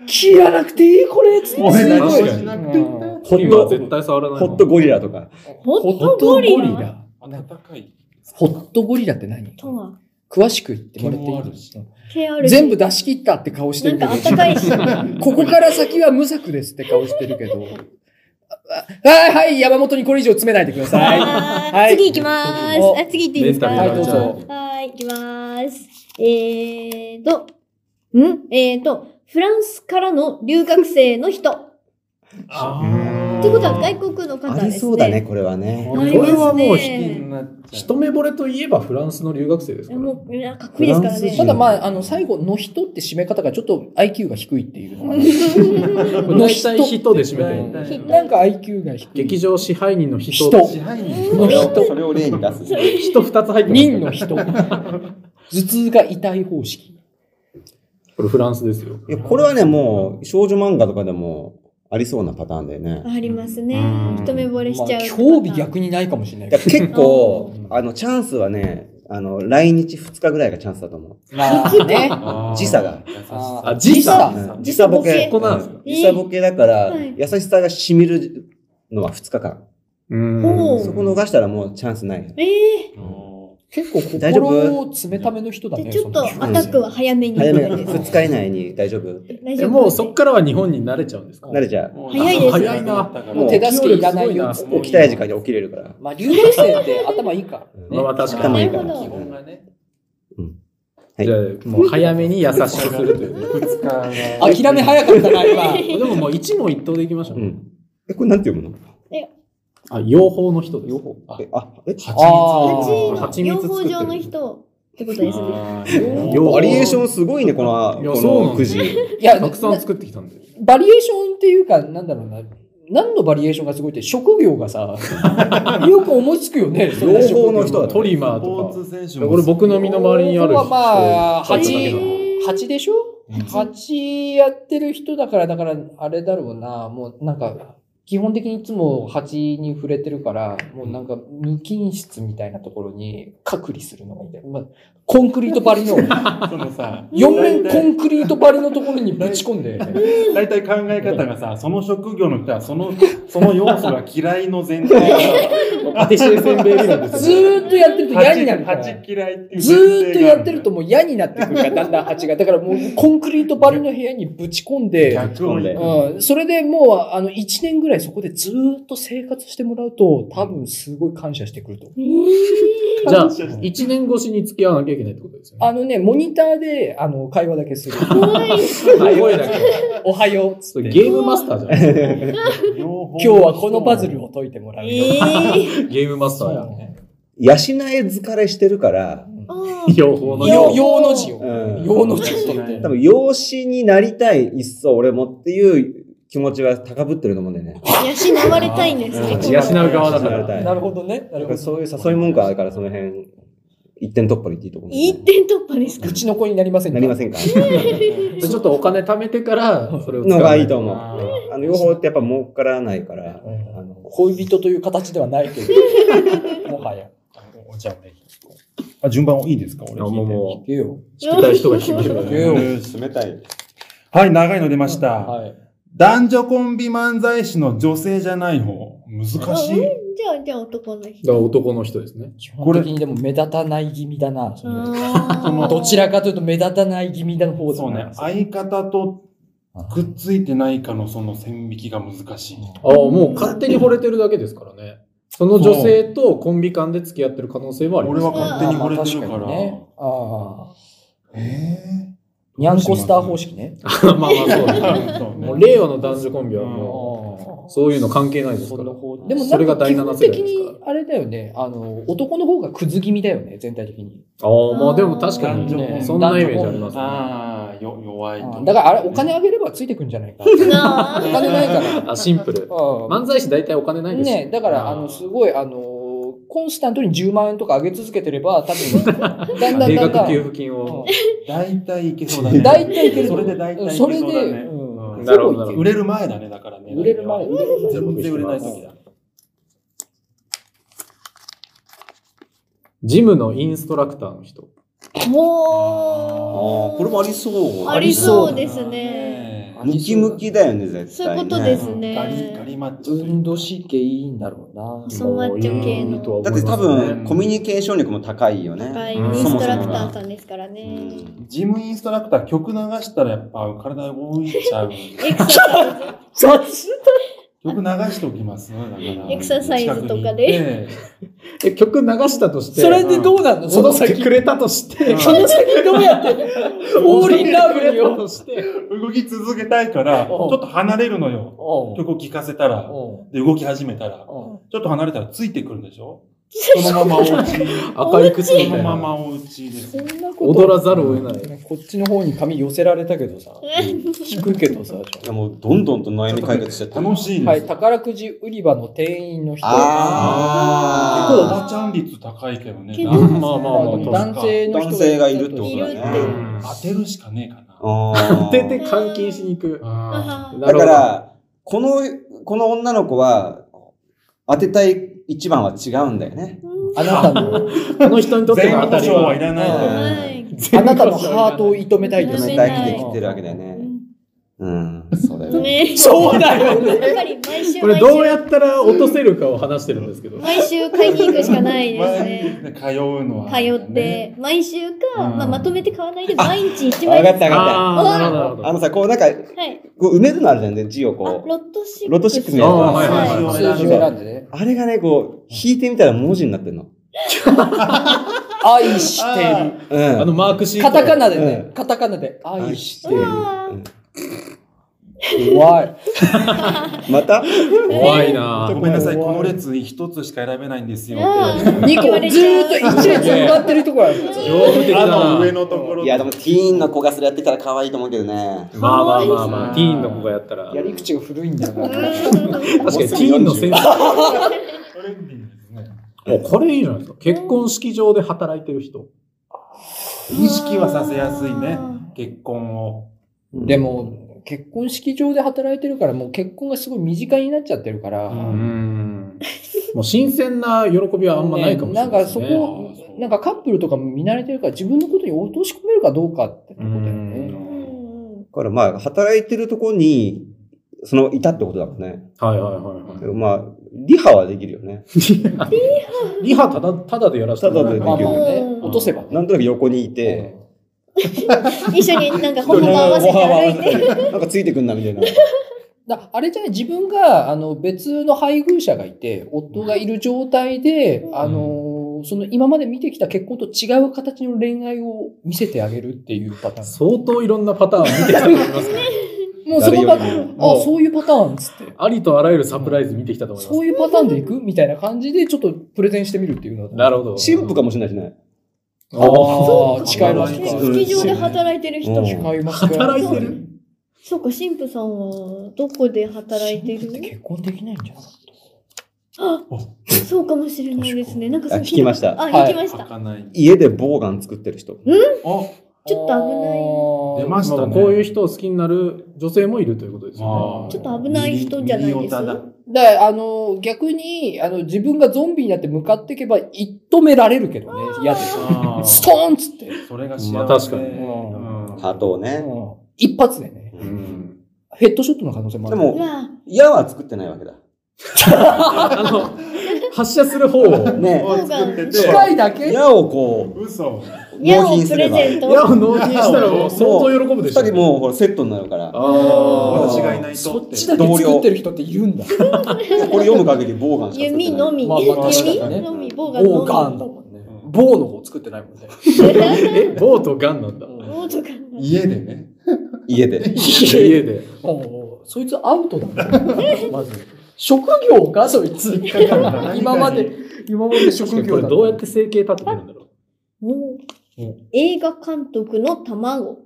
S4: 切らなくていいこれっつって。
S2: 俺
S4: す
S2: 何
S4: ご
S2: し
S4: い
S2: なくても
S4: うん
S3: ポリマーは絶対触らない
S5: ホ
S3: もん。
S5: ットゴリラとか。
S1: ホットゴリラ
S4: ホットゴリラ
S2: 暖かい。
S4: ホットゴリラって何
S1: とは、
S4: 詳しく言ってもらっていい
S2: 毛もあるし
S1: 手ある。
S4: 全部出し切ったって顔して
S1: な
S4: る
S1: ん
S4: け
S1: か
S4: ど
S1: あったかいし。
S4: ここから先は無策ですって顔してるけど。あはいはい、山本にこれ以上詰めないでくださ い。
S1: あ
S4: は
S1: ー
S4: い
S1: 次行きまー
S4: お
S1: す。あ、次行っていいですか
S3: メンタ
S4: はい、ど
S3: ル
S4: うぞ。
S1: はい、行きまーす。えーと、んえーと、フランスからの留学生の人。っ
S2: あ
S1: てことは外国の方
S5: あ
S1: ですね。
S5: りそうだね、。これはね。
S1: ありますね。
S3: これはもう引
S2: になっちゃ
S3: 一目惚れといえばフランスの留学生ですから、ね。
S1: もう、いやかっこいいですから
S5: フラ
S4: た
S5: ン
S1: ね。
S4: だまあ、あの、最後の人って締め方がちょっと IQ が低いっていうのが、
S3: 大体人で締めてる。
S2: う
S4: なんか IQ が低い。
S3: 劇場支配人の人。
S4: 人
S2: 支配人
S5: それをそれを例に出す。
S3: 人二つ入ってます
S4: 人の 人。頭痛が痛い方式。
S3: これフランスですよ。
S5: いやこれはね、もう、少女漫画とかでもありそうなパターンだよね。
S1: ありますね
S2: う。ん
S1: 一目惚れしちゃう。
S4: 興味逆にないかもしれない
S5: いや
S4: け
S5: 結構、あの、チャンスはね、あの、来日2日ぐらいがチャンスだと思う。
S4: ど。まあね。
S2: あー
S5: 時差が。
S2: 優し
S4: あ
S2: さ
S4: ー
S3: あ時差
S5: うん
S1: 時
S5: 時
S1: 差
S5: 差
S1: ボ
S5: ボ
S1: ケ
S5: ケ。
S3: ここなんです
S5: うん時差ボケだから
S1: はい、
S5: 優しさが染みるのは2日間。
S3: うん
S1: ほう
S5: そこ逃したらもうチャンスない。
S1: ええ
S4: 結構
S5: 大丈
S4: 心を
S5: 夫
S4: 冷ための人だ
S1: ー。
S4: ね。
S1: でちょっと
S4: その人
S1: アタックは早めに。
S5: 早め、2日以内に大丈夫って。
S1: 大
S3: え
S1: 丈夫。
S3: もうそっからは日本に慣れちゃうんですか
S5: 慣れちゃう。
S2: もう
S1: 早いです
S3: 早いな
S4: もう手助けいらないよっつって。
S5: もう来たい時間に起きれるから。
S4: まあ、留学生って頭いい から。
S5: うん
S3: まあまあ確か
S5: 頭
S3: に。
S5: いいから。
S1: なるほ
S5: う
S1: ど
S5: んはい
S3: じゃあ、もう早めに優しくするというね。
S2: 2日が
S4: 諦め早かったな、 今。
S3: でももう一問一答でいきましょう。
S5: うん。え、これなんて読むの
S3: あ、養蜂の人です。
S5: 両方。え、あ、え、
S4: あ
S1: 8
S4: ー
S1: の
S3: 蜂蜜
S1: 養
S3: 作
S1: 蜂
S3: ってる
S1: 場の人ってことですね。
S2: あ
S3: 蜂
S2: ー
S3: 両方
S5: バリエーションすごいね、この、
S3: いや
S5: こ
S3: そうな
S5: の
S3: ん
S5: く
S3: です
S5: じ。
S4: いや、
S3: たくさん
S4: な
S3: 作ってきたんで。
S4: バリエーションっていうか、なんだろうな。何のバリエーションがすごいって、職業が さ、よく思いつくよね。そんな職業
S5: 両方の人だね
S3: トリマ
S2: ス
S3: ー
S2: ポ
S3: と
S2: ーツ選手
S3: か。
S2: も
S3: これ僕の身の回りにある人。
S4: ここはまあ、
S3: 書いてたけど
S4: 8、八でしょ ?8 やってる人だから、だから、あれだろうな、もうなんか、基本的にいつも蜂に触れてるから、もうなんか無菌室みたいなところに隔離するのがいいんだよ。まあ、コンクリート張りの、
S2: そのさ
S4: 四面コンクリート張りのところにぶち込んで、
S2: 大体考え方がさその職業の人はそのその要素が嫌いの前提が
S3: パティシエせんべい理論です
S4: ずーっとやってると 嫌になるから。
S2: 蜂嫌いっていう
S4: ずーっとやってると
S2: 思
S4: もう嫌になってくるから、だんだん蜂が。だからもうコンクリート張りの部屋にぶち込んで、
S2: 逆を言って
S4: うん、それでもう、あの、一年ぐらいそこでずーっと生活してもらうと、多分すごい感謝してくると思う。
S3: じゃあ、1年越しに付き合わなきゃいけないってことですよね。
S4: あのね、モニターで、あの、会話だけする。
S1: 怖い。
S3: はい、おいだけ
S4: おはようっつ
S3: ど。
S4: って。
S3: ゲームマスターじゃないで
S2: 両方
S4: 今日はこのパズルを解いてもらうよ。
S1: えー。
S3: すか。ゲームマスタ
S4: そう
S3: ー
S4: なの
S3: や。
S4: ね。
S5: 養え疲れしてるから、
S1: あ
S3: 養蜂の
S1: よ
S4: よ用の字を。
S5: うん
S4: 用の字を解い
S5: 多
S4: て。
S5: 分養子になりたい、いっそ俺もっていう気持ちが高ぶってると思うんだよね。
S1: ー養われたいんですね。
S3: 養う側だか
S5: 養われ
S3: ら。
S5: たい
S4: なるほどね。なる
S5: だか
S4: ほ
S5: ら
S4: ど。
S5: そういう誘い文句あるから、その辺、一点突破で言っていいと思うんだよ
S1: 一
S5: ね。
S1: 点突破ですか
S4: うちの子になりません
S5: なりませ
S4: ん。
S5: んか
S3: でちょっとお金貯めてから、それを使
S5: の
S3: わな
S5: が
S3: い
S5: いいと思う。
S2: あー
S5: あの、両方ってやっぱ儲からないから、あの、
S4: 恋人という形ではないけ ど。もはや。
S2: お茶をねあ順番いいですか俺
S3: あもうも
S4: いけよ。
S3: う、聞きたい人が聞く
S4: いけよ。
S5: 冷たい。
S2: はい長いの出ました、
S4: はい。
S2: 男女コンビ漫才師の女性じゃない方難しい
S1: じゃあ、じゃあ男の人。
S3: だから男の人ですね。
S4: 基本的にでも目立たない気味だな。その
S1: あ ー
S4: どちらかというと目立たない気味の方だ
S2: そうね
S4: な。
S2: 相方とくっついてないかのその線引きが難しい
S3: ああ、もう勝手に惚れてるだけですからね。その女性とコンビ間で付き合ってる可能性はあります。
S2: 俺は勝手に惚れてるから
S4: ああまあ確かにねああ。
S2: え
S4: にゃんこスター方式ね。
S3: まあまあそうですね。
S2: そう
S3: も
S2: ね
S3: う令和の男女コンビ
S4: あ
S3: はもう、
S4: ー
S3: そういうの関係ないです
S4: そ
S3: か
S4: ん
S3: ら
S4: な。方でも
S3: それ
S4: な
S3: が
S4: んか
S3: 第
S4: 基
S3: 七
S4: 本
S3: 世代
S4: 的
S3: ですから
S4: にあれだよね。あの、男の方がクズ気味だよね、全体的に。
S3: ああ、まあでも確か
S2: 男女コン
S3: に、
S2: ビ
S3: そんなイメージありますね。
S2: ああ、よ、弱いと。
S4: だからあれ、お金あげればついてくんじゃない か。
S1: な
S4: お金ない から。
S3: あ、シンプル。
S4: うん
S3: 漫才師大体お金ないですよ
S4: ね、だから、あの、すごい、あの、コンスタントに10万円とか上げ続けてれば、多 分、だんだん
S3: 定
S4: だんだん。
S3: 額給
S4: うん
S3: 付金を。
S2: 大体いけそうだね。
S4: 大体いける。
S2: それで大体いけ
S4: そ
S2: そう
S4: れ
S2: だ
S4: で、
S2: ね。
S4: うん
S3: なるほどなるほど
S2: 売れる前だね、だからね。
S4: 売れる前、売れる前
S2: 全然売れない時だ。
S3: ジムのインストラクターの人。
S1: もう。
S5: これもありそう。
S1: ありそうですね。
S5: ムキムキだよね、絶
S1: そう
S5: 対、ね。
S1: いうことです
S2: ガリガ
S1: ね。
S2: リマッチョとい
S4: 運
S2: うか。
S4: 動神経いいんだろうな。
S1: そうマッチョ系の
S3: いいとは思
S5: だ
S3: い
S5: っ
S3: ますね
S5: て多分、コミュニケーション力も高いよね。
S1: 高いイ
S3: うん
S1: ンストラクターさんですからね。
S2: ジムインストラクター曲流したらやっぱ体動いち ゃう。
S1: エクササイズ。
S2: 曲流しておきます。だから
S1: エクササイズとかで。
S2: 近くに行って
S3: え、曲流したとして、
S4: それでどうなんの
S3: そ
S4: そ
S3: の
S4: の
S3: 先
S4: 先。
S3: くれたとして、
S4: その先どうやって、オーリンラブに
S3: よう
S4: を。
S3: として、
S2: 動き続けたいから、ちょっと離れるのよ。
S4: うん
S2: 曲を聴かせたら、
S4: う
S2: で動き始めたら、
S4: んうん
S2: ちょっと離れたらついてくるんでしょそのままお家
S3: 赤い靴み
S2: そ
S3: た
S2: の
S3: い
S2: ま
S3: な。
S2: まお家です。
S4: そんなこと
S3: 踊らざるを得ない。
S4: こっちの方に髪寄せられたけどさ、聞くけどさ、
S5: いやもう、どんどんと悩み解決しちゃってる。
S2: 楽しい
S4: は
S2: で
S4: い、
S2: す。
S4: 宝くじ売り場の店員の人。
S5: あ
S2: 結
S5: ー
S2: 構おばちゃん率高いけどね。
S1: けど
S2: 男
S3: まあまあまあ確か
S4: 男性の人
S5: 男性がいるってことだ
S1: いるっ
S5: ね。
S1: ていう
S2: 当てるしかねえかな。
S5: あー
S3: 出て監禁しに行く。
S2: あ
S1: あー
S3: な
S5: だ
S3: るほ
S5: か
S3: ど、
S5: ら、この、この女の子は、当てたい一番は違うんだよね。
S4: あなたの、
S3: この人にと
S2: ー
S3: っての
S2: 全部
S3: 当た
S2: 保証
S3: り
S2: は。
S3: はい
S2: らない
S4: うん
S2: と。
S1: はい。
S4: あなたのハートを射止めたいで
S5: 止
S4: す。
S5: めたいってきてるわけだよね。うん、そうだよね。
S1: ね
S4: そうだよね。
S1: やっぱり毎週
S3: これどうや
S1: 毎週
S3: ったら落とせるかを話してるんですけど。
S1: 毎週買いに行くしかないです
S2: 前
S1: ね。
S2: に通うのは、
S1: 通って、毎週か、
S2: うん
S1: まあ、まとめて買わないで、毎日1
S5: わ
S1: 枚
S5: か
S1: ず
S5: ったわかっ
S3: ああ、なるほどなるほ
S5: た。あ
S3: ど。
S5: のさ、こうなんか、
S1: つ。はい。
S5: こう埋めるのあるじゃんね、字を
S1: あ、
S5: こう。
S1: ロットシックス。
S5: ロットシックスの
S3: やつ
S1: あー
S3: はいはいはい
S4: 数字を選んでね。
S5: あれがね、こう、引いてみたら文字になってるの。
S4: 愛してる。
S5: うん。
S3: あのマークシート。
S4: カタカナで
S5: う
S4: ね。カタカナで
S5: 愛
S4: 愛し
S5: してる。
S1: あ
S5: うん
S4: てる。怖い。
S5: また
S3: 怖いな
S2: ごめんなさい、この列一つしか選べないんですよ。って
S1: うん
S4: 2個ずーっと一列埋まってるところあ る。
S3: 業務的だな。
S2: のところ
S5: いや、でもティーンの子がそれやってたら可愛いと思うけどね。
S3: まあまあまあまあ、ティーンの子がやったら。
S4: やり口が古いんだな。
S3: 確かにティーンの先生。
S2: トレンディーですね。
S3: もうこれいいじゃないですか。結婚式場で働いてる人。
S2: 意識はさせやすいね。結婚を。
S4: でも、結婚式場で働いてるから、もう結婚がすごい身近になっちゃってるから。
S2: うん
S3: ん。もう新鮮な喜びはあんまないかもしれないですね。
S4: ねなんかそこ、なんかカップルとかも見慣れてるから、自分のことに落とし込めるかどうかってとこだよ
S3: う
S4: ね。
S1: うん
S5: だからまあ、働いてるとこに、その、いたってことだもんね。
S3: はいはいはい
S5: で
S3: は
S5: もまあ、リハはできるよね。
S3: い。リハただ、ただでやらせてもらえる
S4: まあまあね
S1: う、ん
S4: 落とせばね。
S5: なんとなく横にいて、
S1: 一緒になんか歩幅合わせて歩いて。
S5: なんかついてくんなみたいな。
S4: だあれじゃない自分が、あの、別の配偶者がいて、夫がいる状態で、あの、その今まで見てきた結婚と違う形の恋愛を見せてあげるっていうパターン。
S3: 相当いろんなパターンを見てきたと思い ますね。
S4: もうそのパタ
S5: 誰よ
S4: ー
S5: り
S4: ン、
S3: も
S4: あ、そういうパターンっつって。
S3: ありとあらゆるサプライズ見てきたと思います
S4: そう。いうパターンでいくみたいな感じで、ちょっとプレゼンしてみるっていうの
S3: な
S4: る
S3: るほど。
S5: 神父かもしれないしね。
S4: ああ、近いま
S2: あ
S4: す
S2: ー
S4: か。
S1: 式場で働いてる
S5: う
S1: 人
S5: ん。
S4: 近います
S3: 働いてる
S1: そうか、神父さんはどこで働いて
S4: 新婦って
S1: る
S4: 結婚できないんじゃない
S1: そうかもしれないですね。なんかそう
S5: あ聞きました
S1: あ、
S4: はい
S1: 聞きまし
S2: 書
S1: た。
S2: かない。
S5: 家でボーガン作ってる人。
S2: お、
S1: ちょっと
S2: 出ま
S3: ま
S2: した
S3: あ
S2: ね。
S3: こういう人を好きになる女性もいるということですよ
S2: あー
S3: ね。
S1: ちょっと危ない人じゃないです
S2: 右右オタだ
S4: だからあの、逆に、あの、自分がゾンビになって向かっていけば、いっとめられるけどね、嫌で。
S2: あー
S4: ストーンっつって。
S2: それが幸せ。
S3: まあ確かに
S2: うん
S5: ハートをね。
S4: 一発でね。
S2: うん
S4: ヘッドショットの可能性もあ
S5: で
S4: る。
S1: う
S5: も、
S1: わ
S5: 矢は作ってないわけだ。
S3: あの、発射する 方を、
S5: ね
S1: ボーガン
S2: 作ってて。
S4: 近いだけ
S5: 矢をこう、
S2: 嘘。
S1: 矢
S5: 納
S1: を
S5: 品す
S1: プ
S5: れ
S1: レ
S5: ば
S1: ゼント。
S3: 矢を納品したらもう相当喜ぶ
S5: 二
S3: でしょうね。
S5: 人もうほらセットになるから。
S3: あ
S2: 私
S3: ー
S2: がいないと
S4: そ
S2: っ。
S4: ってちだけ作ってる人っているんだ。
S5: これ読む限りボーガンしか作ってない。
S1: 弓のみ。
S4: まあまあ確
S1: 弓
S4: かにね
S1: のみ、棒が
S4: 棒ガ
S1: の
S4: ンだもんね。棒の方作ってないもんね。
S1: み。
S3: え、ボーとガンなんだ。
S1: 棒とか。
S2: 家でね。
S5: 家で。
S3: 家で。
S4: もうそいつアウトだ ねまず。職業がそいつ。今まで、今まで職
S3: こ
S4: 業
S3: れ
S4: だ
S3: どうやって生計立ててるんだろう。
S1: 映画監督の卵。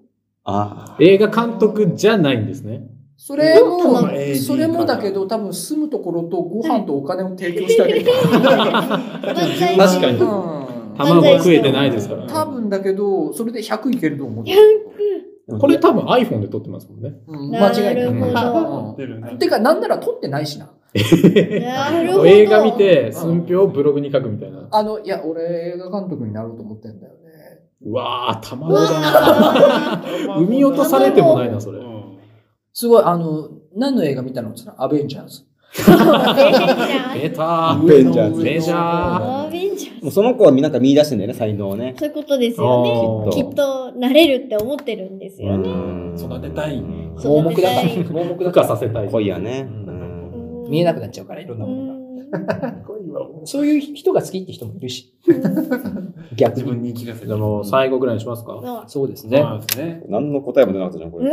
S5: あ
S3: 映画監督じゃないんですね。
S4: それ
S1: どう
S4: も
S1: な、
S2: の
S4: それもだけど、多分住むところとご飯とお金を提供してあげる。
S1: 確
S3: 確かに
S4: う
S1: あ
S4: ん
S3: 卵は食えてないですから。
S4: 多分だけど、それで100いけると思う。
S3: これ多分 iPhone で撮ってますもんね。
S4: うん
S1: な
S4: 間違いない
S1: る
S4: う
S1: ほど。
S4: ん
S2: 出るね。
S4: てか、なんなら撮ってないしな。
S1: なるほど。
S3: 映画見て、寸評をブログに書くみたいな。
S4: あの、いや、俺映画監督になろうと思ってんだよね。
S3: うわー、卵
S1: うわ
S3: だな。
S1: ー。
S3: 産み落とされてもないな、それ
S2: う。ん
S4: すごい、あの、何の映画見たのって言ったら、アベンジャーズ。
S3: ベタ
S5: あ。
S3: ー。
S5: ベンジャーズ。
S3: メジャー。
S1: アベンジャー
S5: もうその子はなんか見出してんだよね、才能をね。
S1: そういうことですよね。
S5: ね
S1: きっと、なれるって思ってるんですよね。
S5: ん
S2: 育てたい
S5: うん
S1: そう
S4: 盲目 だから
S1: そ。う
S4: 盲目だか
S3: 孵化
S4: ら。
S3: させたい。
S5: 恋やね。
S3: うん
S5: うん
S4: 見えなく
S1: て。
S4: なっちゃうから、いろん
S1: う
S4: なものが。
S1: ん
S4: そういう人が好きって人もいるし。逆
S2: 自
S4: に。
S2: 分に聞かせ
S3: じゃあもう最後ぐらいにしますか。
S1: あ
S4: そうですね。
S2: そうですね。
S5: 何の答えも出なかったじゃん、これ。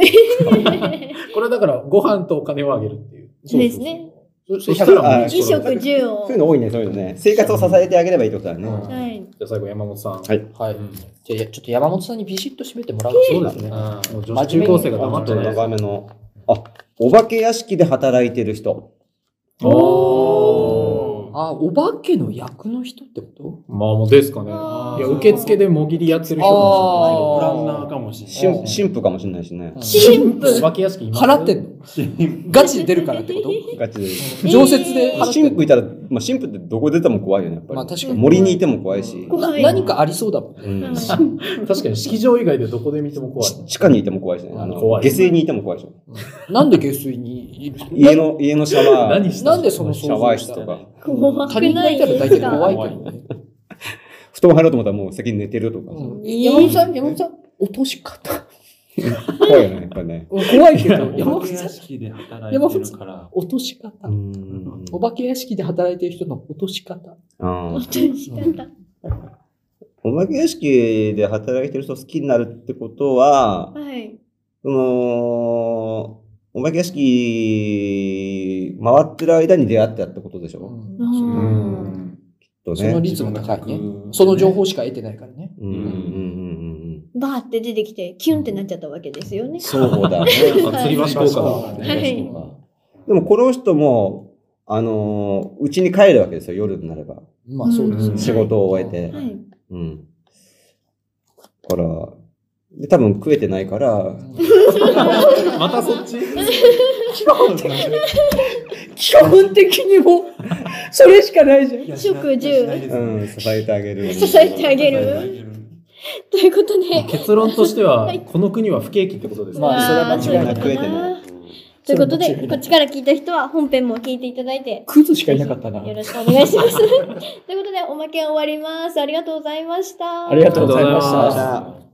S3: これだから、ご飯とお金をあげるっていう。
S1: そうですね。
S4: そ
S3: そ
S4: そ
S3: した
S4: 100
S3: ら
S4: だもんね
S5: あ
S1: 衣食住を
S5: そういう。の多いね、そういうのね。生活を支えてあげればいいってことだね。
S4: うん
S1: はい。
S3: じゃあ最後、山本さん。
S5: い
S4: はい
S3: うん。
S4: じゃあ、ちょっと山本さんにビシッと締めてもらう
S3: そうですね。もう女子中高生が黙っ
S5: ち
S3: て
S5: ょっと
S3: ない。
S5: 長めの。あ、お化け屋敷で働いてる人。
S3: おー。
S4: あ、お化けの役の人ってこ
S3: まあもうですかね。
S1: あ
S3: い
S1: ー
S3: や、受付でもぎりやってる人
S4: あ
S3: も
S4: ー
S2: プランナーかもし
S5: し
S2: れ
S5: ゅ
S2: ない。
S5: 神父かもしれないしね
S4: と。
S3: いる。神父お化け屋敷います
S4: 払ってんの ガチで出るからってこ
S5: ガチで。
S4: と常設で
S5: まあ
S4: 払っ
S5: 神
S4: てん
S5: 父
S4: の
S5: いたら、まあ神父ってどこ出ても怖いよね、やっぱり。
S4: まあ確
S1: かに
S5: 森にいても怖いし。
S1: 怖い
S4: な何かありそうだもん。
S5: うん
S1: はい
S3: 確かに式場以外でどこで見ても怖い。
S5: ち地下にいても怖いしね。あの
S3: 怖い
S5: 下水にいても怖いし。
S4: なんで下水にいる
S5: 家の、家のシャワー、
S3: 何した
S4: なんでその想
S5: シャ
S4: 像
S5: ワー
S4: し
S5: 室
S4: た
S5: とか。
S1: 怖
S4: 他
S1: く
S4: 人が
S1: ないい
S4: たら
S1: で
S4: 大
S1: す
S4: 体
S1: か
S4: 怖いけどね。
S5: 布団入ろうと思ったらもう先に寝てるとか。
S4: うん山本さん、山本さん、落とし方。
S5: 怖いよね、やっぱりね。
S4: 怖いけど、 山
S2: 山
S4: 本
S2: 本
S4: さ
S2: 屋
S4: ん、
S2: 敷で働いてるから。
S4: 落とし方。
S5: うん
S4: お化け屋敷で働いてる人の落とし方。
S5: あー
S1: 落とし方。
S5: お化け屋敷で働いてる人好きになるってことは、
S1: はい。
S5: その、お化け屋敷回ってる間に出会ったってことでしょ、
S1: う。
S2: うんん。
S5: うと
S4: その
S5: ね。
S4: 率も高いね
S2: 自分が。客
S4: その情報しか得てないからね。
S5: うんうんうんうん
S1: バーって出てきて、キュンってなっちゃったわけですよ
S5: うん。
S1: ね。
S5: そうだね。
S3: あ吊り橋効果
S1: は
S3: だ。
S1: い
S5: でもこの人も、あのー、うちに帰るわけですよ、夜になれば。
S4: まあそうですよ
S1: うん
S4: ね。
S5: 仕事を終えて。
S1: はい。
S5: うん。だから、で、多分食えてないから、
S3: またそっち
S4: 基本的にも、それしかないじゃん。
S1: 食住
S5: うん、支えてあげる。
S1: 支えてあげる。ということで、
S3: 結論としては、この国は不景気ってことですね。
S4: まあそれは間違いない
S1: あーそういうことかなと
S4: そ
S1: いうことで、
S4: れは間違いない
S1: こっちから聞いた人は本編も聞いていただいて、
S4: クズしかいなかったな。
S1: よろしくお願いします。ということで、おまけは終わります。ありがとうございました。
S4: ありがとうございまし。
S3: ありがとうございました
S5: あ